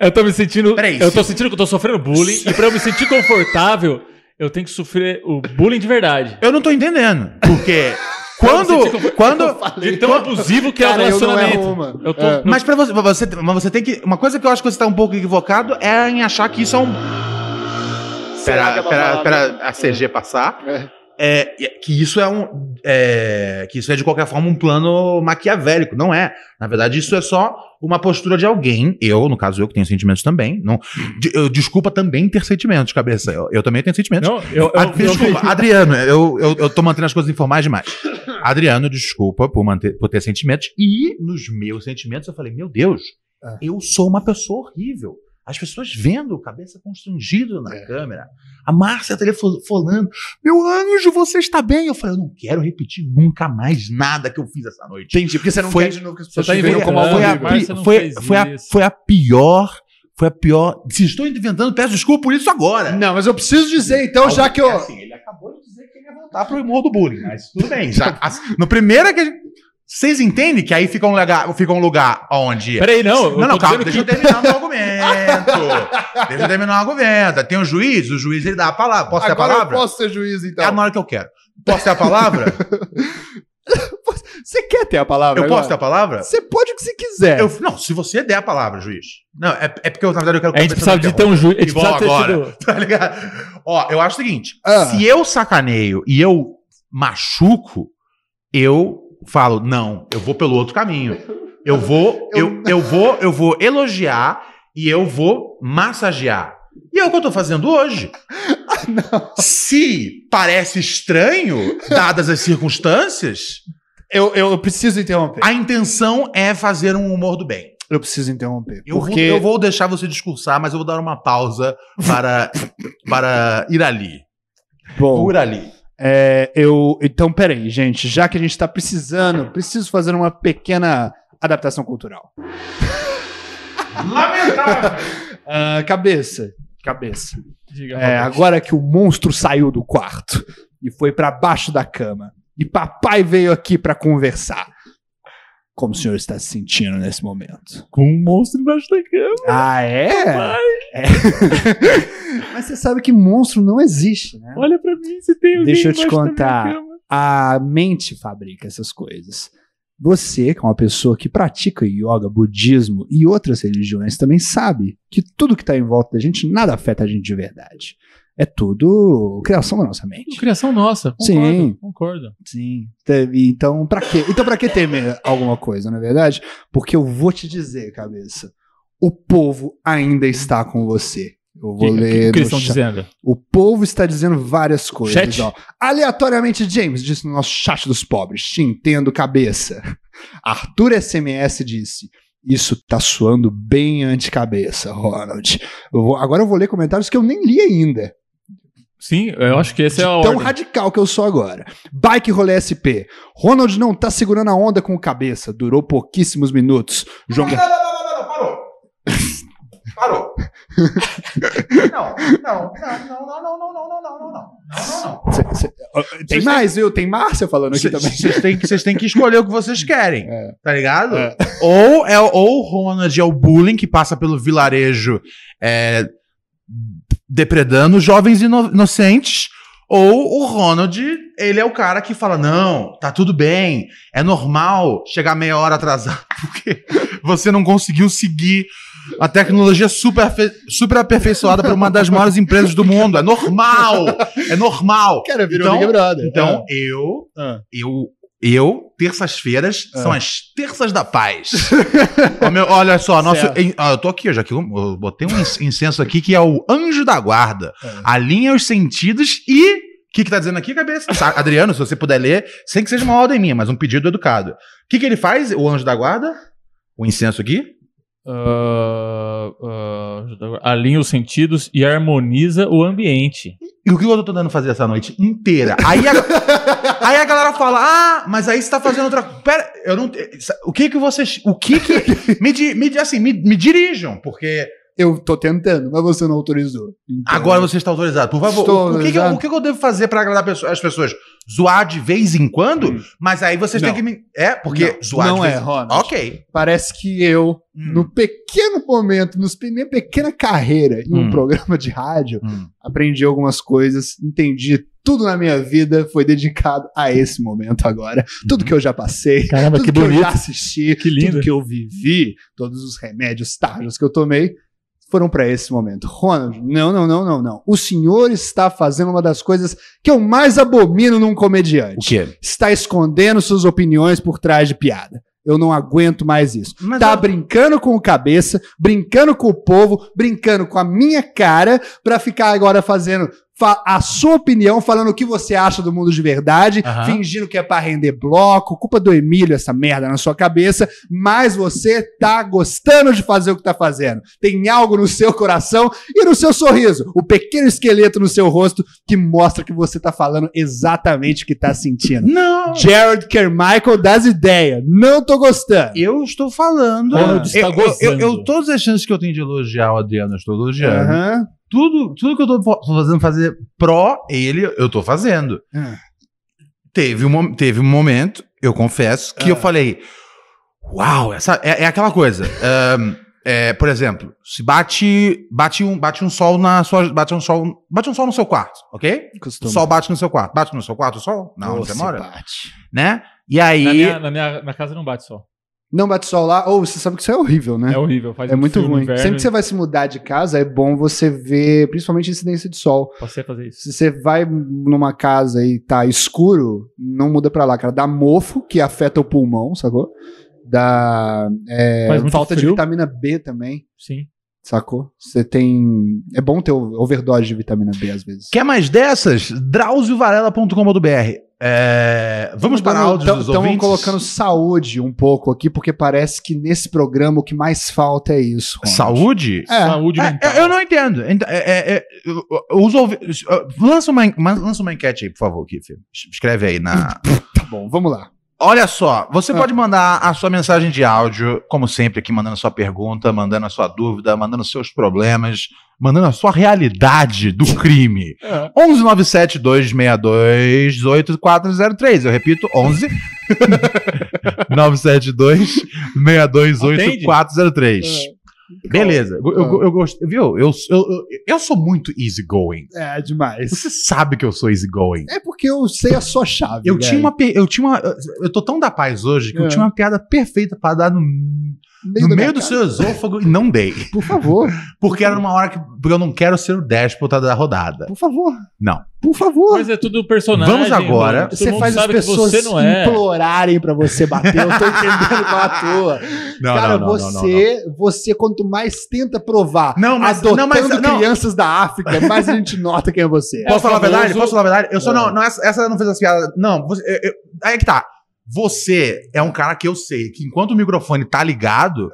Speaker 3: eu tô me sentindo. eu tô sentindo que eu tô sofrendo bullying. e pra eu me sentir confortável, eu tenho que sofrer o bullying de verdade.
Speaker 2: Eu não tô entendendo.
Speaker 3: [laughs]
Speaker 2: Porque. Quando, quando,
Speaker 3: De tão abusivo que é o
Speaker 2: Cara, eu não
Speaker 3: relacionamento.
Speaker 2: erro
Speaker 5: uma.
Speaker 3: Eu tô-
Speaker 2: É. Mas para você, você, mas você tem que, uma coisa que eu acho que você tá um pouco equivocado é em achar que isso é um Espera, espera, espera a CG passar. É, e- que isso é um é, que isso é de qualquer forma um plano maquiavélico, não é? Na verdade, isso é só uma postura de alguém, eu, no caso eu que tenho sentimentos também, não, de- eu- desculpa também ter sentimentos, cabeça. Eu, eu também tenho sentimentos.
Speaker 3: Não, eu- eu-
Speaker 2: Ah,
Speaker 3: eu-
Speaker 2: desculpa,
Speaker 3: eu-
Speaker 2: Adriano, eu, eu, eu tô mantendo as coisas informais demais. Adriano, desculpa por, manter, por ter sentimentos. E nos meus sentimentos eu falei, meu Deus,
Speaker 5: É.
Speaker 2: eu sou uma pessoa horrível. As pessoas vendo, cabeça constrangida
Speaker 5: É.
Speaker 2: na câmera. A Márcia tá telefonando, meu anjo, você está bem? Eu falei, eu não quero repetir nunca mais nada que eu fiz essa noite.
Speaker 5: Entendi, porque você não quer de novo que as pessoas te vejam como algo
Speaker 2: foi a,
Speaker 5: horrível.
Speaker 2: pri-
Speaker 5: Márcia não
Speaker 2: foi,
Speaker 5: fez
Speaker 2: foi, a,
Speaker 5: isso.
Speaker 2: foi a pior, foi a pior. Se estou inventando, peço desculpa por isso agora. é
Speaker 5: Não, mas eu preciso dizer, então, já que eu.
Speaker 2: ele acabou de dizer que ele ia voltar Tá pro humor do bullying, mas tudo bem. Já, assim, no primeiro é que. a gente- Vocês entendem que aí fica um lugar, fica um lugar onde.
Speaker 3: Peraí, não, eu
Speaker 2: Não, não,
Speaker 3: tô
Speaker 2: calma,
Speaker 3: dizendo
Speaker 2: deixa eu
Speaker 3: que-
Speaker 2: terminar meu argumento. deixa eu terminar o argumento. Tem o juiz, o juiz ele dá a palavra. Posso ter a
Speaker 5: Agora
Speaker 2: palavra?
Speaker 5: eu posso ser juiz, então.
Speaker 2: É na hora que eu quero. Posso ter a palavra?
Speaker 5: [laughs] Você quer ter a palavra?
Speaker 2: Eu
Speaker 5: agora?
Speaker 2: posso ter a palavra?
Speaker 5: Você pode o que você quiser.
Speaker 2: Eu- não, se você der a palavra, juiz. Não, é, é porque eu, na verdade, eu quero
Speaker 3: A gente
Speaker 2: cabeça
Speaker 3: precisava
Speaker 2: do
Speaker 3: de ter um
Speaker 2: Interroga.
Speaker 3: juiz. A gente
Speaker 2: E vou
Speaker 3: precisava ter
Speaker 2: agora.
Speaker 3: tido-
Speaker 2: [laughs]
Speaker 3: Ah.
Speaker 2: Tá ligado? Ó, eu acho o seguinte: se eu sacaneio e eu machuco, eu falo,
Speaker 3: [laughs]
Speaker 2: não, eu vou pelo outro caminho. Eu vou, eu, eu vou, eu vou elogiar. e eu vou massagear. E é o que eu tô fazendo hoje. Se parece estranho, dadas as circunstâncias.
Speaker 1: Eu, eu preciso interromper.
Speaker 2: A intenção é fazer um humor do bem.
Speaker 1: Eu preciso interromper.
Speaker 2: Eu,
Speaker 1: porque
Speaker 2: vou, eu vou deixar você discursar, mas eu vou dar uma pausa para, para ir ali.
Speaker 1: Bom,
Speaker 2: Por ali.
Speaker 1: É, eu, então, peraí, gente. Já que a gente tá precisando, preciso fazer uma pequena adaptação
Speaker 3: [laughs]
Speaker 1: cultural.
Speaker 2: Lamentável!
Speaker 1: Ah, cabeça. Cabeça. É, agora que o monstro saiu do quarto e foi pra baixo da cama. E papai veio aqui pra conversar. Como o senhor está se sentindo nesse momento?
Speaker 3: Com um monstro embaixo da cama.
Speaker 1: Ah, é?
Speaker 3: Papai.
Speaker 1: É. Mas você sabe que monstro não existe, né?
Speaker 3: Olha pra mim se tem alguém
Speaker 1: Deixa eu te
Speaker 3: embaixo da minha
Speaker 1: contar.
Speaker 3: cama.
Speaker 1: A mente fabrica essas coisas. Você, que é uma pessoa que pratica yoga, budismo e outras religiões, também sabe que tudo que está em volta da gente nada afeta a gente de verdade. É tudo criação da nossa mente.
Speaker 3: Criação nossa. Concordo,
Speaker 1: Sim.
Speaker 3: Concordo.
Speaker 1: Sim. Teve- Então, pra quê? Então, pra que temer alguma coisa, na é verdade? Porque eu vou te dizer, cabeça, o povo ainda está com você. Eu vou
Speaker 3: Que- que-
Speaker 1: ler.
Speaker 3: que
Speaker 1: no
Speaker 3: eles estão
Speaker 1: chat.
Speaker 3: dizendo?
Speaker 1: O povo está dizendo várias coisas.
Speaker 3: Chat?
Speaker 1: ó. Aleatoriamente, James disse no nosso chat dos pobres: Te entendo, cabeça. [laughs] Arthur SMS disse. Isso tá suando bem anticabeça, Ronald. Eu vou- agora eu vou ler comentários que eu nem li ainda
Speaker 3: Sim, eu acho que esse é a
Speaker 1: tão
Speaker 3: ordem.
Speaker 1: radical que eu sou agora. Bike Rolê SP. Ronald não tá segurando a onda com o cabeça. Durou pouquíssimos minutos. João Gar- [laughs]
Speaker 2: Parou. Não, não, não, não, não, não, não, não, não, não, não.
Speaker 1: Cê- cê- ó, Tem mais, viu? Tem Márcia falando aqui também. É.
Speaker 2: Vocês têm, que- vocês têm que escolher o que vocês querem, tá ligado? Ou é ou o Ronald é o bullying que passa pelo vilarejo é, depredando jovens ino- inocentes, ou o Ronald, ele é o cara que fala, não, tá tudo bem, é normal chegar meia hora atrasado, [laughs] porque você não conseguiu seguir a tecnologia super, afe- super aperfeiçoada por uma das maiores empresas do mundo, é normal, é normal.
Speaker 1: Cara, virou Big Brother. é.
Speaker 2: Então, eu, eu, eu, terças-feiras
Speaker 1: Ah.
Speaker 2: são as terças da paz. Ó, meu, olha só, nosso,
Speaker 1: Certo.
Speaker 2: em- ah, eu tô aqui, eu já que eu, eu botei um inc- incenso aqui que é o anjo da guarda. Alinha os sentidos e o que, que tá dizendo aqui, cabeça? Sa- Adriano, se você puder ler, sem que seja uma ordem minha, mas um pedido educado. O que, que ele faz, o anjo da guarda? O incenso aqui?
Speaker 3: Ah, ah, alinha os sentidos e harmoniza o ambiente.
Speaker 2: E o que eu tô dando fazer essa noite inteira? Aí a, aí a galera fala: "Ah, mas aí você tá fazendo outra coisa". Pera, eu não eh, o que que vocês, o que
Speaker 1: [laughs]
Speaker 2: que me, di- me di- assim, me, me dirijam, porque
Speaker 1: eu tô tentando, mas você não autorizou. Então,
Speaker 2: Agora você está autorizado. Por favor,
Speaker 1: Estou
Speaker 2: o, o que que eu,
Speaker 1: autorizado.
Speaker 2: o que que eu devo fazer pra agradar pesso- as pessoas? Zoar de vez em quando? Mas aí vocês têm
Speaker 1: Hum. Não.
Speaker 2: que me É, porque
Speaker 1: Não,
Speaker 2: zoar
Speaker 1: não
Speaker 2: de vez
Speaker 1: é,
Speaker 2: em-
Speaker 1: Ronald.
Speaker 2: OK.
Speaker 1: Parece que eu,
Speaker 3: Hum.
Speaker 1: no pequeno momento, nos- minha pequena carreira em um
Speaker 2: Hum.
Speaker 1: programa de rádio,
Speaker 3: Hum.
Speaker 1: aprendi algumas coisas, entendi tudo na minha vida, foi dedicado a esse momento agora. Tudo que eu já passei,
Speaker 3: Uhum. Caramba,
Speaker 1: tudo
Speaker 3: que
Speaker 1: eu
Speaker 3: bonito.
Speaker 1: já assisti,
Speaker 3: lindo.
Speaker 1: tudo que eu vivi, todos os remédios, tarjas que eu tomei, foram pra esse momento. Ronald, não, não, não, não, não. O senhor está fazendo uma das coisas que eu mais abomino num comediante.
Speaker 2: O quê?
Speaker 1: Está escondendo suas opiniões por trás de piada. Eu não aguento mais isso. tá brincando com o cabeça, brincando com o povo, brincando com a minha cara pra ficar agora fazendo fa- a sua opinião, falando o que você acha do mundo de verdade,
Speaker 2: Aham.
Speaker 1: fingindo que é pra render bloco, culpa do Emílio essa merda na sua cabeça, mas você tá gostando de fazer o que tá fazendo. Tem algo no seu coração e no seu sorriso, o pequeno esqueleto no seu rosto que mostra que você tá falando exatamente o que tá sentindo.
Speaker 2: Não.
Speaker 1: Jared Carmichael das ideias. Não tô gostando.
Speaker 2: Eu estou falando.
Speaker 1: Ronald está
Speaker 2: eu, eu- eu-
Speaker 1: gozando.
Speaker 2: eu- todas as chances que eu tenho de elogiar o Adriano, eu estou elogiando.
Speaker 1: Aham.
Speaker 2: Tudo, tudo que eu tô fa- fazendo fazer pró ele, eu tô fazendo.
Speaker 1: É.
Speaker 2: Teve um, mom- teve um momento, eu confesso, que eu
Speaker 1: É.
Speaker 2: falei: Uau, essa é, é aquela coisa. ahn, é, por exemplo, se bate, bate, um, bate um sol na sua. Bate um sol, bate um sol no seu quarto, ok?
Speaker 1: Costuma.
Speaker 2: O sol bate no seu quarto. Bate no seu quarto o sol? Não,
Speaker 1: Ou
Speaker 2: você
Speaker 1: se
Speaker 2: mora?
Speaker 1: bate.
Speaker 2: Né? E aí.
Speaker 3: Na minha, na minha- na casa não bate sol.
Speaker 1: Não bate sol lá, ou você sabe que isso é horrível, né?
Speaker 3: É horrível, faz
Speaker 1: É
Speaker 3: muito
Speaker 1: muito
Speaker 3: frio no
Speaker 1: ruim.
Speaker 3: inverno.
Speaker 1: Sempre que você vai se mudar de casa, é bom você ver, principalmente incidência de sol.
Speaker 3: Passei a fazer isso.
Speaker 1: Se você vai numa casa e tá escuro, não muda pra lá, cara. Dá mofo, que afeta o pulmão, sacou? Dá é,
Speaker 3: Faz muito
Speaker 1: falta de
Speaker 3: frio.
Speaker 1: vitamina B também.
Speaker 3: Sim.
Speaker 1: Sacou? Você tem. É bom ter overdose de vitamina B às vezes.
Speaker 2: Quer mais dessas? drauziovarela.com.br. É, vamos
Speaker 1: Então,
Speaker 2: para áudios dos
Speaker 1: Estamos
Speaker 2: ouvintes.
Speaker 1: colocando saúde um pouco aqui, porque parece que nesse programa o que mais falta é isso. Ronald.
Speaker 2: Saúde?
Speaker 1: É.
Speaker 3: Saúde
Speaker 2: É,
Speaker 3: mental.
Speaker 2: é, eu não entendo. Ent- é, é, é, eu- eu- os ouvi- eu- lança, uma, en- uma- lança uma enquete aí, por favor, Kiff. Es- Escreve aí na.
Speaker 1: [laughs] Tá bom, vamos lá.
Speaker 2: Olha só,
Speaker 1: Ah.
Speaker 2: você pode mandar a sua mensagem de áudio, como sempre, aqui, mandando a sua pergunta, mandando a sua dúvida, mandando os seus problemas, mandando a sua realidade
Speaker 1: [laughs]
Speaker 2: do crime.
Speaker 1: É.
Speaker 2: 1197 262 8403. Eu repito,
Speaker 1: [laughs]
Speaker 2: 11 972 628403. É. Beleza. Eu,
Speaker 1: Ah.
Speaker 2: eu, eu gosto. Viu? Eu, eu, eu, eu sou muito easygoing.
Speaker 1: É demais.
Speaker 2: Você sabe que eu sou easygoing.
Speaker 1: É porque eu sei a sua chave.
Speaker 2: Eu
Speaker 1: velho.
Speaker 2: tinha uma. pe- Eu tinha uma. Eu tô tão da paz hoje que
Speaker 1: É.
Speaker 2: eu tinha uma piada perfeita pra dar no, no
Speaker 1: da minha
Speaker 2: meio do seu esôfago e não dei.
Speaker 1: Por favor.
Speaker 2: Porque era numa hora que porque eu não quero ser o déspota da rodada.
Speaker 1: Por favor.
Speaker 2: Não.
Speaker 1: Por favor.
Speaker 3: Mas é tudo personagem.
Speaker 2: Vamos agora.
Speaker 3: mano. Todo
Speaker 1: Você
Speaker 3: mundo
Speaker 1: faz as
Speaker 3: sabe que
Speaker 1: pessoas
Speaker 3: você não é.
Speaker 1: implorarem pra você bater. Eu
Speaker 2: [laughs]
Speaker 1: tô entendendo não à toa.
Speaker 2: Não,
Speaker 1: Cara,
Speaker 2: não, não, não, não,
Speaker 1: você, você quanto mais tenta provar,
Speaker 2: Não, mas-
Speaker 1: adotando
Speaker 2: não, mas- não.
Speaker 1: crianças da África, mais a gente nota quem é você.
Speaker 2: Posso falar a verdade? Posso falar a verdade? Eu só
Speaker 1: É.
Speaker 2: não, não essa, essa eu não fez essa piada. Não, você, eu- eu- aí que tá. Você é um cara que eu sei que enquanto o microfone tá ligado,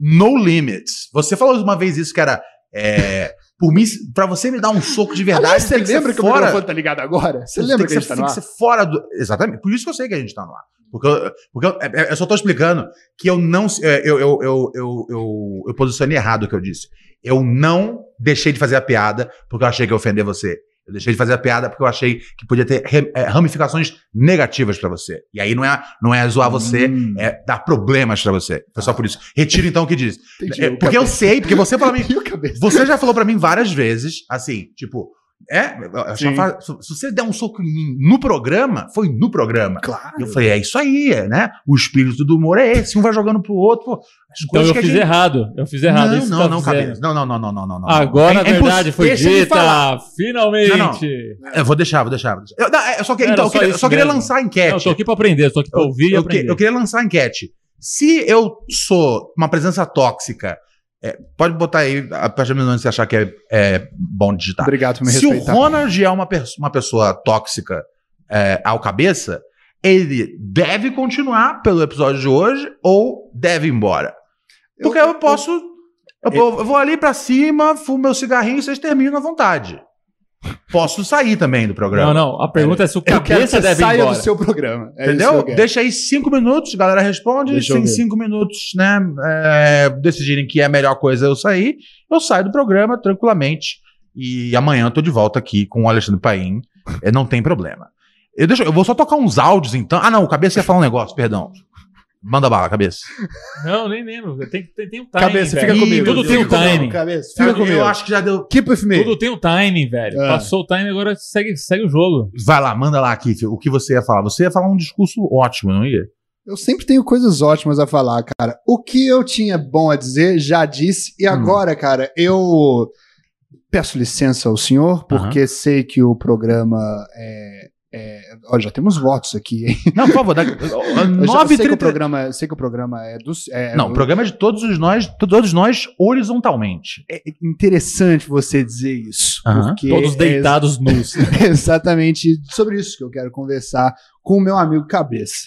Speaker 2: no limits. Você falou uma vez isso que era é, por mim, para você me dar um soco de verdade,
Speaker 1: Aliás, você
Speaker 2: tem ser
Speaker 1: lembra que o
Speaker 2: fora-
Speaker 1: microfone tá ligado agora? Você
Speaker 2: tem
Speaker 1: lembra que,
Speaker 2: ser-
Speaker 1: a gente tá
Speaker 2: tem
Speaker 1: no
Speaker 2: que
Speaker 1: ar?
Speaker 2: ser fora do. Exatamente. Por isso que eu sei que a gente tá no ar. Porque eu, porque eu, é- é- eu só tô explicando que eu não. é, Eu, eu, eu, eu, eu, eu posicionei errado o que eu disse. Eu não deixei de fazer a piada porque eu achei que ia ofender você. Eu deixei de fazer a piada porque eu achei que podia ter re- é, ramificações negativas pra você. E aí não é, não é zoar você,
Speaker 1: Hum.
Speaker 2: é dar problemas pra você. Foi só por isso. Retiro então o que disse.
Speaker 1: Entendi,
Speaker 2: É,
Speaker 1: eu
Speaker 2: porque eu
Speaker 1: acabei.
Speaker 2: sei, porque
Speaker 1: [laughs]
Speaker 2: você fala pra mim.
Speaker 1: E o cabeça?
Speaker 2: Você já falou pra mim várias vezes, assim, tipo, é, eu acho uma
Speaker 1: Sim.
Speaker 2: frase, se se você der um soco em mim no programa, foi no programa.
Speaker 1: Claro.
Speaker 2: E eu falei, é isso aí, é, né? O espírito do humor é esse, um vai jogando pro outro. Pô, as
Speaker 3: Então
Speaker 2: coisas
Speaker 3: eu
Speaker 2: que a
Speaker 3: fiz
Speaker 2: gente-
Speaker 3: errado. Eu fiz errado.
Speaker 2: Não,
Speaker 3: isso que tá
Speaker 2: não,
Speaker 3: eu
Speaker 2: não,
Speaker 3: fizer.
Speaker 2: Cabeça. Não, não, não, não, não, não, não.
Speaker 3: Agora a
Speaker 2: É- é
Speaker 3: verdade
Speaker 2: imposs-
Speaker 3: foi
Speaker 2: Deixa ele
Speaker 3: dita.
Speaker 2: falar.
Speaker 3: Finalmente.
Speaker 2: Não, não. Eu vou deixar, vou deixar. Vou deixar. Eu, não, é, eu só queria,
Speaker 3: Era
Speaker 2: então, eu
Speaker 3: só
Speaker 2: queria,
Speaker 3: isso
Speaker 2: eu só queria
Speaker 3: mesmo.
Speaker 2: lançar a enquete.
Speaker 3: Não, eu tô aqui pra aprender, eu tô aqui pra ouvir e
Speaker 2: eu, que-
Speaker 3: aprender.
Speaker 2: eu queria lançar a enquete. Se eu sou uma presença tóxica, é, pode botar aí a partir do momento que você achar que é, é bom digitar.
Speaker 1: Obrigado por me
Speaker 2: Se
Speaker 1: respeitar.
Speaker 2: o Ronald é uma, perso- uma pessoa tóxica é, ao cabeça, ele deve continuar pelo episódio de hoje ou deve ir embora. Porque eu, posso. Eu, vou- eu vou ali pra cima, fumo meu cigarrinho e vocês terminam à vontade. Posso sair também do programa.
Speaker 3: Não, não. A pergunta é, se o
Speaker 1: Eu quero que
Speaker 3: cabeça
Speaker 1: você
Speaker 3: deve ir
Speaker 1: saia
Speaker 3: embora.
Speaker 1: do seu programa. É isso que
Speaker 2: Entendeu?
Speaker 1: eu quero.
Speaker 2: Deixa aí cinco minutos, a galera responde.
Speaker 1: Deixa eu
Speaker 2: se em
Speaker 1: ver.
Speaker 2: cinco minutos, né, é, decidirem que é a melhor coisa eu sair, eu saio do programa tranquilamente. E amanhã eu tô de volta aqui com o Alexandre Paim. É, não tem problema. Eu, deixa, eu vou só tocar uns áudios então. Ah, não, o cabeça ia falar um negócio, perdão. Manda bala, cabeça.
Speaker 3: Não, nem lembro. Tem, tem, tem um timing.
Speaker 1: Cabeça, fica
Speaker 3: velho.
Speaker 1: comigo.
Speaker 3: Tudo tem um
Speaker 1: Fica comigo,
Speaker 3: timing.
Speaker 1: Cabeça, fica
Speaker 2: eu,
Speaker 1: comigo.
Speaker 2: eu acho que já deu.
Speaker 1: Keep with me.
Speaker 3: Tudo tem um timing, velho.
Speaker 1: É.
Speaker 3: Passou o timing, agora segue, segue o jogo.
Speaker 2: Vai lá, manda lá, Kiff, o que você ia falar. Você ia falar um discurso ótimo, não ia?
Speaker 1: Eu sempre tenho coisas ótimas a falar, cara. O que eu tinha bom a dizer, já disse.
Speaker 2: Hum.
Speaker 1: E agora, cara, eu peço licença ao senhor, porque sei que o programa é. é- Ó, já temos votos aqui, hein?
Speaker 2: Não, por favor, dá,
Speaker 1: Eu já- eu sei, que o
Speaker 2: 9h30.
Speaker 1: programa, eu sei que o programa é do. é
Speaker 2: Não, o
Speaker 1: do-
Speaker 2: programa é de todos os nós, todos nós horizontalmente.
Speaker 1: É interessante você dizer isso.
Speaker 2: Aham.
Speaker 1: Porque
Speaker 3: Todos
Speaker 1: é
Speaker 3: deitados nus.
Speaker 1: É [laughs] exatamente sobre isso que eu quero conversar com o meu amigo Cabeça.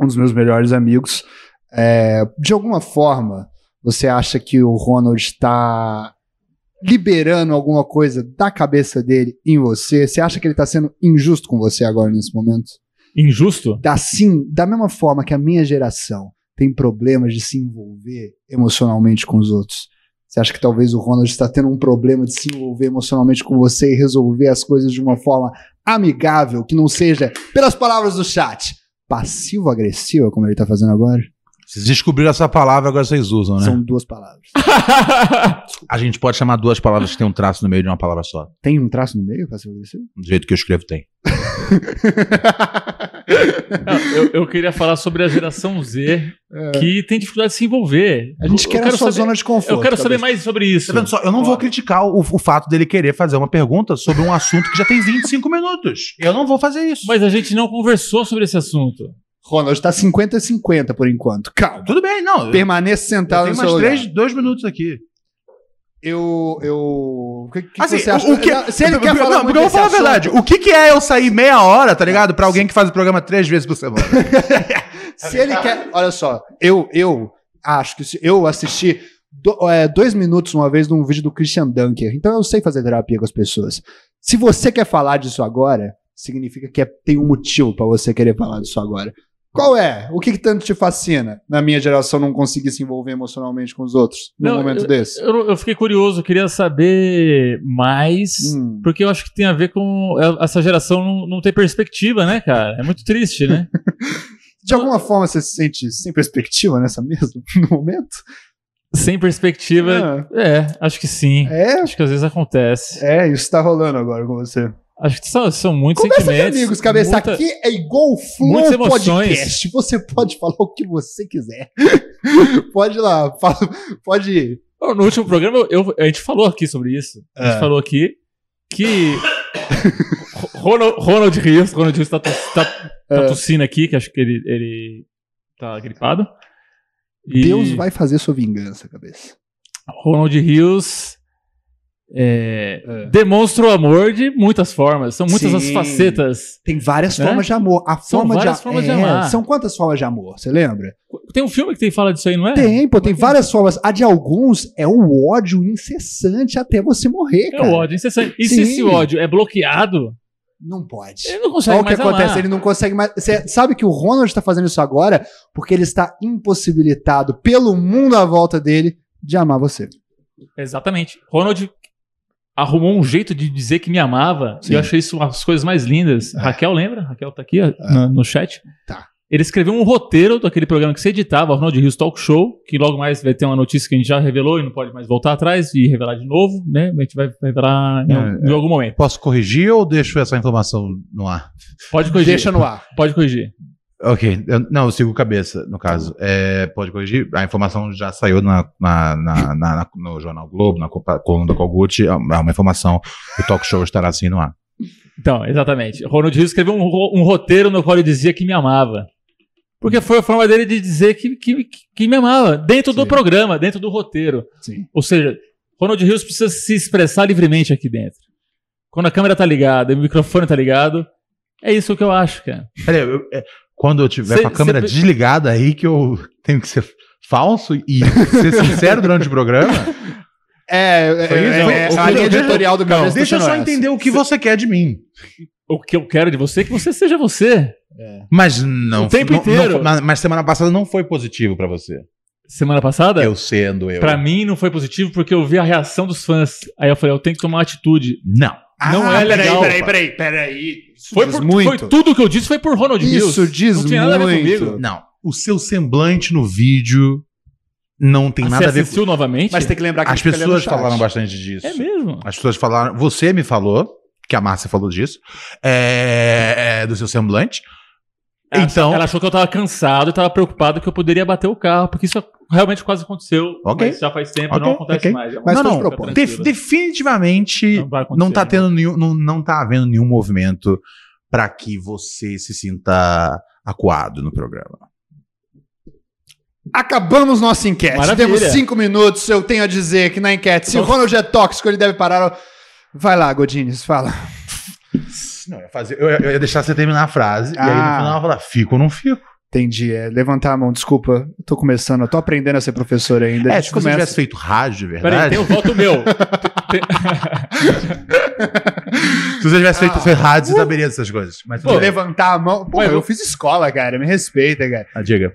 Speaker 1: Um dos meus melhores amigos. É, de alguma forma, você acha que o Ronald está liberando alguma coisa da cabeça dele em você? Você acha que ele está sendo injusto com você agora nesse momento?
Speaker 3: Injusto?
Speaker 1: Da, sim, da mesma forma que a minha geração tem problemas de se envolver emocionalmente com os outros. Você acha que talvez o Ronald está tendo um problema de se envolver emocionalmente com você e resolver as coisas de uma forma amigável, que não seja, pelas palavras do chat, passivo-agressiva, como ele está fazendo agora?
Speaker 2: Vocês descobriram essa palavra, agora vocês usam, né?
Speaker 1: São duas palavras.
Speaker 2: A gente pode chamar duas palavras que tem um traço no meio de uma palavra só.
Speaker 1: Tem um traço no meio, passivo-agressivo?
Speaker 2: Do jeito que eu escrevo, tem.
Speaker 3: Não, eu, eu queria falar sobre a geração Z que tem dificuldade de se envolver.
Speaker 1: A gente
Speaker 3: Eu
Speaker 1: quer É. a
Speaker 3: quero
Speaker 1: sua
Speaker 3: saber-
Speaker 1: zona de conforto.
Speaker 3: Eu quero saber
Speaker 1: cabeça.
Speaker 3: mais sobre isso.
Speaker 2: Tá vendo só? Eu não vou criticar o, o fato dele querer fazer uma pergunta sobre um assunto que já tem 25 minutos. Eu não vou fazer isso.
Speaker 3: Mas a gente não conversou sobre esse assunto.
Speaker 1: Ronald, tá está 50-50 por enquanto. Calma.
Speaker 2: Tudo bem, não. Eu, eu
Speaker 1: Permaneça sentado
Speaker 2: tenho
Speaker 1: no
Speaker 2: mais
Speaker 1: seu lugar.
Speaker 2: três, dois minutos aqui.
Speaker 1: Eu. eu que, que
Speaker 2: Assim,
Speaker 1: você acha?
Speaker 2: o que,
Speaker 1: Não, Se ele quer
Speaker 2: não,
Speaker 1: falar. muito
Speaker 2: porque eu vou
Speaker 1: desse
Speaker 2: falar a
Speaker 1: assunto- É.
Speaker 2: verdade. O que, que é eu sair meia hora, tá ligado? Pra alguém que faz o programa três vezes por semana.
Speaker 3: Tá
Speaker 1: Se ele quer. Olha só, eu, eu acho que se- eu assisti do- é, dois minutos uma vez num vídeo do Christian Dunker. Então eu sei fazer terapia com as pessoas. Se você quer falar disso agora, significa que é- tem um motivo pra você querer falar disso agora. Qual é? O que, que tanto te fascina na minha geração não conseguir se envolver emocionalmente com os outros num
Speaker 3: Não,
Speaker 1: momento
Speaker 3: eu-
Speaker 1: desse?
Speaker 3: Eu, eu fiquei curioso, eu queria saber mais,
Speaker 1: Hum.
Speaker 3: porque eu acho que tem a ver com é, essa geração não, não ter perspectiva, né, cara? É muito
Speaker 1: [laughs]
Speaker 3: triste, né?
Speaker 1: De alguma forma você se sente sem perspectiva nessa mesa, [laughs] no momento? Ah.
Speaker 3: Sem perspectiva, é, acho que sim. Acho que às vezes acontece.
Speaker 1: É, isso tá rolando agora com você.
Speaker 3: Acho que são, são muitos
Speaker 1: Conversa com
Speaker 3: sentimentos.
Speaker 1: amigos, cabeça.
Speaker 3: muita-
Speaker 1: Aqui é igual o
Speaker 3: muitas
Speaker 1: Flow
Speaker 3: emoções.
Speaker 1: Podcast. Você pode falar o que você quiser. [laughs] pode ir lá, fala, pode ir.
Speaker 3: Ó, No último programa, eu- eu- a gente falou aqui sobre isso. A gente
Speaker 1: É.
Speaker 3: falou aqui
Speaker 1: [laughs]
Speaker 3: que. Ronald, Ronald Rios, Ronald Rios tá, tos- tá, tá
Speaker 1: É.
Speaker 3: tossindo aqui, que acho que ele, ele tá gripado. E
Speaker 1: Deus vai fazer sua vingança, cabeça.
Speaker 3: Ronald Rios é, demonstra o amor de muitas formas. São muitas as
Speaker 1: Sim.
Speaker 3: facetas.
Speaker 1: Tem várias
Speaker 3: né?
Speaker 1: formas de amor. A
Speaker 3: São
Speaker 1: forma de,
Speaker 3: várias
Speaker 1: a-
Speaker 3: formas de
Speaker 1: é,
Speaker 3: amar.
Speaker 1: São quantas formas de amor? Você lembra?
Speaker 3: Tem um filme que tem fala disso aí, não é?
Speaker 1: Tem, pô, tem várias formas. A de alguns é o ódio incessante até você morrer,
Speaker 3: É
Speaker 1: cara.
Speaker 3: o ódio incessante. E se
Speaker 1: Sim.
Speaker 3: esse ódio é bloqueado,
Speaker 1: [laughs] Não pode.
Speaker 3: Ele não é. consegue
Speaker 1: Olha o que
Speaker 3: mais amar.
Speaker 1: acontece, ele não consegue mais. Você sabe que o Ronald está fazendo isso agora porque ele está impossibilitado pelo mundo à volta dele de amar você.
Speaker 3: Exatamente. Ronald arrumou um jeito de dizer que me amava.
Speaker 1: Sim. É.
Speaker 3: E eu achei isso uma das coisas mais lindas. Raquel, lembra? Raquel tá aqui ó, na- no chat.
Speaker 1: Tá.
Speaker 3: Ele escreveu um roteiro daquele programa que você editava, Ronald Rios Talk Show, que logo mais vai ter uma notícia que a gente já revelou e não pode mais voltar atrás e revelar de novo, né? A gente vai revelar
Speaker 1: É,
Speaker 3: em, algum- em algum momento.
Speaker 2: É, Posso corrigir ou deixo essa informação no ar?
Speaker 3: Pode corrigir.
Speaker 1: Deixa no ar.
Speaker 3: Pode corrigir.
Speaker 2: Ok, eu- não, eu sigo cabeça, no caso. É, pode corrigir, a informação já saiu na, na- na- na- na- no Jornal Globo, na co- coluna do Kogut, é uma informação, o talk show estará assim no ar.
Speaker 3: Então, exatamente. Ronald Rios escreveu um, ro- um roteiro no qual ele dizia que me amava. Porque foi a forma dele de dizer que, que, que me amava, dentro do programa, dentro do roteiro.
Speaker 1: Sim.
Speaker 3: Ou seja, Ronald Rios precisa se expressar livremente aqui dentro. Quando a câmera tá ligada e o microfone tá ligado, é isso que eu acho, cara.
Speaker 2: Peraí, eu- é, quando eu tiver
Speaker 3: Cê-
Speaker 2: com a câmera
Speaker 3: cê-
Speaker 2: desligada aí que eu [laughs] tenho que ser falso e ser sincero durante o
Speaker 3: [laughs]
Speaker 2: programa?
Speaker 1: É,
Speaker 2: Foi isso?
Speaker 1: é,
Speaker 2: Foi-
Speaker 1: é,
Speaker 2: foi-
Speaker 1: a linha
Speaker 2: deixa-
Speaker 1: editorial do
Speaker 2: não,
Speaker 1: cabeça.
Speaker 2: deixa eu só entender o que você quer de mim.
Speaker 3: O que eu quero de você é que você seja você.
Speaker 2: Mas não.
Speaker 3: O tempo
Speaker 2: não- não
Speaker 3: inteiro.
Speaker 2: foi- mas- mas semana passada não foi positivo pra você.
Speaker 3: Semana passada?
Speaker 2: Eu sendo eu.
Speaker 3: Pra mim não foi positivo porque eu vi a reação dos fãs. Aí eu falei, eu tenho que tomar uma atitude.
Speaker 2: Não.
Speaker 3: Não é legal.
Speaker 1: Ah, Peraí, peraí, peraí.
Speaker 3: Foi por, foi tudo que eu disse foi por Ronald Rios.
Speaker 1: Isso diz
Speaker 3: Não tinha nada a ver
Speaker 1: muito.
Speaker 3: comigo.
Speaker 2: Não. O seu semblante no vídeo não tem
Speaker 3: Ah,
Speaker 2: nada
Speaker 3: você
Speaker 2: a
Speaker 1: Assim,
Speaker 2: ver
Speaker 3: assistiu novamente?
Speaker 1: Mas tem que lembrar que a
Speaker 2: As
Speaker 1: gente fica lendo
Speaker 2: pessoas
Speaker 1: chat.
Speaker 2: falaram bastante disso.
Speaker 3: É mesmo?
Speaker 2: As pessoas falaram. Você me falou, que a Márcia falou disso, é, é, do seu semblante.
Speaker 3: Ela,
Speaker 2: Então-
Speaker 3: ela achou que eu tava cansado e tava preocupado que eu poderia bater o carro, porque isso realmente quase aconteceu.
Speaker 2: Ok.
Speaker 3: Mas já faz tempo,
Speaker 2: Ok,
Speaker 3: não acontece
Speaker 2: ok.
Speaker 3: mais. É uma
Speaker 2: Mas
Speaker 3: coisa
Speaker 2: não,
Speaker 3: que
Speaker 2: não,
Speaker 3: tá
Speaker 2: def-
Speaker 3: tranquila.
Speaker 2: definitivamente não, está tá
Speaker 3: né?
Speaker 2: tendo nenhum, não, não tá havendo nenhum movimento para que você se sinta acuado no programa.
Speaker 1: Acabamos nossa enquete.
Speaker 2: Maravilha.
Speaker 1: Temos cinco minutos. Eu tenho a dizer que na enquete, se o Ronald é tóxico, ele deve parar. Vai lá, Godines, fala.
Speaker 2: Não, eu ia, fazer, eu, ia- eu ia deixar você terminar a frase e aí no
Speaker 1: Ah.
Speaker 2: final eu ia falar, fico ou não fico?
Speaker 1: Entendi. É, levantar a mão, desculpa. Eu tô começando, eu tô aprendendo a ser professor ainda. A
Speaker 2: É,
Speaker 1: gente
Speaker 2: se você
Speaker 1: começa-
Speaker 2: tivesse feito rádio de
Speaker 3: Peraí,
Speaker 2: verdade.
Speaker 3: tem o
Speaker 2: [laughs]
Speaker 3: voto meu.
Speaker 2: Se você tivesse
Speaker 3: Ah.
Speaker 2: feito feito rádio, você saberia dessas coisas. Mas
Speaker 1: Pô, levantar a mão. Pô, eu fiz escola, cara. Me respeita, cara.
Speaker 2: A Ah, diga.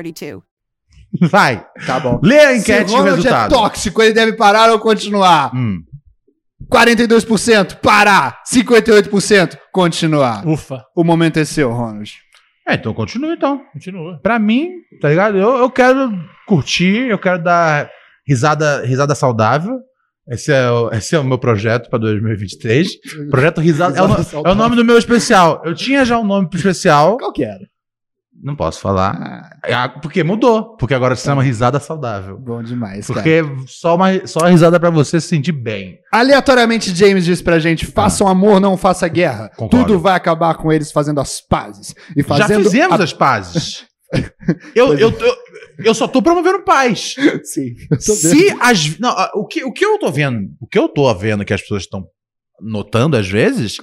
Speaker 2: Vai.
Speaker 1: Tá bom.
Speaker 2: Lê a enquete
Speaker 1: Se
Speaker 2: e o
Speaker 1: Ronald é
Speaker 2: resultado. Hum.
Speaker 1: tóxico, ele deve parar ou continuar? 42% parar, 58% continuar.
Speaker 3: Ufa.
Speaker 1: O momento é seu, Ronald.
Speaker 2: É, então continua então.
Speaker 3: Continua.
Speaker 2: Pra mim, tá ligado? Eu, eu quero curtir, eu quero dar risada, risada saudável. Esse é, o, esse é o meu projeto pra
Speaker 1: [laughs]
Speaker 2: 2023. Projeto Risada. é, o,
Speaker 1: Risada
Speaker 2: no- é o nome do meu especial. Eu tinha já um nome pro especial.
Speaker 1: Qual que era?
Speaker 2: Não posso falar. Ah, porque mudou. Porque agora se chama Risada Saudável.
Speaker 1: Bom demais. cara.
Speaker 2: Porque só uma, só uma risada pra você se sentir bem.
Speaker 1: Aleatoriamente, James disse pra gente: façam amor, não faça guerra.
Speaker 2: Concordo.
Speaker 1: Tudo vai acabar com eles fazendo as pazes. E
Speaker 2: Já
Speaker 1: fazendo
Speaker 2: fizemos as pazes. Eu, eu, eu, eu só tô promovendo paz.
Speaker 1: Sim.
Speaker 2: Se as. Não, ah, o, que, o que eu tô vendo, o que eu tô vendo que as pessoas estão notando às vezes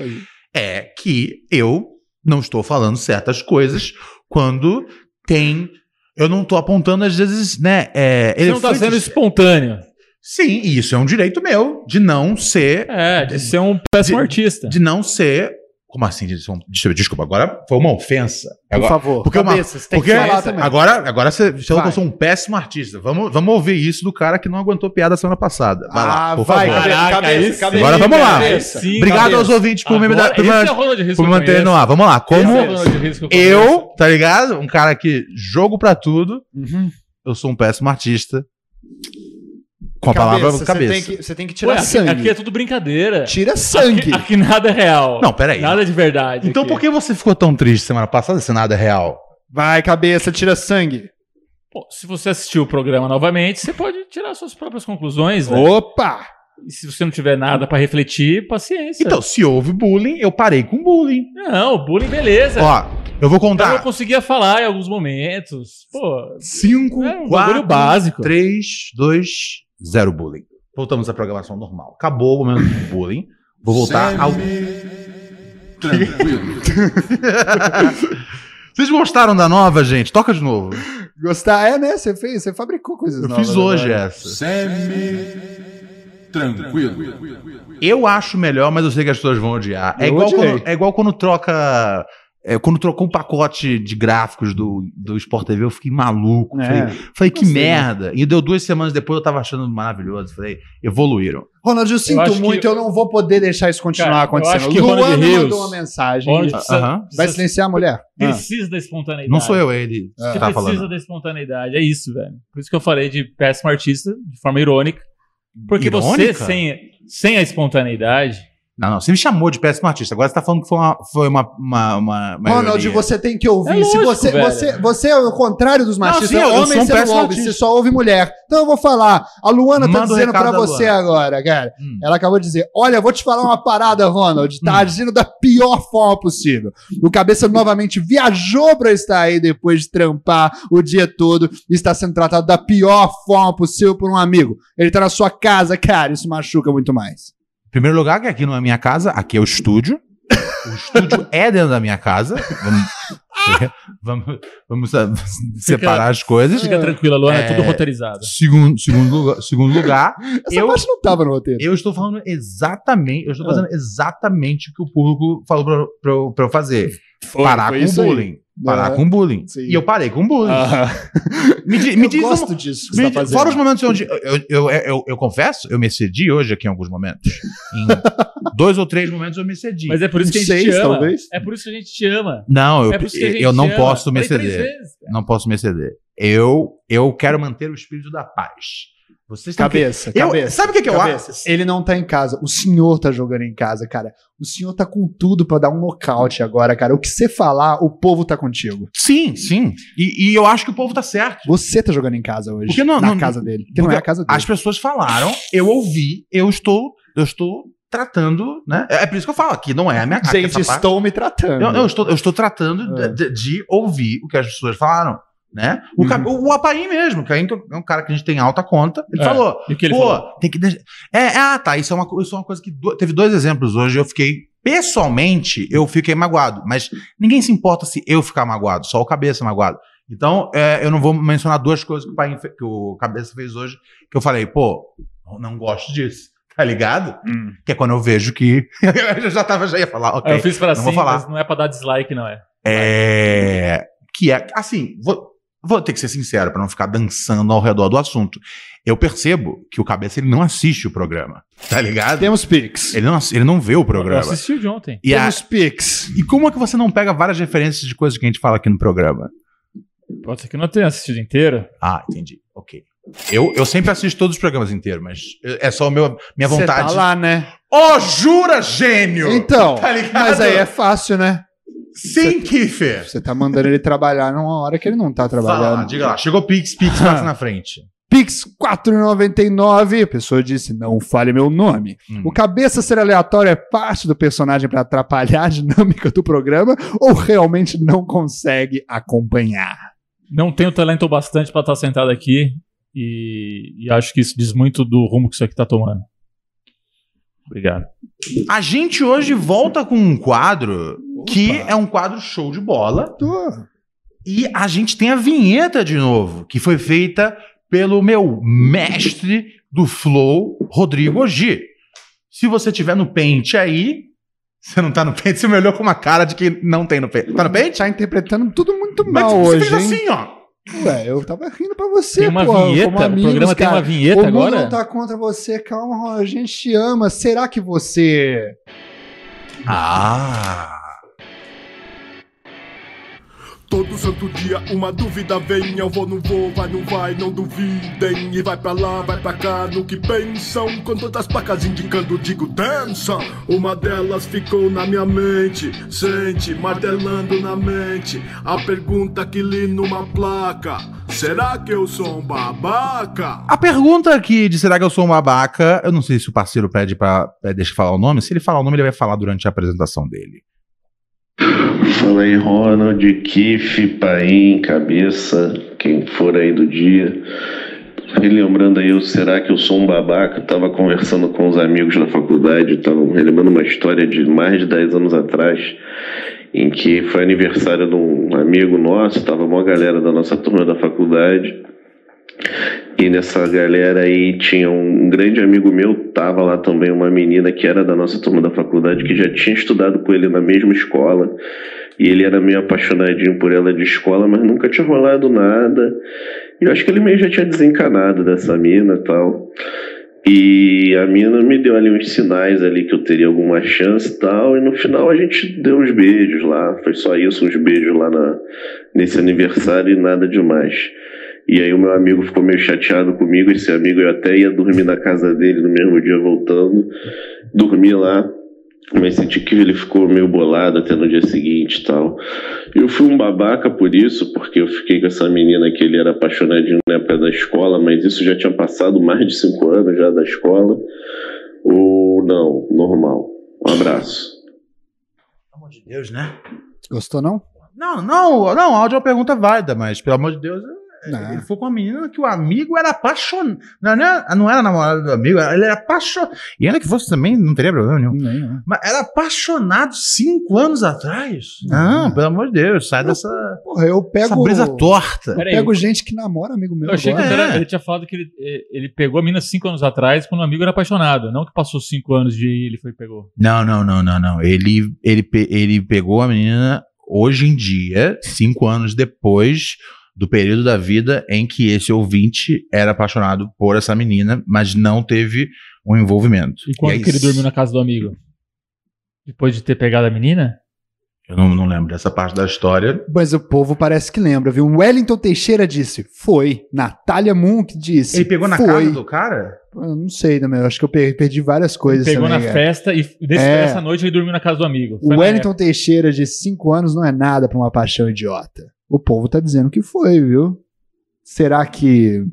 Speaker 2: é que eu não estou falando certas coisas quando tem. Eu não tô apontando, às vezes, né? É,
Speaker 3: Você não tá
Speaker 2: elefantes-
Speaker 3: sendo espontâneo.
Speaker 2: Sim, e isso é um direito meu de não ser.
Speaker 3: É, de ser um péssimo
Speaker 2: artista. De não ser. Como assim? de ser um- deixa eu- Desculpa, agora foi uma ofensa.
Speaker 1: Por
Speaker 2: Agora-
Speaker 1: favor,
Speaker 2: porque, é uma,
Speaker 1: cabeça, você tem que
Speaker 2: porque
Speaker 1: falar também.
Speaker 2: agora, agora você, você falou que
Speaker 1: Vai.
Speaker 2: eu sou um péssimo artista. Vamos, vamos ouvir isso do cara que não aguentou piada semana passada. Vai lá,
Speaker 1: Ah,
Speaker 2: por
Speaker 1: vai,
Speaker 2: favor.
Speaker 1: cabeça, Caraca, cabeça, aí sim, cabeça,
Speaker 2: agora vamos lá.
Speaker 1: cabeça. Sim,
Speaker 2: Obrigado
Speaker 1: cabeça.
Speaker 2: aos ouvintes por, me,
Speaker 3: Agora,
Speaker 2: por,
Speaker 3: esse
Speaker 2: me-
Speaker 3: é o Ronald Rios
Speaker 2: por
Speaker 3: que
Speaker 2: me
Speaker 3: eu
Speaker 2: manterem no
Speaker 3: conheço.
Speaker 2: ar. Vamos lá. Como
Speaker 3: Esse é o Ronald Rios que eu conheço.
Speaker 2: eu, tá ligado? Um cara que jogo pra tudo.
Speaker 1: Uhum.
Speaker 2: Eu sou um péssimo artista. Com a palavra cabeça.
Speaker 1: Você tem que, você tem que tirar
Speaker 3: Ué, aqui-
Speaker 1: sangue.
Speaker 3: Aqui é tudo brincadeira.
Speaker 1: Tira sangue.
Speaker 3: Aqui, aqui nada é real.
Speaker 2: Não, peraí.
Speaker 3: Nada de verdade.
Speaker 2: Então
Speaker 3: aqui.
Speaker 2: por que você ficou tão triste semana passada se nada é real?
Speaker 1: Vai, cabeça, tira sangue.
Speaker 3: Pô, se você assistiu o programa novamente, você pode tirar suas próprias conclusões, né?
Speaker 1: Opa!
Speaker 3: E se você não tiver nada pra refletir, paciência.
Speaker 2: Então, se houve bullying, eu parei com bullying.
Speaker 3: Não, bullying, beleza.
Speaker 2: Ó, eu vou
Speaker 3: Então eu
Speaker 2: contar.
Speaker 3: conseguia falar em alguns momentos. Pô,
Speaker 2: 5,
Speaker 3: é um bagulho
Speaker 2: 4,
Speaker 3: básico.
Speaker 2: 3, 2, 0 bullying. Voltamos à programação normal. Acabou o momento do bullying. Vou voltar ao. [laughs] Vocês gostaram da nova, gente? Toca de novo.
Speaker 1: Gostar, é, né? Você fez, você fabricou coisas
Speaker 2: Eu
Speaker 1: novas.
Speaker 2: fiz hoje
Speaker 1: agora. é
Speaker 2: essa. Eu acho melhor, mas eu sei que as pessoas vão odiar. É
Speaker 1: Eu
Speaker 2: igual,
Speaker 1: odiei.
Speaker 2: quando, é igual quando troca. é, quando trocou um pacote de gráficos do, do Sport TV, eu fiquei maluco.
Speaker 1: É.
Speaker 2: Falei, falei, que
Speaker 1: Não sei, né?
Speaker 2: merda. E deu duas semanas depois, eu tava achando maravilhoso. Falei, evoluíram.
Speaker 1: Ronald, eu sinto
Speaker 3: acho que-
Speaker 1: muito, eu não vou poder deixar isso continuar
Speaker 3: Cara, eu
Speaker 1: acontecendo.
Speaker 3: acho que
Speaker 1: Luana
Speaker 3: Ronald Rios-
Speaker 1: mandou uma mensagem.
Speaker 3: Ronald precisa-
Speaker 2: Aham.
Speaker 1: Vai silenciar a mulher?
Speaker 3: precisa da espontaneidade.
Speaker 2: ah. Não sou eu, é ele
Speaker 3: Você
Speaker 2: que tá
Speaker 3: precisa
Speaker 2: falando.
Speaker 3: da espontaneidade, é isso, velho. Por isso que eu falei de péssimo artista, de forma irônica. Porque
Speaker 2: Irônica?
Speaker 3: você, sem, sem a espontaneidade,
Speaker 2: Não, não, você me chamou de péssimo artista. Agora você tá falando que foi uma. Foi uma, uma, uma- uma
Speaker 1: Ronald,
Speaker 2: ironia.
Speaker 1: você tem que ouvir.
Speaker 3: É
Speaker 1: Se
Speaker 3: lógico,
Speaker 1: você,
Speaker 3: velho.
Speaker 1: você, você é o contrário dos machistas.
Speaker 2: sim, eu- eu sou
Speaker 1: é homem,
Speaker 2: um
Speaker 1: você não
Speaker 2: péssimo
Speaker 1: ouve,
Speaker 2: artista.
Speaker 1: você só ouve mulher. Então eu vou falar. A Luana
Speaker 2: Manda
Speaker 1: tá
Speaker 2: o
Speaker 1: dizendo
Speaker 2: recado Hum.
Speaker 1: pra
Speaker 2: da
Speaker 1: você
Speaker 2: Luana.
Speaker 1: agora, cara. Ela acabou de dizer: Olha, eu vou te falar uma parada, Ronald.
Speaker 2: Hum.
Speaker 1: Tá agindo da pior forma possível. O cabeça novamente viajou pra estar aí depois de trampar o dia todo e está sendo tratado da pior forma possível por um amigo. Ele tá na sua casa, cara. Isso machuca muito mais.
Speaker 2: Em primeiro lugar, que aqui não é minha casa, aqui é o estúdio. O estúdio
Speaker 1: [laughs]
Speaker 2: é dentro da minha casa. Vamos, vamos, vamos sa- separar as coisas.
Speaker 3: fica tranquila, Luana, é,
Speaker 2: É,
Speaker 3: tudo roteirizado.
Speaker 2: Segundo, segundo lugar, segundo lugar
Speaker 1: [laughs] Essa
Speaker 2: eu,
Speaker 1: parte não tava no roteiro. Ah.
Speaker 2: eu estou falando exatamente, eu estou fazendo exatamente o que o público falou pra, eu- pra, eu- pra eu fazer.
Speaker 1: Foi,
Speaker 2: parar
Speaker 1: foi
Speaker 2: com o
Speaker 1: isso aí.
Speaker 2: bullying. Parar
Speaker 1: É.
Speaker 2: com o bullying.
Speaker 1: Sim.
Speaker 2: E eu parei com o bullying. Me, di- me
Speaker 1: eu
Speaker 2: diz uma-
Speaker 1: gosto disso que você
Speaker 2: me
Speaker 1: tá
Speaker 2: di-
Speaker 1: fazendo.
Speaker 2: Fora os momentos onde. Eu, eu, eu, eu- eu confesso, eu me cedi hoje aqui em alguns momentos. Em [laughs] dois ou três momentos eu me cedi.
Speaker 3: Mas é por isso que a gente
Speaker 1: Seis,
Speaker 3: te ama.
Speaker 1: talvez.
Speaker 3: É por isso que a gente te ama.
Speaker 2: Não, eu,
Speaker 3: É por isso que a gente
Speaker 2: eu não
Speaker 3: ama.
Speaker 2: posso me
Speaker 3: Falei três
Speaker 2: ceder.
Speaker 3: vezes.
Speaker 2: Não posso me ceder. Eu, eu quero manter o espírito da paz. Vocês têm
Speaker 1: Cabeça,
Speaker 2: que... Eu-
Speaker 1: cabeça.
Speaker 2: sabe o que, que eu acho?
Speaker 1: Cabeça. Ele não tá em casa. O senhor tá jogando em casa, cara. O senhor tá com tudo pra dar um nocaute agora, cara. O que você falar, o povo tá contigo.
Speaker 2: Sim, sim. E, e eu acho que o povo tá certo.
Speaker 1: Você tá jogando em casa hoje.
Speaker 2: Porque não,
Speaker 1: na
Speaker 2: não-
Speaker 1: casa dele. Porque
Speaker 2: porque
Speaker 1: não é a casa dele.
Speaker 2: As pessoas falaram, eu ouvi, eu estou, eu estou tratando, né? É é por isso que eu falo aqui, não é a minha casa.
Speaker 1: Gente, estou me tratando.
Speaker 2: Eu, eu estou, eu estou tratando
Speaker 3: É.
Speaker 2: de- de, de ouvir o que as pessoas falaram. Né? O, Ca- o, o Apaim mesmo, que é um cara que a gente tem alta conta, ele
Speaker 3: Uhum. É,
Speaker 2: falou:
Speaker 3: e o que ele
Speaker 2: pô,
Speaker 3: falou?
Speaker 2: tem que deixar. É, é, ah, tá. Isso é uma, co- isso é uma coisa que. do- Teve dois exemplos hoje, eu fiquei. Pessoalmente, eu fiquei magoado, mas ninguém se importa se eu ficar magoado, só o cabeça magoado. Então, é, eu não vou mencionar duas coisas que o, Paim fe- que o cabeça fez hoje, que eu falei, pô, não gosto disso, tá ligado?
Speaker 3: Hum.
Speaker 2: Que é quando eu vejo que. [laughs] eu já tava, já ia falar, ok.
Speaker 3: Aí eu fiz pra
Speaker 2: não
Speaker 3: sim,
Speaker 2: vou falar.
Speaker 3: mas não é pra dar dislike, não é.
Speaker 2: É. Que é. Assim, vou, vou ter que ser sincero pra não ficar dançando ao redor do assunto. Eu percebo que o cabeça ele não assiste o programa. Tá ligado?
Speaker 1: Temos Pix.
Speaker 2: Ele não, ass- ele não vê o
Speaker 3: Eu
Speaker 2: programa.
Speaker 3: assisti o de ontem.
Speaker 2: E, a,
Speaker 1: Temos Pix.
Speaker 2: e como é que você não pega várias referências de coisas que a gente fala aqui no programa?
Speaker 3: Pode ser que eu não tenha assistido inteiro.
Speaker 2: Ah, entendi. Ok. Eu, eu sempre assisto todos os programas inteiros, mas é só o meu, minha
Speaker 1: Você
Speaker 2: vontade.
Speaker 1: tá lá, né?
Speaker 2: Oh, jura, gênio!
Speaker 1: Então,
Speaker 2: Tá ligado?
Speaker 1: mas aí é fácil, né?
Speaker 2: Sim, Kiffer!
Speaker 1: Você tá mandando ele trabalhar numa hora que ele não tá
Speaker 2: Fala,
Speaker 1: trabalhando.
Speaker 2: diga lá. Chegou Pix, Pix passa na frente.
Speaker 1: Pix 4,99. A pessoa disse: não fale meu nome. O cabeça ser aleatório é parte do personagem para atrapalhar a dinâmica do programa ou realmente não consegue acompanhar?
Speaker 3: Não tenho talento bastante pra estar sentado aqui e, e acho que isso diz muito do rumo que isso aqui tá tomando. Obrigado.
Speaker 2: A gente hoje volta com um quadro que é um quadro show de bola. E a gente tem a vinheta de novo, que foi feita pelo meu mestre do Flow, Rodrigo Ogi. Se você tiver no pente aí. Você não tá no pente, você me olhou com uma cara de que não tem no pente. Tá no pente?
Speaker 1: Tá interpretando tudo muito
Speaker 2: Mas
Speaker 1: mal
Speaker 2: você
Speaker 1: hoje.
Speaker 2: fez
Speaker 1: hein?
Speaker 2: assim, ó.
Speaker 1: Ué, eu tava rindo pra você,
Speaker 3: Tem uma
Speaker 1: pô,
Speaker 3: vinheta?
Speaker 1: como
Speaker 3: O
Speaker 1: amigos,
Speaker 3: programa tem
Speaker 1: cara.
Speaker 3: uma vinheta
Speaker 1: o mundo
Speaker 3: agora?
Speaker 1: não tá contra você, calma, a gente te ama. Será que você.
Speaker 2: Ah!
Speaker 8: Todo santo dia uma dúvida vem, eu vou, não vou, vai, não vai, não duvidem. E vai pra lá, vai pra cá, no que pensam. Com tantas placas indicando, digo, dança. Uma delas ficou na minha mente, sente, martelando na mente. A pergunta que li numa placa: será que eu sou um babaca?
Speaker 2: A pergunta aqui de será que eu sou um babaca, eu não sei se o parceiro pede pra. é, deixa eu falar o nome. Se ele falar o nome, ele vai falar durante a apresentação dele.
Speaker 9: Fala aí, Ronald, Kiff, Paim, Cabeça, quem for aí do dia. Relembrando aí, o será que eu sou um babaca? Eu tava conversando com os amigos na faculdade, estavam relembrando uma história de mais de 10 anos atrás, em que foi aniversário de um amigo nosso, tava uma galera da nossa turma da faculdade. E nessa galera aí tinha um grande amigo meu, tava lá também uma menina que era da nossa turma da faculdade, que já tinha estudado com ele na mesma escola. E ele era meio apaixonadinho por ela de escola, mas nunca tinha rolado nada. E eu acho que ele meio já tinha desencanado dessa mina e tal. E a mina me deu ali uns sinais ali que eu teria alguma chance e tal. E no final a gente deu uns beijos lá. Foi só isso, uns beijos lá na, nesse aniversário e nada demais. E aí o meu amigo ficou meio chateado comigo, esse amigo eu até ia dormir na casa dele no mesmo dia voltando, dormi lá, mas senti que ele ficou meio bolado até no dia seguinte e tal. Eu fui um babaca por isso, porque eu fiquei com essa menina que ele era apaixonadinho na época da escola, mas isso já tinha passado mais de cinco anos já da escola. Ou não, normal. Um abraço.
Speaker 2: Deus, né?
Speaker 1: Gostou, não?
Speaker 2: Não, não, não, áudio é uma pergunta válida, mas pelo amor de Deus, é- ele foi com uma menina que o amigo era apaixonado. Não, era- não era namorada do amigo, ele era apaixonado. E ainda que fosse também, não teria problema nenhum.
Speaker 1: é.
Speaker 2: Mas era apaixonado cinco anos atrás? Não, pelo amor de Deus, sai dessa.
Speaker 1: Porra, eu pego.
Speaker 2: Essa brisa torta.
Speaker 1: Eu
Speaker 3: Peraí,
Speaker 1: pego
Speaker 3: eu-
Speaker 1: gente que namora, amigo meu.
Speaker 3: Eu achei que
Speaker 1: agora.
Speaker 3: o
Speaker 2: É.
Speaker 3: cara- ele tinha falado que ele, eh, ele pegou a mina cinco anos atrás quando um amigo era apaixonado. Não que passou cinco anos de aí ele foi e pegou.
Speaker 2: Não, não, não, não, não. Ele, ele, pe- ele pegou a menina hoje em dia, cinco anos depois do período da vida em que esse ouvinte era apaixonado por essa menina, mas não teve um envolvimento.
Speaker 3: E quando
Speaker 2: é
Speaker 3: que ele
Speaker 2: isso.
Speaker 3: dormiu na casa do amigo? Depois de ter pegado a menina?
Speaker 2: Eu não, não lembro dessa parte da história.
Speaker 1: Mas o povo parece que lembra, viu? Wellington Teixeira disse, foi. Natália Munk disse.
Speaker 2: Ele pegou na
Speaker 1: foi.
Speaker 2: casa do cara?
Speaker 1: Eu não sei também, eu acho que eu pe- perdi várias coisas.
Speaker 3: Pegou na
Speaker 1: também, cara.
Speaker 3: festa e desse
Speaker 1: É.
Speaker 3: essa noite ele dormiu na casa do amigo. Foi
Speaker 1: O
Speaker 3: na
Speaker 1: Wellington
Speaker 3: época.
Speaker 1: Teixeira de 5 anos não é nada pra uma paixão idiota. O povo tá dizendo que foi, viu? Será que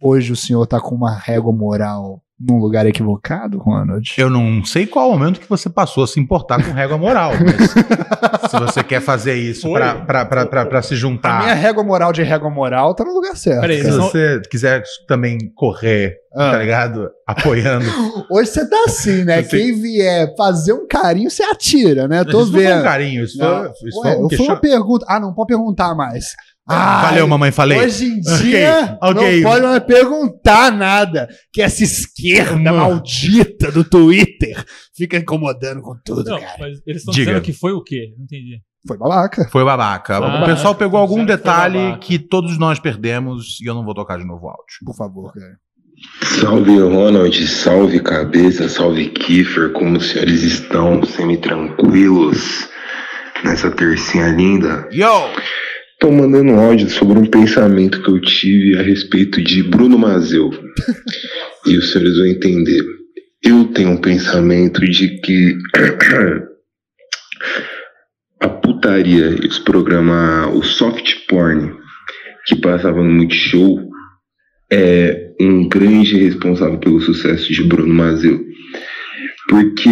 Speaker 1: hoje o senhor tá com uma régua moral num lugar equivocado, Ronald?
Speaker 2: Eu não sei qual momento que você passou a se importar com régua moral, mas
Speaker 3: [laughs]
Speaker 2: se você quer fazer isso
Speaker 1: Foi.
Speaker 2: pra- pra- pra pra- pra se juntar.
Speaker 1: A minha régua moral de régua moral tá no lugar certo.
Speaker 2: Se
Speaker 1: cara.
Speaker 2: você quiser também correr,
Speaker 3: Ah.
Speaker 2: tá ligado? Apoiando.
Speaker 1: Hoje você tá assim, né?
Speaker 2: Você-
Speaker 1: Quem vier fazer um carinho, você atira, né?
Speaker 2: Isso
Speaker 1: Tô
Speaker 2: não foi
Speaker 1: vendo.
Speaker 2: um carinho, isso foi-
Speaker 1: Não.
Speaker 2: isso
Speaker 1: Ué,
Speaker 2: foi um
Speaker 1: eu fui
Speaker 2: question-
Speaker 1: uma pergunta. Ah, não pode perguntar mais.
Speaker 2: Valeu,
Speaker 1: Ai,
Speaker 2: mamãe, falei.
Speaker 1: Hoje em dia,
Speaker 2: Ok, ok.
Speaker 1: não pode mais perguntar nada. Que essa esquerda maldita do Twitter fica incomodando com tá tudo,
Speaker 3: Não,
Speaker 1: cara.
Speaker 3: mas eles estão
Speaker 2: Diga.
Speaker 3: dizendo que foi o quê? Não entendi.
Speaker 1: Foi babaca.
Speaker 2: Foi babaca.
Speaker 3: Babaca,
Speaker 2: o pessoal pegou algum
Speaker 3: disseram que foi
Speaker 2: detalhe
Speaker 3: babaca.
Speaker 2: que todos nós perdemos e eu não vou tocar de novo o áudio.
Speaker 1: Por favor, cara.
Speaker 5: Salve Ronald, salve cabeça, salve Kiefer, como os senhores estão semi-tranquilos nessa tercinha linda?
Speaker 2: Yo!
Speaker 5: Tô mandando um áudio sobre um pensamento que eu tive a respeito de Bruno Mazeu. e os senhores vão entender. Eu tenho um pensamento de que [clears throat] a putaria e os programas, o soft porn que passavam no Multishow é um grande responsável pelo sucesso de Bruno Mazeu. Porque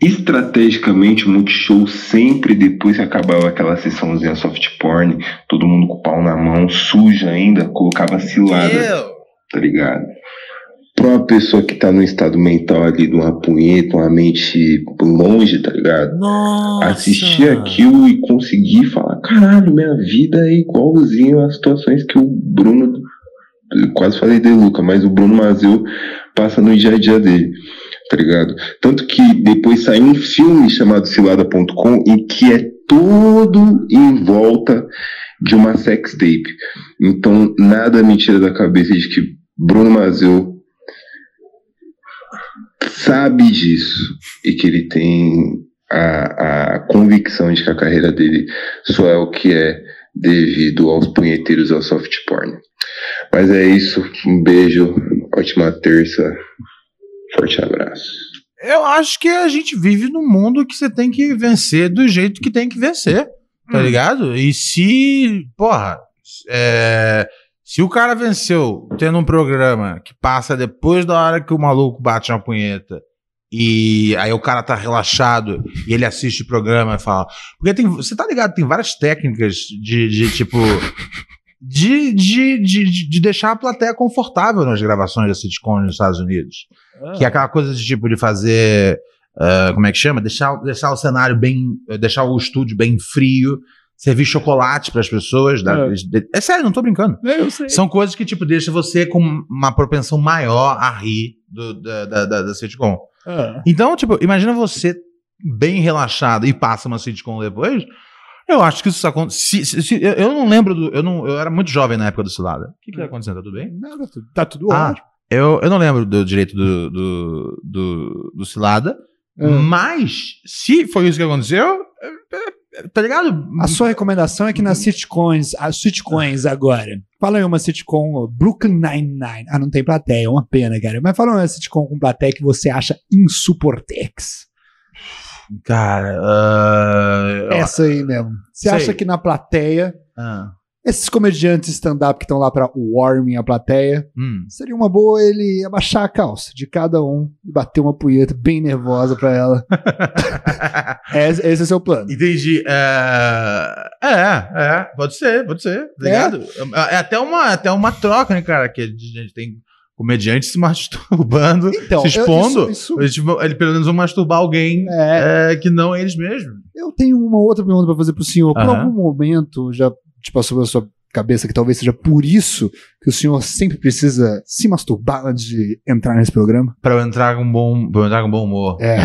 Speaker 5: estrategicamente o Multishow sempre depois que acabava aquela sessãozinha soft porn, todo mundo com o pau na mão, sujo ainda, colocava cilada. Tá ligado? Pra uma pessoa que tá num estado mental ali de uma punheta, uma mente longe, tá ligado? Assistir aquilo e conseguir falar, caralho, minha vida é igualzinho às situações que o Bruno. eu Quase falei de Luca, mas o Bruno Mazeu passa no dia a dia dele, tá ligado? Tanto que depois saiu um filme chamado Cilada.com e que é todo em volta de uma sex tape. Então, nada me tira da cabeça de que Bruno Mazeu sabe disso e que ele tem a, a convicção de que a carreira dele só é o que é devido aos punheteiros e ao soft porn. Mas é isso, um beijo, ótima terça, forte abraço.
Speaker 2: Eu acho que a gente vive num mundo que você tem que vencer do jeito que tem que vencer,
Speaker 1: Hum.
Speaker 2: tá ligado? E se, porra, é, se o cara venceu tendo um programa que passa depois da hora que o maluco bate uma punheta e aí o cara tá relaxado e ele assiste o programa e fala. Porque tem, você tá ligado, tem várias técnicas de, de tipo. De, de, de, de- de deixar a plateia confortável nas gravações da sitcom nos Estados Unidos. Que é aquela coisa de tipo de fazer. ah, como é que chama? Deixar, deixar o cenário bem. eh, Deixar o estúdio bem frio. Servir chocolate para as pessoas. dar- de- É. sério, não tô brincando. São coisas que, tipo, deixa você com uma propensão maior a rir do- da, da, da, da sitcom.
Speaker 1: É.
Speaker 2: Então, tipo, imagina você bem relaxado e passa uma sitcom depois. Eu acho que isso acontece. eu, eu não lembro do. Eu, não, eu era muito jovem na época do Cilada. O que, que tá acontecendo? Tá tudo bem?
Speaker 1: Nada, tá tudo
Speaker 2: Ah,
Speaker 1: ótimo.
Speaker 2: eu, eu não lembro do direito do, do, do, do Cilada,
Speaker 1: Hum.
Speaker 2: mas se foi isso que aconteceu, é, é, tá ligado?
Speaker 1: A sua recomendação é que nas sitcoms, as sitcoms agora. Fala aí uma sitcom, ó, Brooklyn Nine-Nine. Ah, não tem plateia, é uma pena, cara. Mas fala uma sitcom com plateia que você acha insuportex.
Speaker 2: Cara, ah,
Speaker 1: Essa aí mesmo. Você
Speaker 2: Sei.
Speaker 1: acha que na plateia,
Speaker 2: ah,
Speaker 1: esses comediantes stand-up que estão lá pra warming a plateia,
Speaker 2: hum.
Speaker 1: seria uma boa ele abaixar a calça de cada um e bater uma punheta bem nervosa pra ela. esse, esse é seu plano.
Speaker 2: Entendi. É, é, é, pode ser, pode ser, tá
Speaker 1: É?
Speaker 2: ligado? É, é até, uma, até uma troca, né, cara? Que a gente tem comediantes se masturbando,
Speaker 1: Então,
Speaker 2: se
Speaker 1: eu-
Speaker 2: expondo.
Speaker 1: isso- isso-
Speaker 2: Eles, vão- eles, pelo menos vão masturbar alguém é, que não eles mesmos.
Speaker 1: Eu tenho uma outra pergunta pra fazer pro senhor. Por
Speaker 2: Aham.
Speaker 1: algum momento já te passou pela sua cabeça que talvez seja por isso que o senhor sempre precisa se masturbar antes de entrar nesse programa?
Speaker 2: Pra eu entrar com bom, pra eu entrar com bom humor.
Speaker 1: É.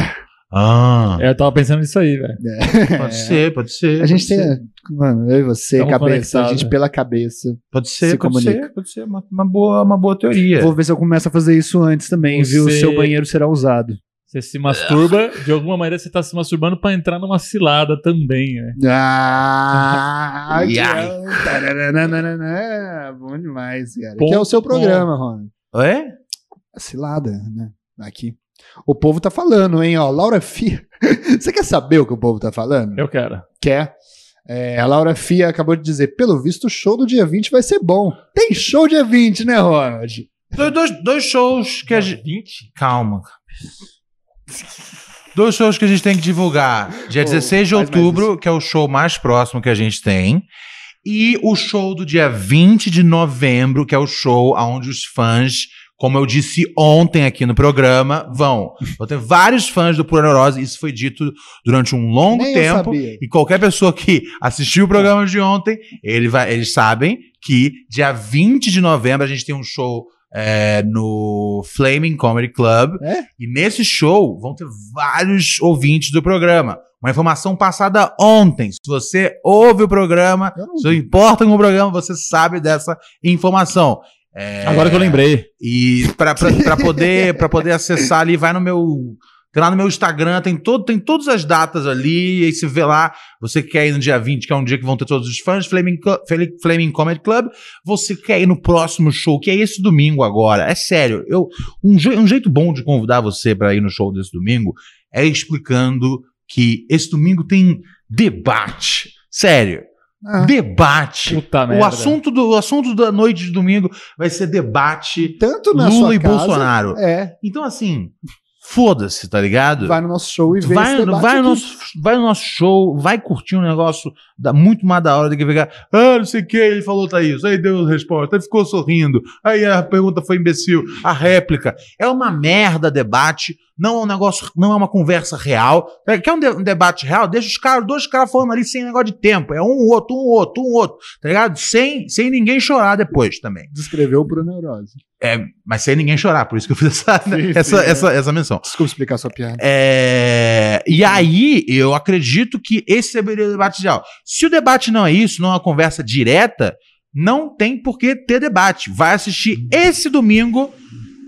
Speaker 2: Ah.
Speaker 3: É, Eu tava pensando nisso aí, velho.
Speaker 2: Pode ser, pode ser.
Speaker 1: A
Speaker 2: pode
Speaker 1: gente tem,
Speaker 2: ser.
Speaker 1: mano, eu e você,
Speaker 3: Tamo
Speaker 1: cabeça,
Speaker 3: conectado.
Speaker 1: a gente pela cabeça.
Speaker 2: Pode ser,
Speaker 1: se
Speaker 2: pode
Speaker 1: comunica.
Speaker 2: ser, pode ser. Uma, uma boa, uma boa teoria.
Speaker 1: Vou ver se eu começo a fazer isso antes também,
Speaker 3: Você-
Speaker 1: viu? O seu banheiro será usado.
Speaker 3: Você se masturba, de alguma maneira você tá se masturbando pra entrar numa cilada também, né?
Speaker 5: Ah,
Speaker 3: Ai,
Speaker 5: ai. Tarananana, Bom demais, cara. que é o seu programa, Rony.
Speaker 2: É?
Speaker 5: Cilada, né? Aqui. O povo tá falando, hein? Ó, Laura Fia. [laughs] Você quer saber o que o povo tá falando?
Speaker 3: Eu quero.
Speaker 5: Quer. É, a Laura Fia acabou de dizer: pelo visto, o show do dia 20 vai ser bom. Tem show dia 20, né, Ronald?
Speaker 2: Dois, dois, dois shows que a gente. 20? Calma. Dois shows que a gente tem que divulgar. Dia
Speaker 5: Pô,
Speaker 2: 16 de
Speaker 5: faz mais
Speaker 2: outubro, que é o show mais próximo que a gente tem. E o show do dia 20 de novembro, que é o show onde os fãs, como eu disse ontem aqui no programa, vão. Vão ter vários fãs do Pura Neurose. Isso foi dito durante um longo
Speaker 5: Nem eu
Speaker 2: tempo.
Speaker 5: sabia.
Speaker 2: E qualquer pessoa que assistiu o programa de ontem, ele vai- eles sabem que dia 20 de novembro a gente tem um show é, no Flaming Comedy Club. E nesse show vão ter vários ouvintes do programa. Uma informação passada ontem. Se você ouve o programa, se você importa com o programa, você sabe dessa informação. É,
Speaker 3: Agora que eu lembrei.
Speaker 2: E pra, pra, pra poder, pra poder acessar ali, vai no meu. Tem lá no meu Instagram, tem, todo, tem todas as datas ali, e aí você vê lá, você quer ir no dia 20, que é um dia que vão ter todos os fãs, Flaming, Clu- Fel- Flaming Comedy Club, você quer ir no próximo show, que é esse domingo agora, é sério, eu, um, je- um jeito bom de convidar você pra ir no show desse domingo é explicando que esse domingo tem debate, sério,
Speaker 1: Ah.
Speaker 2: debate, o
Speaker 3: merda.
Speaker 2: assunto, do, o assunto da noite de domingo vai ser debate
Speaker 5: Tanto na
Speaker 2: Lula
Speaker 5: sua
Speaker 2: e
Speaker 5: casa,
Speaker 2: Bolsonaro.
Speaker 5: É.
Speaker 2: Então, assim, foda-se, tá ligado?
Speaker 5: Vai no nosso show e vê esse
Speaker 2: Vai,
Speaker 5: debate
Speaker 2: vai, no
Speaker 5: aqui.
Speaker 2: nosso, vai no nosso show, vai curtir um negócio da, muito mais da hora do que pegar. Ah, não sei o que, ele falou, tá isso. Aí deu a resposta, ele ficou sorrindo. Aí a pergunta foi imbecil. A réplica. É uma merda debate, não é um negócio, não é uma conversa real. É, Quer um, de- um debate real? Deixa os caras, dois caras falando ali sem negócio de tempo. É um outro, um outro, um outro, tá ligado? Sem, sem ninguém chorar depois também.
Speaker 5: Descreveu pro Neurose.
Speaker 2: É, mas sem ninguém chorar, por isso que eu fiz essa,
Speaker 5: Sim, sim,
Speaker 2: [laughs] essa,
Speaker 5: é.
Speaker 2: essa, essa menção.
Speaker 5: Desculpa explicar sua piada.
Speaker 2: É, e aí, eu acredito que esse seria o debate ideal. Se o debate não é isso, não é uma conversa direta, não tem por que ter debate. Vai assistir esse domingo.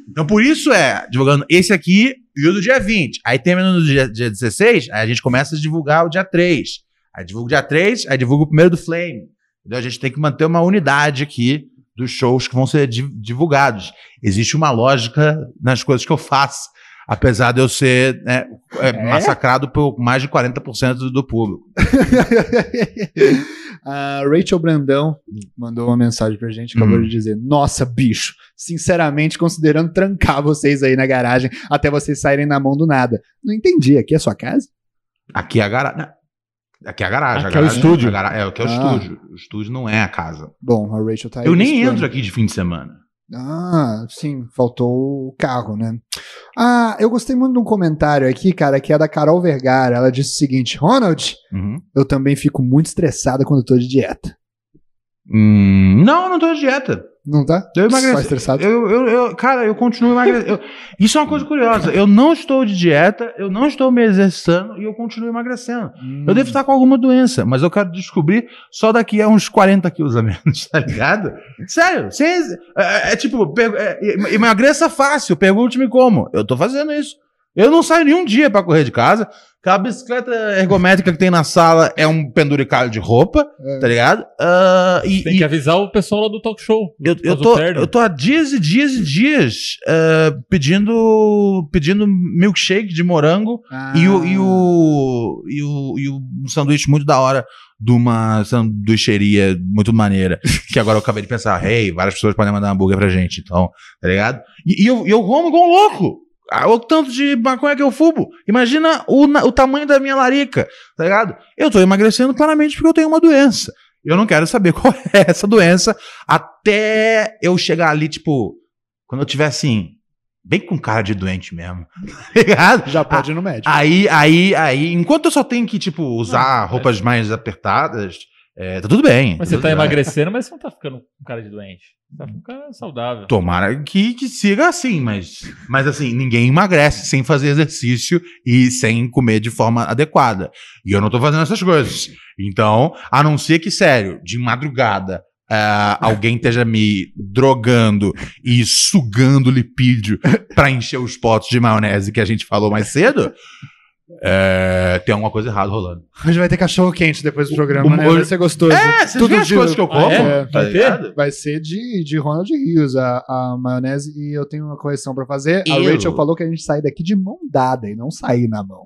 Speaker 2: Então, por isso é, divulgando esse aqui e o do dia 20. Aí termina no dia, dia 16, aí a gente começa a divulgar o dia 3. Aí divulga o dia 3, aí divulga o primeiro do Flame. Entendeu? A gente tem que manter uma unidade aqui dos shows que vão ser di- divulgados. Existe uma lógica nas coisas que eu faço, apesar de eu ser né, é, massacrado por mais de 40% do- do público.
Speaker 5: A Rachel Brandão mandou uma mensagem pra gente, acabou de dizer: Nossa, bicho, sinceramente, considerando trancar vocês aí na garagem até vocês saírem na mão do nada. Não entendi, aqui é sua casa?
Speaker 2: Aqui é a garagem. Aqui é a garagem. a
Speaker 5: Aqui é o
Speaker 2: garagem-
Speaker 5: estúdio.
Speaker 2: a gara- é, aqui é o
Speaker 5: Ah.
Speaker 2: estúdio. O estúdio não é a casa.
Speaker 5: Bom, a Rachel tá aí.
Speaker 2: eu nem
Speaker 5: explicando.
Speaker 2: entro aqui de fim de semana.
Speaker 5: Ah, sim, faltou o carro, né? Ah, eu gostei muito de um comentário aqui, cara, que é da Carol Vergara. Ela disse o seguinte: Ronald,
Speaker 7: Hum.
Speaker 5: eu também fico muito estressada quando eu tô de dieta.
Speaker 2: Hum, não, eu não tô de dieta.
Speaker 5: Não tá?
Speaker 2: Eu
Speaker 5: Só
Speaker 2: emagreci.
Speaker 5: estressado.
Speaker 2: Eu, eu, eu- cara, eu continuo emagrecendo. Eu- isso é uma coisa curiosa. Eu não estou de dieta, eu não estou me exercitando e eu continuo emagrecendo.
Speaker 5: Hum.
Speaker 2: Eu devo estar com alguma doença, mas eu quero descobrir só daqui a uns 40 quilos a menos, [laughs] tá ligado? Sério, sem ex- é, é tipo, pergu- é, em- emagreça fácil, pergunte-me como. Eu tô fazendo isso. Eu não saio nenhum dia pra correr de casa. Aquela bicicleta ergométrica que tem na sala é um penduricalho de roupa,
Speaker 5: É.
Speaker 2: tá ligado? Ah, e,
Speaker 3: Tem que avisar o pessoal lá do talk show.
Speaker 2: eu, eu,
Speaker 3: Faz o
Speaker 2: tô,
Speaker 3: terno.
Speaker 2: eu tô há dias e dias e dias eh, pedindo, pedindo milkshake de morango e, o, e, o,
Speaker 3: Ah.
Speaker 2: e, o, e o- um sanduíche muito da hora de uma sanduicheria muito maneira. Que agora eu acabei de pensar, hey, várias pessoas podem mandar hambúrguer pra gente, então, tá ligado? E, e eu, e eu como igual um louco. Ah, O tanto de maconha que eu fumo. Imagina o, na- o tamanho da minha larica, tá ligado? Eu tô emagrecendo claramente porque eu tenho uma doença. Eu não quero saber [laughs] qual é essa doença até eu chegar ali, tipo, quando eu tiver assim, bem com cara de doente mesmo. [laughs] tá ligado?
Speaker 5: Já pode ir no médico. Ah,
Speaker 2: Aí, aí, aí, enquanto eu só tenho que, tipo, usar
Speaker 5: é.
Speaker 2: roupas mais apertadas, é, tá tudo bem.
Speaker 3: Mas você
Speaker 2: tudo
Speaker 3: tá
Speaker 2: bem.
Speaker 3: emagrecendo, mas você não tá ficando com cara de doente. Você tá com cara saudável.
Speaker 2: Tomara que, que siga assim, mas, mas assim, ninguém emagrece sem fazer exercício e sem comer de forma adequada. E eu não tô fazendo essas coisas. Então, a não ser que, sério, de madrugada ah, alguém esteja me drogando e sugando lipídio [laughs] pra encher os potes de maionese que a gente falou mais cedo, [laughs] é, tem alguma coisa errada rolando.
Speaker 1: A gente vai ter cachorro quente depois do programa,
Speaker 2: o
Speaker 1: né?
Speaker 2: molho-
Speaker 1: Vai ser gostoso.
Speaker 2: É, vocês viram as coisas que eu como?
Speaker 1: é?
Speaker 2: Tá
Speaker 1: vai,
Speaker 2: ligado?
Speaker 1: ter? vai ser de, de Ronald Rios, a, a maionese. E eu tenho uma correção pra fazer. A
Speaker 2: Eu?
Speaker 1: Rachel falou que a gente sai daqui de mão dada e não sair na mão.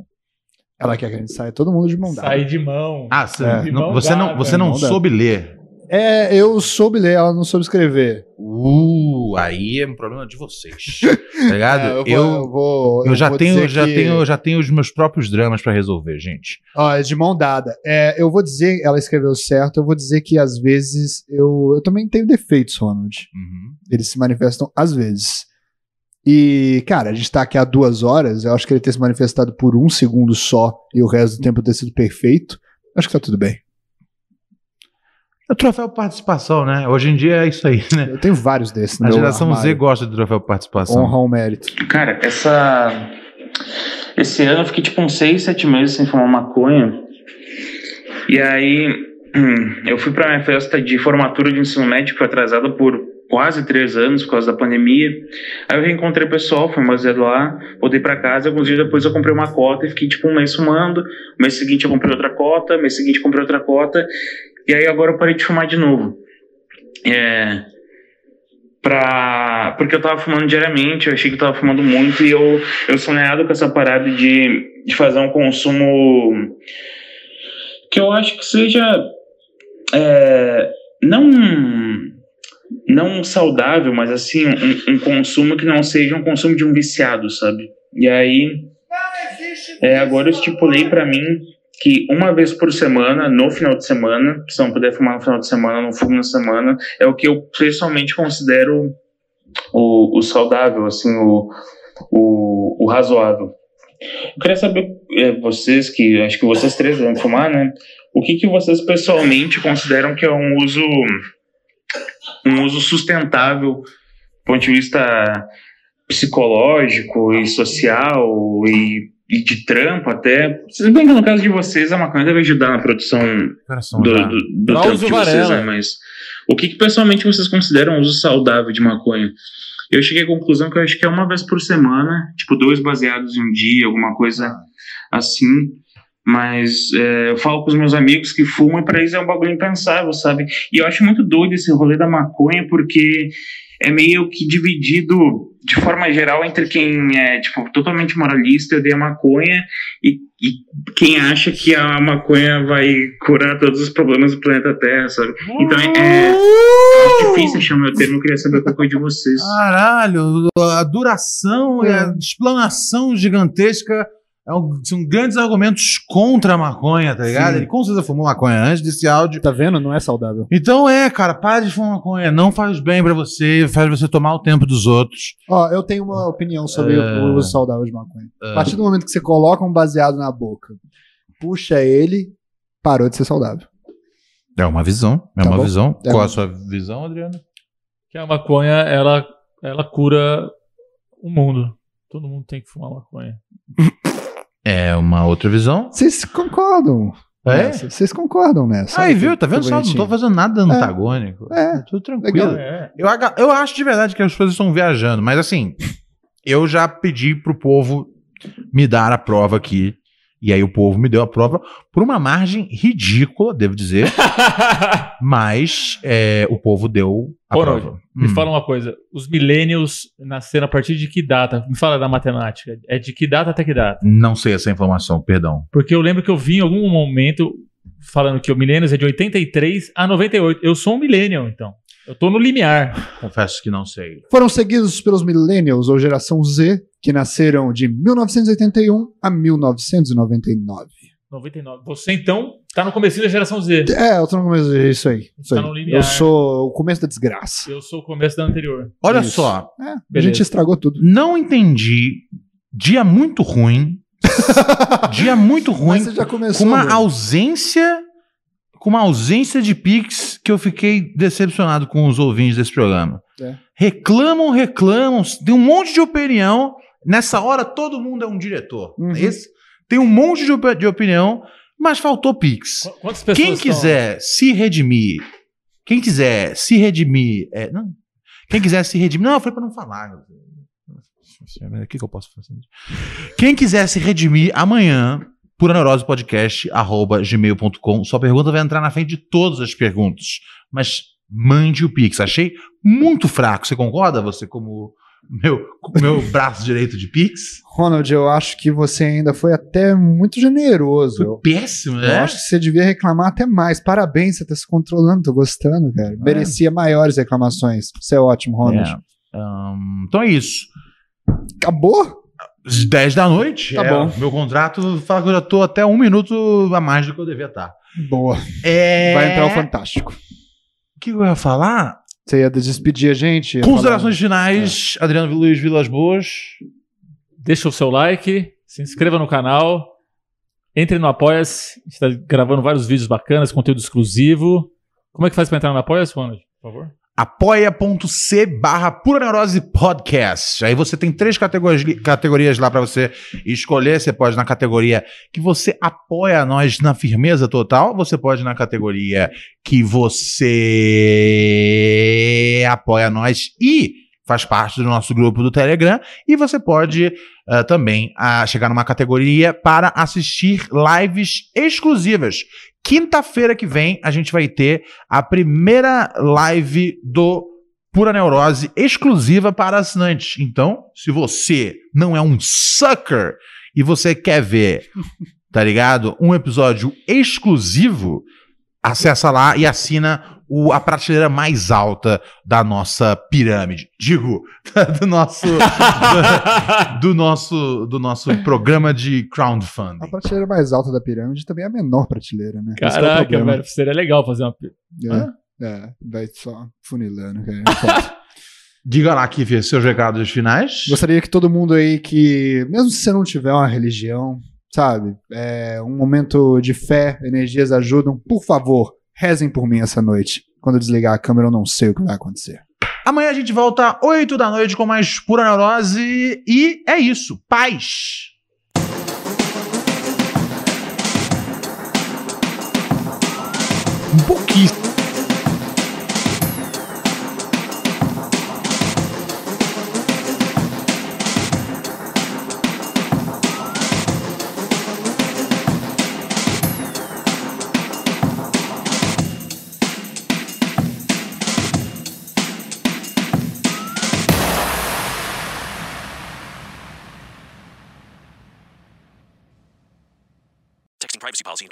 Speaker 1: Ela quer que a gente saia todo mundo de mão dada.
Speaker 3: Sair de mão.
Speaker 2: Ah, você,
Speaker 1: É.
Speaker 2: não- você não, você não
Speaker 1: Irmão dá.
Speaker 2: soube ler.
Speaker 1: É, eu soube ler, ela não soube escrever.
Speaker 2: Uh, aí é um problema de [laughs] vocês. tá ligado?
Speaker 1: É, eu
Speaker 2: eu,
Speaker 1: vou- eu vou-
Speaker 2: eu
Speaker 1: eu
Speaker 2: já
Speaker 1: vou
Speaker 2: tenho,
Speaker 1: dizer
Speaker 2: já
Speaker 1: que-
Speaker 2: tenho, já tenho os meus próprios dramas pra resolver, gente.
Speaker 1: Ó, é de mão dada. É, eu vou dizer, ela escreveu certo, eu vou dizer que às vezes eu, eu também tenho defeitos, Ronald.
Speaker 2: Uhum.
Speaker 1: Eles se manifestam às vezes. E, cara, a gente tá aqui há duas horas, eu acho que ele ter se manifestado por um segundo só e o resto do tempo ter sido perfeito, acho que tá tudo bem.
Speaker 2: É o troféu participação, né? Hoje em dia é isso aí, né?
Speaker 1: Eu tenho vários desses. no
Speaker 2: A
Speaker 1: meu
Speaker 2: geração Z
Speaker 1: armário.
Speaker 2: gosta do troféu participação.
Speaker 1: Honra ao mérito.
Speaker 10: Cara, essa. Esse ano eu fiquei tipo uns 6, 7 meses sem fumar maconha. E aí hum, eu fui pra minha festa de formatura de ensino médio, que foi atrasada por quase 3 anos por causa da pandemia. Aí eu reencontrei o pessoal, fui baseado lá, voltei pra casa, alguns dias depois eu comprei uma cota e fiquei tipo um mês fumando. Mês seguinte eu comprei outra cota, mês seguinte eu comprei outra cota. E aí agora eu parei de fumar de novo. É, pra... Porque eu tava fumando diariamente, eu achei que eu tava fumando muito e eu, eu sou neado com essa parada de, de fazer um consumo que eu acho que seja é, não não saudável, mas assim, um, um consumo que não seja um consumo de um viciado, sabe? E aí, é, agora eu estipulei pra mim que uma vez por semana, no final de semana, se não puder fumar no final de semana, não fumo na semana, é o que eu pessoalmente considero o, o saudável, assim, o, o, o razoável. Eu queria saber, é, vocês que, acho que vocês três vão fumar, né? O que, que vocês pessoalmente consideram que é um uso, um uso sustentável do ponto de vista psicológico e social e, e de trampo até. Se bem que no caso de vocês, a maconha deve ajudar na produção
Speaker 2: Coração
Speaker 10: do,
Speaker 2: já.
Speaker 10: do, do
Speaker 2: Drauzio
Speaker 10: trampo de vocês,
Speaker 2: Varela.
Speaker 10: né? Mas o que, que pessoalmente vocês consideram um uso saudável de maconha? Eu cheguei à conclusão que eu acho que é uma vez por semana, tipo, dois baseados em um dia, alguma coisa assim. Mas é, eu falo com os meus amigos que fumam e pra eles é um bagulho impensável, sabe? E eu acho muito doido esse rolê da maconha, porque é meio que dividido de forma geral entre quem é, tipo, totalmente moralista, odeia maconha, e, e quem acha que a maconha vai curar todos os problemas do planeta Terra, sabe? Então é, é difícil achar o meu termo, eu queria saber qual que é o de vocês.
Speaker 2: Caralho, a duração e
Speaker 1: É.
Speaker 2: a explanação gigantesca é um- são grandes argumentos contra a maconha, tá ligado?
Speaker 1: Sim.
Speaker 2: Ele com certeza fumou maconha antes desse áudio.
Speaker 1: Tá vendo? Não é saudável.
Speaker 2: Então é, cara, para de fumar maconha. Não faz bem pra você, faz você tomar o tempo dos outros.
Speaker 1: Ó, eu tenho uma opinião sobre
Speaker 2: É.
Speaker 1: o uso saudável de maconha.
Speaker 2: É.
Speaker 1: A partir do momento que você coloca um baseado na boca, puxa ele, parou de ser saudável.
Speaker 2: É uma visão, é
Speaker 1: Tá
Speaker 2: uma
Speaker 1: bom.
Speaker 2: visão.
Speaker 1: É
Speaker 2: Qual
Speaker 1: uma-
Speaker 2: a sua visão, Adriano?
Speaker 3: Que a maconha, ela, ela cura o mundo. Todo mundo tem que fumar maconha.
Speaker 2: É uma outra visão.
Speaker 1: Vocês concordam?
Speaker 2: É?
Speaker 1: nessa? Vocês concordam nessa?
Speaker 2: Aí,
Speaker 1: Olha que-
Speaker 2: viu? Tá
Speaker 1: que
Speaker 2: vendo só? Não tô
Speaker 1: bonitinho.
Speaker 2: fazendo nada
Speaker 1: É.
Speaker 2: antagônico. Tá
Speaker 1: É,
Speaker 2: tudo tranquilo. Eu, aga- eu acho de verdade que as coisas estão viajando, mas assim, eu já pedi pro povo me dar a prova aqui. E aí o povo me deu a prova por uma margem ridícula, devo
Speaker 3: [laughs]
Speaker 2: dizer. mas é, o povo deu a
Speaker 3: Ronald,
Speaker 2: prova.
Speaker 3: me
Speaker 2: Hum.
Speaker 3: fala uma coisa. Os millennials nasceram a partir de que data? Me fala da matemática. É de que data até que data?
Speaker 2: Não sei essa informação, perdão.
Speaker 3: Porque eu lembro que eu vi em algum momento falando que o millennials é de 83 a 98. Eu sou um millennial, então. Eu tô no limiar.
Speaker 2: Confesso que não sei.
Speaker 1: Foram seguidos pelos millennials, ou geração Z, que nasceram de 1981 a 1999.
Speaker 3: 99. Você, então, tá no começo da geração Z.
Speaker 1: É, eu tô no começo isso aí. Isso
Speaker 3: Tá
Speaker 1: aí.
Speaker 3: no linear.
Speaker 1: Eu sou o começo da desgraça.
Speaker 3: Eu sou o começo da anterior.
Speaker 2: Olha só.
Speaker 1: É, A gente estragou tudo.
Speaker 2: Não entendi. Dia muito
Speaker 1: [laughs]
Speaker 2: ruim. dia muito ruim.
Speaker 1: você já começou,
Speaker 2: com uma
Speaker 1: velho.
Speaker 2: ausência. Com uma ausência de Pix que eu fiquei decepcionado com os ouvintes desse programa.
Speaker 1: É.
Speaker 2: Reclamam, reclamam, tem um monte de opinião. Nessa hora, todo mundo é um diretor.
Speaker 1: Uhum.
Speaker 2: Esse, tem um monte de, opi- de opinião, mas faltou Pix.
Speaker 3: Quantas pessoas
Speaker 2: Quem
Speaker 3: estão-
Speaker 2: quiser se redimir Quem quiser se redimir. é, não. Quem quiser se redimir. Não, foi pra não falar. O que, que eu posso fazer? Quem quiser se redimir amanhã por gmail.com sua pergunta vai entrar na frente de todas as perguntas. Mas mande o Pix. Achei muito fraco. Você concorda? Você, como meu, como
Speaker 1: [laughs]
Speaker 2: meu braço direito de Pix?
Speaker 1: Ronald, eu acho que você ainda foi até muito generoso. Eu-
Speaker 2: Péssimo,
Speaker 1: eu,
Speaker 2: né?
Speaker 1: acho que você devia reclamar até mais. Parabéns, você tá se controlando, tô gostando, cara. Merecia maiores reclamações. Você é ótimo, Ronald.
Speaker 2: É. Ahn, então é isso.
Speaker 1: Acabou?
Speaker 2: Às 10 da noite.
Speaker 1: Tá
Speaker 2: é,
Speaker 1: bom.
Speaker 2: Meu contrato fala que eu já tô até um minuto a mais do que eu devia tá. estar.
Speaker 1: Boa.
Speaker 2: É...
Speaker 1: Vai entrar o Fantástico.
Speaker 2: O que eu ia falar?
Speaker 1: Você ia despedir a gente? ia
Speaker 2: Considerações finais, Adriano Luiz Vilas Boas.
Speaker 3: Deixa o seu like, se inscreva no canal, entre no Apoia-se. A gente está gravando vários vídeos bacanas, conteúdo exclusivo. Como é que faz para entrar no Apoia-se, Ronald? Por favor.
Speaker 2: apoia.c barra Pura Neurose Podcast. Aí você tem três categorias, categorias lá para você escolher. Você pode ir na categoria que você apoia nós na firmeza total. Você pode ir na categoria que você apoia nós e faz parte do nosso grupo do Telegram. E você pode ah, também ah, chegar numa categoria para assistir lives exclusivas. Quinta-feira que vem a gente vai ter a primeira live do Pura Neurose exclusiva para assinantes. Então, se você não é um sucker e você quer ver, tá ligado? Um episódio exclusivo, acessa lá e assina o- a prateleira mais alta da nossa pirâmide. Digo, [laughs] do
Speaker 1: [laughs]
Speaker 2: nosso do nosso do nosso programa de crowdfunding.
Speaker 1: A prateleira mais alta da pirâmide também é a menor prateleira, né? Esse que é o
Speaker 3: Caraca,
Speaker 1: problema.
Speaker 3: velho, seria legal fazer uma. Hã?
Speaker 1: É, é, vai só funilando, é cara.
Speaker 2: [laughs] Diga lá que seus recados finais.
Speaker 1: Gostaria que todo mundo aí que, mesmo se você não tiver uma religião, sabe, é um momento de fé, energias ajudam, por favor, rezem por mim essa noite. Quando eu desligar a câmera, eu não sei o que vai acontecer.
Speaker 2: Amanhã a gente volta 8 da noite com mais pura neurose e é isso. Paz. Um pouquinho.
Speaker 11: Texting privacy policy and